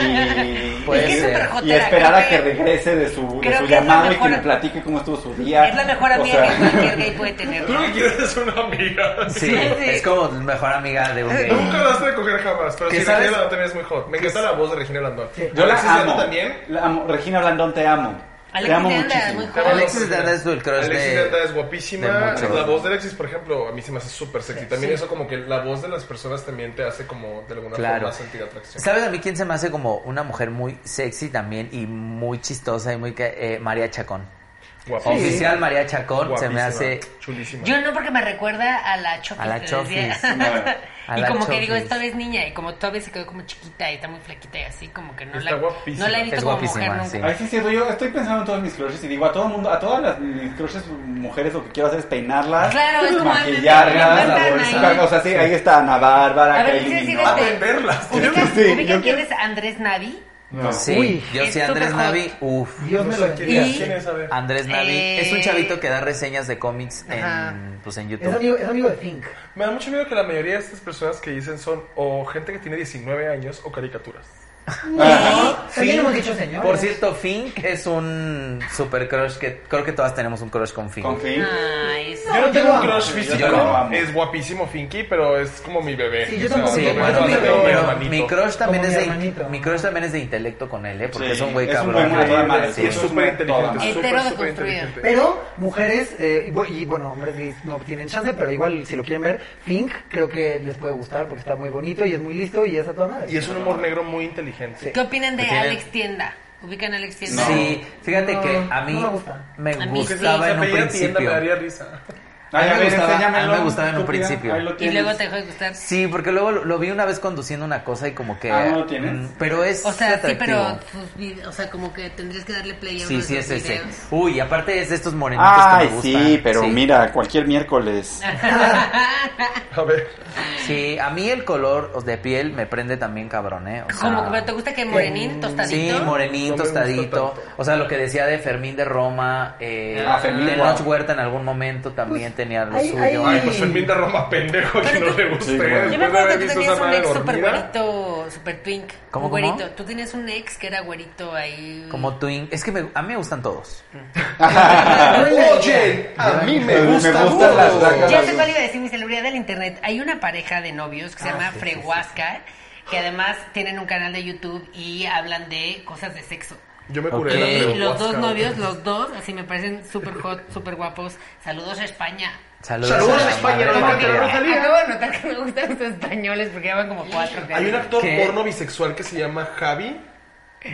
Speaker 5: y,
Speaker 1: Puede
Speaker 5: y-
Speaker 1: ser.
Speaker 5: y
Speaker 3: Superjotera,
Speaker 5: esperar a que
Speaker 3: creo que-
Speaker 5: regrese de su, de
Speaker 3: creo
Speaker 5: su
Speaker 3: que es la
Speaker 5: llamado y que
Speaker 3: mejor-
Speaker 5: le platique cómo estuvo su día.
Speaker 3: Es la mejor
Speaker 5: O
Speaker 3: amiga que
Speaker 5: sea,
Speaker 3: cualquier gay puede tener.
Speaker 2: Tú
Speaker 3: ¿no?
Speaker 2: lo que quieres es una amiga.
Speaker 3: (laughs)
Speaker 1: Sí, es como mejor amiga de un
Speaker 2: Nunca
Speaker 1: gay.
Speaker 2: la vas a coger jamás, pero
Speaker 1: ¿Qué
Speaker 2: sí,
Speaker 1: sabes?
Speaker 2: Regina Blandón también es muy hot. Me encanta la voz de Regina Blandón.
Speaker 5: Yo la
Speaker 2: Alexis Landa
Speaker 5: amo.
Speaker 2: también.
Speaker 5: La amo. Regina Blandón, te amo. te
Speaker 3: Alexis
Speaker 5: amo
Speaker 3: Landa,
Speaker 5: muchísimo.
Speaker 3: muy
Speaker 2: Te amo,
Speaker 1: Alexis
Speaker 2: Regina.
Speaker 1: Landa es el crush
Speaker 2: Alexis
Speaker 1: de-
Speaker 2: Landa es
Speaker 1: de
Speaker 2: guapísima.
Speaker 1: muchos.
Speaker 2: La voz de Alexis, por ejemplo, a mí se me hace súper sexy. También eso como que la voz de las personas también te hace como de alguna
Speaker 1: Claro.
Speaker 2: forma sentir atracción.
Speaker 1: ¿Sabes a mí quién se me hace como una mujer muy sexy también y muy chistosa y muy... ca- eh, María Chacón.
Speaker 2: Guapísima.
Speaker 1: Oficial María Chacón se me
Speaker 2: Guapísima,
Speaker 1: hace...
Speaker 2: Chulísima.
Speaker 3: Yo no porque me recuerda a la Chofis.
Speaker 1: A la
Speaker 3: que decía.
Speaker 1: Chofis. A
Speaker 3: (laughs) y
Speaker 1: la
Speaker 3: como que digo,
Speaker 1: Chofis.
Speaker 3: esta vez niña y como todavía se quedó como chiquita y está muy flaquita y así como que no
Speaker 2: Está
Speaker 3: la
Speaker 2: guapísima.
Speaker 3: no la he visto
Speaker 1: Es
Speaker 3: como mujer
Speaker 1: guapísima,
Speaker 3: nunca.
Speaker 1: sí.
Speaker 5: Ay, sí, es cierto. Yo estoy pensando en todos mis crushes y digo a todo mundo, a todas las mis crushes mujeres lo que quiero hacer es peinarlas,
Speaker 3: Claro, es como- me
Speaker 5: maquillarlas,
Speaker 3: encantan ahí.
Speaker 5: bolsa. O sea, sí, ahí está Ana Bárbara,
Speaker 3: A ver,
Speaker 5: Kylie
Speaker 3: ¿quieres
Speaker 5: Minogue.
Speaker 3: decir
Speaker 2: Aprenderlas.
Speaker 3: ¿Ubicas,
Speaker 5: Sí,
Speaker 3: ubicas
Speaker 5: yo
Speaker 3: quién
Speaker 5: quiero-
Speaker 3: es Andrés Navi?
Speaker 5: No.
Speaker 1: Sí,
Speaker 4: Uy,
Speaker 1: yo
Speaker 3: es
Speaker 1: sí, Andrés
Speaker 3: superhot.
Speaker 1: Navi, uff.
Speaker 4: Dios
Speaker 2: No
Speaker 4: me
Speaker 2: sé
Speaker 4: lo
Speaker 2: quién es,
Speaker 3: Y-
Speaker 2: quién es, a ver.
Speaker 1: Andrés Navi
Speaker 3: Eh.
Speaker 1: es un chavito que da reseñas de cómics
Speaker 3: Ajá.
Speaker 1: en, pues, en
Speaker 4: Es
Speaker 1: YouTube.
Speaker 4: amigo, es amigo de Fink.
Speaker 2: Me da mucho miedo que la mayoría de estas personas que dicen son o gente que tiene 19 años o caricaturas.
Speaker 5: Ah,
Speaker 4: También hemos dicho señor.
Speaker 1: Por cierto, Fink es un super crush que creo que todas tenemos un crush con Fink.
Speaker 5: Con fin.
Speaker 3: Ah. Ay, sí.
Speaker 2: Yo no tengo un crush
Speaker 5: Yo
Speaker 2: físico.
Speaker 1: lo
Speaker 5: amo.
Speaker 2: Es guapísimo Finky, pero es como mi bebé.
Speaker 4: Sí, yo
Speaker 2: O sea,
Speaker 4: tampoco.
Speaker 1: Sí,
Speaker 2: lo
Speaker 4: Como
Speaker 1: bueno,
Speaker 2: veo
Speaker 1: mi, pero
Speaker 2: como mi
Speaker 1: mi
Speaker 2: hermanito.
Speaker 1: crush también
Speaker 4: Como
Speaker 1: es
Speaker 4: mi
Speaker 1: de
Speaker 4: hermanito.
Speaker 1: mi crush también es de intelecto con él, ¿eh? porque
Speaker 5: Sí,
Speaker 1: es un güey
Speaker 5: es un
Speaker 1: cabrón.
Speaker 5: buen güey, madre,
Speaker 1: Sí,
Speaker 2: Es súper inteligente, súper,
Speaker 3: Hetero
Speaker 2: súper
Speaker 3: deconstruido.
Speaker 2: inteligente.
Speaker 4: Pero mujeres, eh, y bu- y bueno, hombres gays no tienen chance, pero igual si lo quieren ver, Fink creo que les puede gustar porque está muy bonito y es muy listo y es a toda madre.
Speaker 2: Y es un humor negro muy inteligente.
Speaker 3: ¿Qué opinan de
Speaker 1: Porque-
Speaker 3: Alex Tienda? ¿Ubican a Alex Tienda?
Speaker 1: Sí, fíjate
Speaker 4: No,
Speaker 1: que a mí
Speaker 4: no me gusta.
Speaker 1: me
Speaker 3: A mí sí.
Speaker 1: gustaba
Speaker 2: Se
Speaker 1: en un
Speaker 2: apellida Tienda, me
Speaker 1: principio.
Speaker 2: daría risa. (laughs)
Speaker 5: Ay,
Speaker 1: A mí me gustaba-
Speaker 5: enséñamelo,
Speaker 1: a mí me gustaba en un
Speaker 5: estúpida.
Speaker 1: principio.
Speaker 5: Ahí lo
Speaker 3: Y
Speaker 5: tienes.
Speaker 3: luego te dejó de gustar.
Speaker 1: Sí, porque luego lo, lo vi una vez conduciendo una cosa y como que.
Speaker 5: Ah, ¿no lo tienes?
Speaker 1: mm, Pero es.
Speaker 3: O sea, sí,
Speaker 1: atractivo.
Speaker 3: pero sus vide- o sea, como que tendrías que darle play a
Speaker 1: Sí,
Speaker 3: uno
Speaker 1: sí,
Speaker 3: de
Speaker 1: es
Speaker 3: sus
Speaker 1: ese.
Speaker 3: videos.
Speaker 1: Uy, aparte es de estos morenitos
Speaker 5: Ay,
Speaker 1: que me gustan.
Speaker 5: sí, pero mira, cualquier miércoles.
Speaker 3: Ah.
Speaker 2: A ver.
Speaker 1: Sí, a mí el color de piel me prende también cabrón, ¿eh? O sea,
Speaker 3: Como que pero te gusta que morenín,
Speaker 1: Sí,
Speaker 3: tostadito.
Speaker 1: morenín,
Speaker 2: No me gusta
Speaker 1: tostadito.
Speaker 2: tanto.
Speaker 1: O sea, lo que decía de Fermín de Roma, eh,
Speaker 5: Ah, Fermín,
Speaker 1: Tenoch
Speaker 5: wow.
Speaker 1: Huerta en algún momento también tenía lo
Speaker 4: Pues, hay-
Speaker 1: suyo.
Speaker 2: Ay,
Speaker 4: Sí.
Speaker 2: pues Fermín de Roma pendejo que no le guste. Después
Speaker 3: Yo
Speaker 5: Sí, bueno.
Speaker 3: me
Speaker 2: de
Speaker 3: acuerdo que
Speaker 2: haber
Speaker 3: tú
Speaker 2: visto
Speaker 3: tenías
Speaker 2: esa
Speaker 3: un
Speaker 2: madre
Speaker 3: ex
Speaker 2: (laughs)
Speaker 3: súper
Speaker 2: dormida.
Speaker 3: güerito, súper pink.
Speaker 1: ¿Cómo, cómo?
Speaker 3: un güerito. Tú tenías un ex que era güerito ahí.
Speaker 1: Como Twin. Es que me- a mí me gustan todos.
Speaker 2: Oye, a mí me gusta.
Speaker 5: me gustan las blancas.
Speaker 3: Ya sé cuál iba a decir mi celebridad del internet. Hay una pareja de novios que se llama Frehuasca, que además tienen un canal de YouTube y hablan de cosas de sexo.
Speaker 2: Yo me curé
Speaker 1: Ok.
Speaker 2: la
Speaker 3: Y
Speaker 2: Frehuasca,
Speaker 3: los dos
Speaker 2: güey.
Speaker 3: novios, los dos, así me parecen súper hot, súper guapos. Saludos a España.
Speaker 1: Saludos,
Speaker 2: Saludos
Speaker 1: la
Speaker 2: a España,
Speaker 1: madre
Speaker 2: no
Speaker 1: patria.
Speaker 2: mames, la Rosalía.
Speaker 3: Acabo de notar que me gustan los españoles porque llevan como cuatro.
Speaker 2: Hay un actor
Speaker 1: ¿Qué?
Speaker 2: porno bisexual que se llama Javi.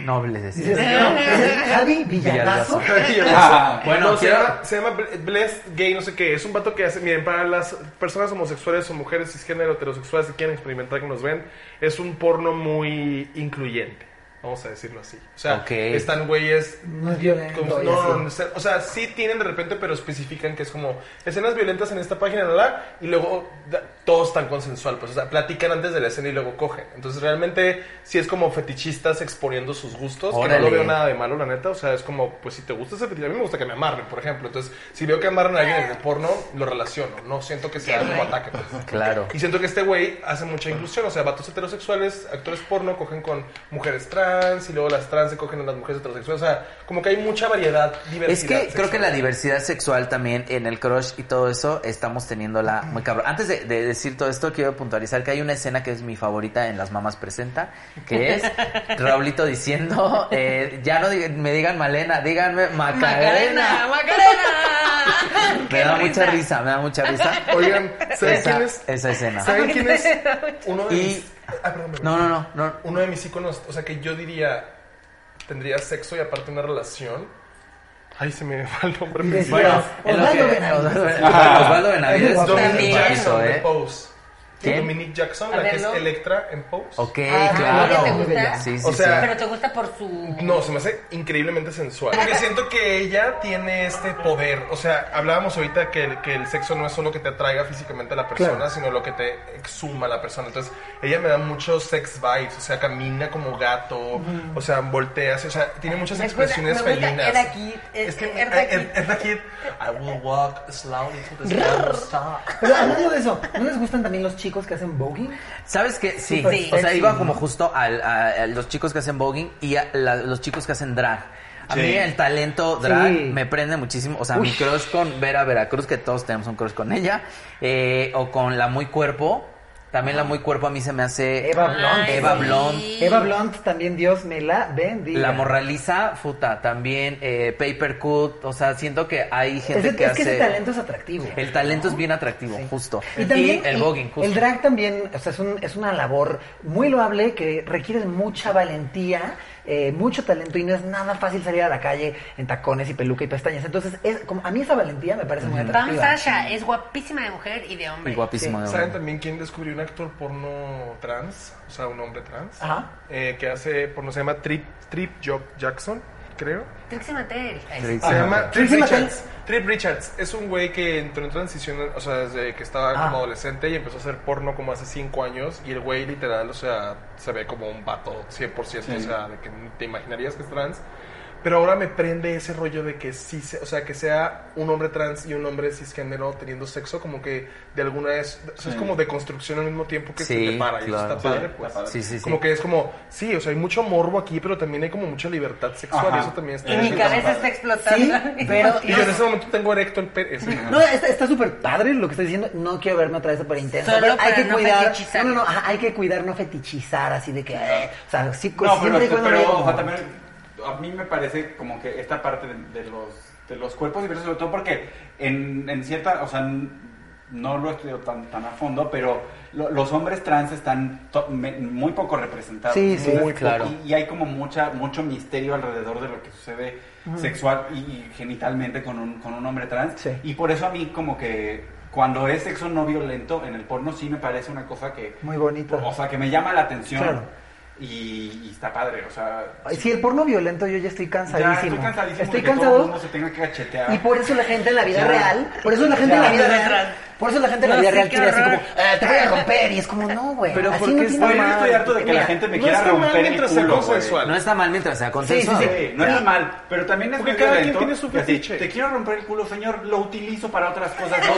Speaker 1: Nobles decía.
Speaker 4: Dices, no, es Javi Villalazo.
Speaker 2: Javi
Speaker 5: Ah,
Speaker 1: Bueno,
Speaker 2: No, se
Speaker 1: quiero-
Speaker 2: llama, se llama Ble- Blessed Gay, no sé qué. Es un vato que hace. Miren, para las personas homosexuales o mujeres cisgénero, heterosexuales que quieren experimentar, que nos ven, es un porno muy incluyente. Vamos a decirlo así. O sea,
Speaker 1: Ok.
Speaker 2: están güeyes.
Speaker 4: No
Speaker 2: como-
Speaker 4: es violento. y
Speaker 2: no,
Speaker 4: así.
Speaker 2: no, no, se- o sea, sí tienen de repente, pero especifican que es como escenas violentas en esta página, la, la, y luego da- todos tan consensual, pues, o sea, platican antes de la escena y luego cogen. Entonces, realmente, sí es como fetichistas exponiendo sus gustos, que no
Speaker 1: Órale.
Speaker 2: lo veo nada nada de malo, la neta. O sea, es como, pues si te gusta ese fetiche, a mí me gusta que me amarren, por ejemplo. Entonces, si veo que amarran a alguien en el porno, lo relaciono. No siento que sea como ataque. pues.
Speaker 1: Claro.
Speaker 2: Y siento que este güey hace mucha inclusión. O sea, vatos heterosexuales, actores porno, cogen con mujeres trans, trans y luego las trans se cogen a las mujeres heterosexuales. O sea, como que hay mucha variedad,
Speaker 1: Es
Speaker 2: diversidad.
Speaker 1: que creo que la diversidad sexual también en el crush y todo eso estamos teniéndola muy cabrón. Antes de, de decir todo esto, quiero puntualizar que hay una escena que es mi favorita en Las Mamás Presenta, que es Raulito diciendo, eh, ya no diga- me digan Malena, díganme Macarena.
Speaker 3: Macarena, Macarena.
Speaker 1: Me da mucha risa, me da mucha risa.
Speaker 2: Oigan, ¿saben
Speaker 1: Esa-
Speaker 2: quién es?
Speaker 1: esa escena.
Speaker 2: ¿Saben quién es? Uno de
Speaker 1: Y-
Speaker 2: mis... Ah, perdón, perdón.
Speaker 1: No, no, no, no.
Speaker 2: Uno de mis íconos, o sea, que yo diría, tendría sexo y aparte una relación. Ay, se me (laughs) va el nombre.
Speaker 4: Pues,
Speaker 2: principal.
Speaker 1: Bueno, en lo que-
Speaker 4: Osvaldo Benavides.
Speaker 1: Osvaldo- Osvaldo Benavides
Speaker 2: Es Dominique
Speaker 1: también
Speaker 2: Jackson
Speaker 1: hizo,
Speaker 2: de
Speaker 1: ¿eh?
Speaker 2: Pose.
Speaker 1: ¿Quién?
Speaker 2: Dominique Jackson,
Speaker 3: A
Speaker 2: la que es
Speaker 3: verlo.
Speaker 2: Electra en Pose.
Speaker 1: Ok,
Speaker 3: Ah,
Speaker 1: claro.
Speaker 3: ¿te gusta?
Speaker 1: Sí, sí,
Speaker 2: O sea,
Speaker 1: sí.
Speaker 3: Pero te gusta por su...
Speaker 2: No, se me hace increíblemente sensual. Porque siento que ella tiene este poder. O sea, hablábamos ahorita que el, que el sexo no es solo que te atraiga físicamente a la persona, sino lo que te exuma a la persona. Entonces, ella me da muchos sex vibes. O sea, camina como gato. O sea, voltea. O sea, tiene muchas
Speaker 3: Me gusta-
Speaker 2: expresiones
Speaker 3: me gusta
Speaker 2: felinas.
Speaker 3: Edda Kidd, eh,
Speaker 2: Es que
Speaker 3: Edda
Speaker 2: eh, eh,
Speaker 3: Kidd.
Speaker 2: Edda Kidd. I will walk slowly to the silver star.
Speaker 4: Pero hablando de eso, ¿no les gustan también los chicos que hacen bogey?
Speaker 1: ¿Sabes qué? Sí.
Speaker 3: Sí.
Speaker 1: O sea, iba como justo al- a, a los chicos que hacen voguing y a la- los chicos que hacen drag. A
Speaker 5: Sí.
Speaker 1: mí el talento drag
Speaker 4: Sí.
Speaker 1: me prende muchísimo. O sea, mi crush con Vera Veracruz, que todos tenemos un crush con ella, eh, o con la muy cuerpo. También la muy cuerpo a mí se me hace...
Speaker 4: Eva Blunt.
Speaker 1: Eva
Speaker 3: sí.
Speaker 1: Blond.
Speaker 4: Eva Blunt también, Dios me la bendiga.
Speaker 1: La morraliza, futa, también eh, Paper Cut, o sea, siento que hay gente
Speaker 4: Ese- es
Speaker 1: que
Speaker 4: que
Speaker 1: hace...
Speaker 4: ese talento es atractivo.
Speaker 1: El talento es bien atractivo, justo.
Speaker 4: Y también
Speaker 1: el voguing, justo.
Speaker 4: el drag también, o sea, es, un- es una labor muy loable que requiere de mucha valentía, eh, mucho talento y no es nada fácil salir a la calle en tacones y peluca y pestañas. Entonces, es, como, a mí esa valentía me parece muy
Speaker 3: Pam
Speaker 4: atractiva.
Speaker 3: Sasha es guapísima de mujer y de hombre.
Speaker 1: Y guapísimo de
Speaker 2: ¿Saben
Speaker 1: hombre.
Speaker 2: también quién descubrió un actor porno trans? O sea, un hombre trans.
Speaker 4: Ajá.
Speaker 2: Eh, que hace porno, se llama Trip, Trip Job Jackson, creo.
Speaker 3: Trixie Mattel.
Speaker 2: Se llama Trip
Speaker 4: Trixie
Speaker 2: Richards. Trip Richards es un güey que entró en transición, o sea, desde que estaba
Speaker 5: Ah.
Speaker 2: como adolescente y empezó a hacer porno como hace 5 años. Y el güey, literal, o sea, se ve como un vato 100%, o sea, de que ni te imaginarías que es trans. Pero ahora me prende ese rollo de que sí, se- o sea, que sea un hombre trans y un hombre cisgénero teniendo sexo, como que de alguna vez, o sea, es
Speaker 5: Sí.
Speaker 2: como de construcción al mismo tiempo que
Speaker 1: Sí,
Speaker 2: se separa. Y eso
Speaker 1: claro.
Speaker 2: está padre,
Speaker 5: Sí,
Speaker 2: pues.
Speaker 5: está padre.
Speaker 1: Sí, sí, sí.
Speaker 2: Como que es como, sí, o sea, hay mucho morbo aquí, pero también hay como mucha libertad sexual.
Speaker 5: Ajá.
Speaker 2: Y eso también está
Speaker 3: Y mi
Speaker 2: chido.
Speaker 3: cabeza está explotando.
Speaker 4: Sí, pero-
Speaker 2: Y yo en ese momento tengo erecto el pene. Sí.
Speaker 4: No, está está súper padre lo que estás diciendo. No quiero verme otra vez súper intensa.
Speaker 3: Solo
Speaker 4: pero hay
Speaker 3: para
Speaker 4: que
Speaker 3: no
Speaker 4: cuidar.
Speaker 3: fetichizar.
Speaker 4: No, no, no. ajá, hay que cuidar, no fetichizar así de que. eh, o sea, sí,
Speaker 5: No, pero, este,
Speaker 4: siempre y cuando
Speaker 5: pero,
Speaker 4: haya como-
Speaker 5: o sea, también a mí me parece como que esta parte de, de los, de los cuerpos diversos, sobre todo porque en, en cierta, o sea, n- no lo he estudiado tan, tan a fondo, pero lo- los hombres trans están to- me- muy poco representados.
Speaker 4: Sí, sí,
Speaker 5: Entonces,
Speaker 1: muy claro.
Speaker 5: Y, y hay como mucha, mucho misterio alrededor de lo que sucede sexual y, y genitalmente con un, con un hombre trans.
Speaker 4: Sí.
Speaker 5: Y por eso a mí como que... Cuando es sexo no violento, en el porno sí me parece una cosa que...
Speaker 4: Muy bonita.
Speaker 5: O sea, que me llama la atención.
Speaker 4: Claro.
Speaker 5: Y, y está padre, o sea.
Speaker 4: Ay, Sí, el porno violento yo ya estoy cansadísimo.
Speaker 5: Ya estoy cansadísimo
Speaker 4: Estoy
Speaker 5: de que todo el
Speaker 4: cansado.
Speaker 5: mundo se tenga que cachetear.
Speaker 4: Y por eso la gente en la vida
Speaker 5: Ya.
Speaker 4: real, por eso la gente en la
Speaker 5: Ya.
Speaker 4: vida
Speaker 3: Ya.
Speaker 4: real, por eso la gente en la
Speaker 3: No,
Speaker 4: vida
Speaker 3: sí,
Speaker 4: real
Speaker 3: qué
Speaker 4: quiere así como,
Speaker 3: horror.
Speaker 4: "Ah, te voy a romper, y es como, no, güey,
Speaker 2: Pero
Speaker 4: así
Speaker 2: ¿por
Speaker 4: no
Speaker 2: qué
Speaker 4: tiene
Speaker 5: Oye, yo
Speaker 4: nada.
Speaker 5: estoy harto de que la gente me
Speaker 2: no
Speaker 5: quiera
Speaker 2: está mal
Speaker 5: romper el
Speaker 2: mientras sea
Speaker 5: culo, güey.
Speaker 2: consensual.
Speaker 1: No está mal mientras sea consensuado.
Speaker 4: Sí,
Speaker 5: Sí, no
Speaker 4: Ya.
Speaker 5: está mal, pero también es
Speaker 2: Porque
Speaker 5: muy
Speaker 2: cada quien
Speaker 5: violento,
Speaker 2: tiene su
Speaker 5: que así,
Speaker 2: fetiche.
Speaker 5: Te quiero romper el culo, señor, lo utilizo para otras cosas.
Speaker 1: Ok,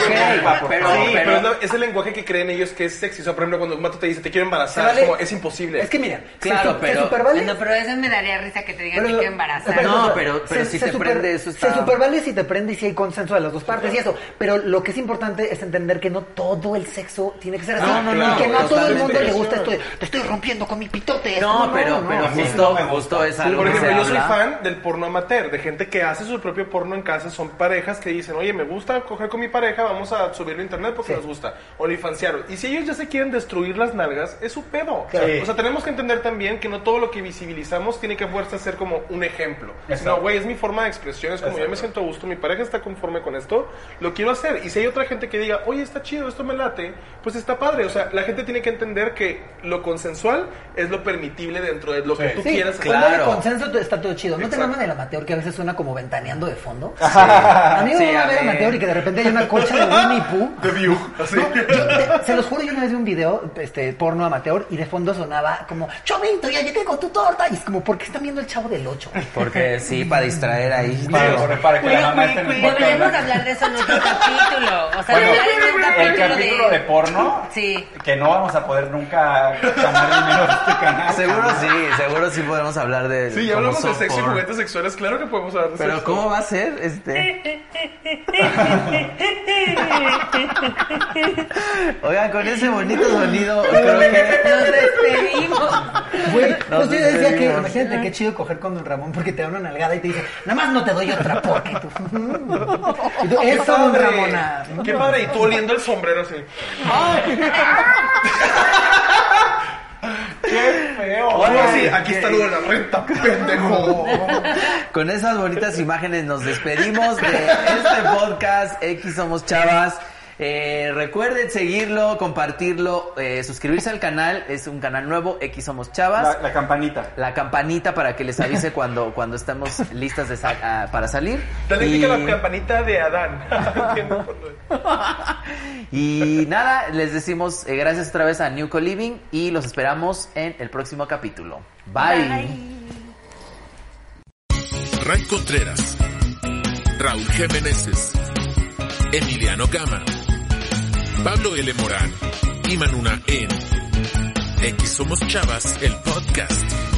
Speaker 1: pero-
Speaker 2: Sí, pero,
Speaker 1: pero-
Speaker 2: es, la- es el lenguaje que creen ellos que es sexy. O sea, por ejemplo, cuando un mato te dice te quiero embarazar,
Speaker 4: Se vale.
Speaker 2: es como, es imposible.
Speaker 4: Es que mira,
Speaker 1: Claro,
Speaker 4: se,
Speaker 1: pero-
Speaker 4: se supervale.
Speaker 3: No, pero eso me daría risa que te digan
Speaker 4: pero-
Speaker 3: que quiero embarazar.
Speaker 1: pero- No, pero si te prende, eso está-
Speaker 4: Se supervale si te prende y si hay consenso de las dos partes y eso. Pero lo que es importante es entender que no todo el sexo tiene que ser así.
Speaker 1: No, no, no,
Speaker 4: y que no a todo el
Speaker 1: totalmente.
Speaker 4: mundo le gusta esto de, te estoy rompiendo con mi pitote.
Speaker 1: No,
Speaker 4: Es como,
Speaker 1: pero,
Speaker 4: no.
Speaker 1: pero
Speaker 5: Sí,
Speaker 1: justo,
Speaker 5: no me gusta.
Speaker 1: justo es algo
Speaker 2: Por ejemplo,
Speaker 1: que se
Speaker 2: yo soy
Speaker 1: habla.
Speaker 2: fan del porno amateur, de gente que hace su propio porno en casa. Son parejas que dicen, oye, me gusta coger con mi pareja, vamos a subirlo a internet porque nos gusta. Olifanciaron. Y si ellos ya se quieren destruir las nalgas, es su pedo.
Speaker 5: Sí.
Speaker 2: O sea, tenemos que entender también que no todo lo que visibilizamos tiene que a fuerza ser como un ejemplo.
Speaker 5: Exacto.
Speaker 2: No, güey, es mi forma de expresión, es como yo me siento a gusto, mi pareja está conforme con esto, lo quiero hacer. Y si hay otra gente que diga, oye, está chido, esto me late, pues está padre. O sea, la gente tiene que entender que lo consensual es lo permitible dentro de lo que tú
Speaker 4: Sí,
Speaker 2: quieras hacer.
Speaker 4: cuando hay
Speaker 1: claro.
Speaker 4: consenso t- está todo chido. ¿No te
Speaker 2: Exacto.
Speaker 4: maman el amateur que a veces suena como ventaneando de fondo? A mí me
Speaker 1: Sí,
Speaker 4: van
Speaker 1: a
Speaker 4: a ver
Speaker 1: ver.
Speaker 4: amateur y que de repente hay una colcha de Winnie Pooh.
Speaker 5: (laughs)
Speaker 2: The View, así.
Speaker 4: No, yo te- se los juro, yo una vez vi un video este, porno amateur y de fondo sonaba como, Chovito, ya llegué con tu torta. Y es como, ¿por qué están viendo el chavo del 8?
Speaker 1: Porque sí, para distraer ahí.
Speaker 5: Para, para que la mamá esté en el cuarto
Speaker 3: Deberíamos
Speaker 5: hablando.
Speaker 3: hablar de eso en otro capítulo. O sea,
Speaker 5: Bueno,
Speaker 3: hablar en un
Speaker 5: el
Speaker 3: capítulo
Speaker 5: capítulo de porno
Speaker 3: Sí.
Speaker 5: que no vamos a poder nunca llamar el menos de este canal.
Speaker 1: Seguro sí, seguro sí podemos hablar de.
Speaker 2: Sí, ya
Speaker 1: como
Speaker 2: hablamos de
Speaker 1: soft
Speaker 2: sexo y
Speaker 1: porn.
Speaker 2: juguetes sexuales, claro que podemos hablar de
Speaker 1: Pero
Speaker 2: sexo.
Speaker 1: ¿cómo va a ser? Este. (laughs) Oigan, con ese bonito sonido, creo que.
Speaker 3: Nos despedimos.
Speaker 4: Güey,
Speaker 1: No,
Speaker 4: pues yo decía que,
Speaker 1: no, no.
Speaker 4: imagínate qué chido coger con Don Ramón porque te da una nalgada y te dice, nada más no te doy otra porque tú. (laughs) Y tú,
Speaker 2: ¡Qué
Speaker 4: Eso, Don
Speaker 2: padre!
Speaker 4: Ramona.
Speaker 2: ¡Qué padre! Y tú oliendo el sombrero así. (laughs) Algo así, aquí está lo de la
Speaker 1: (laughs)
Speaker 2: renta, pendejo.
Speaker 1: Con esas bonitas imágenes nos despedimos de este podcast X Somos Chavas. Eh, recuerden seguirlo, compartirlo, eh, suscribirse al canal. Es un canal nuevo, X Somos Chavas.
Speaker 5: La, la campanita.
Speaker 1: La, campanita para que les avise cuando, cuando estamos listas de sa- ah, para salir.
Speaker 2: Dale
Speaker 1: Y-
Speaker 2: click a la campanita de Adán. (laughs) pues, Entiendo cuando-
Speaker 1: Y nada, les decimos eh, gracias otra vez a New Living y los esperamos en el próximo capítulo. Bye.
Speaker 6: Ray Contreras, Raúl G. Meneses, Emiliano Gama, Pablo L. Morán y Manuna en X Somos Chavas, el podcast.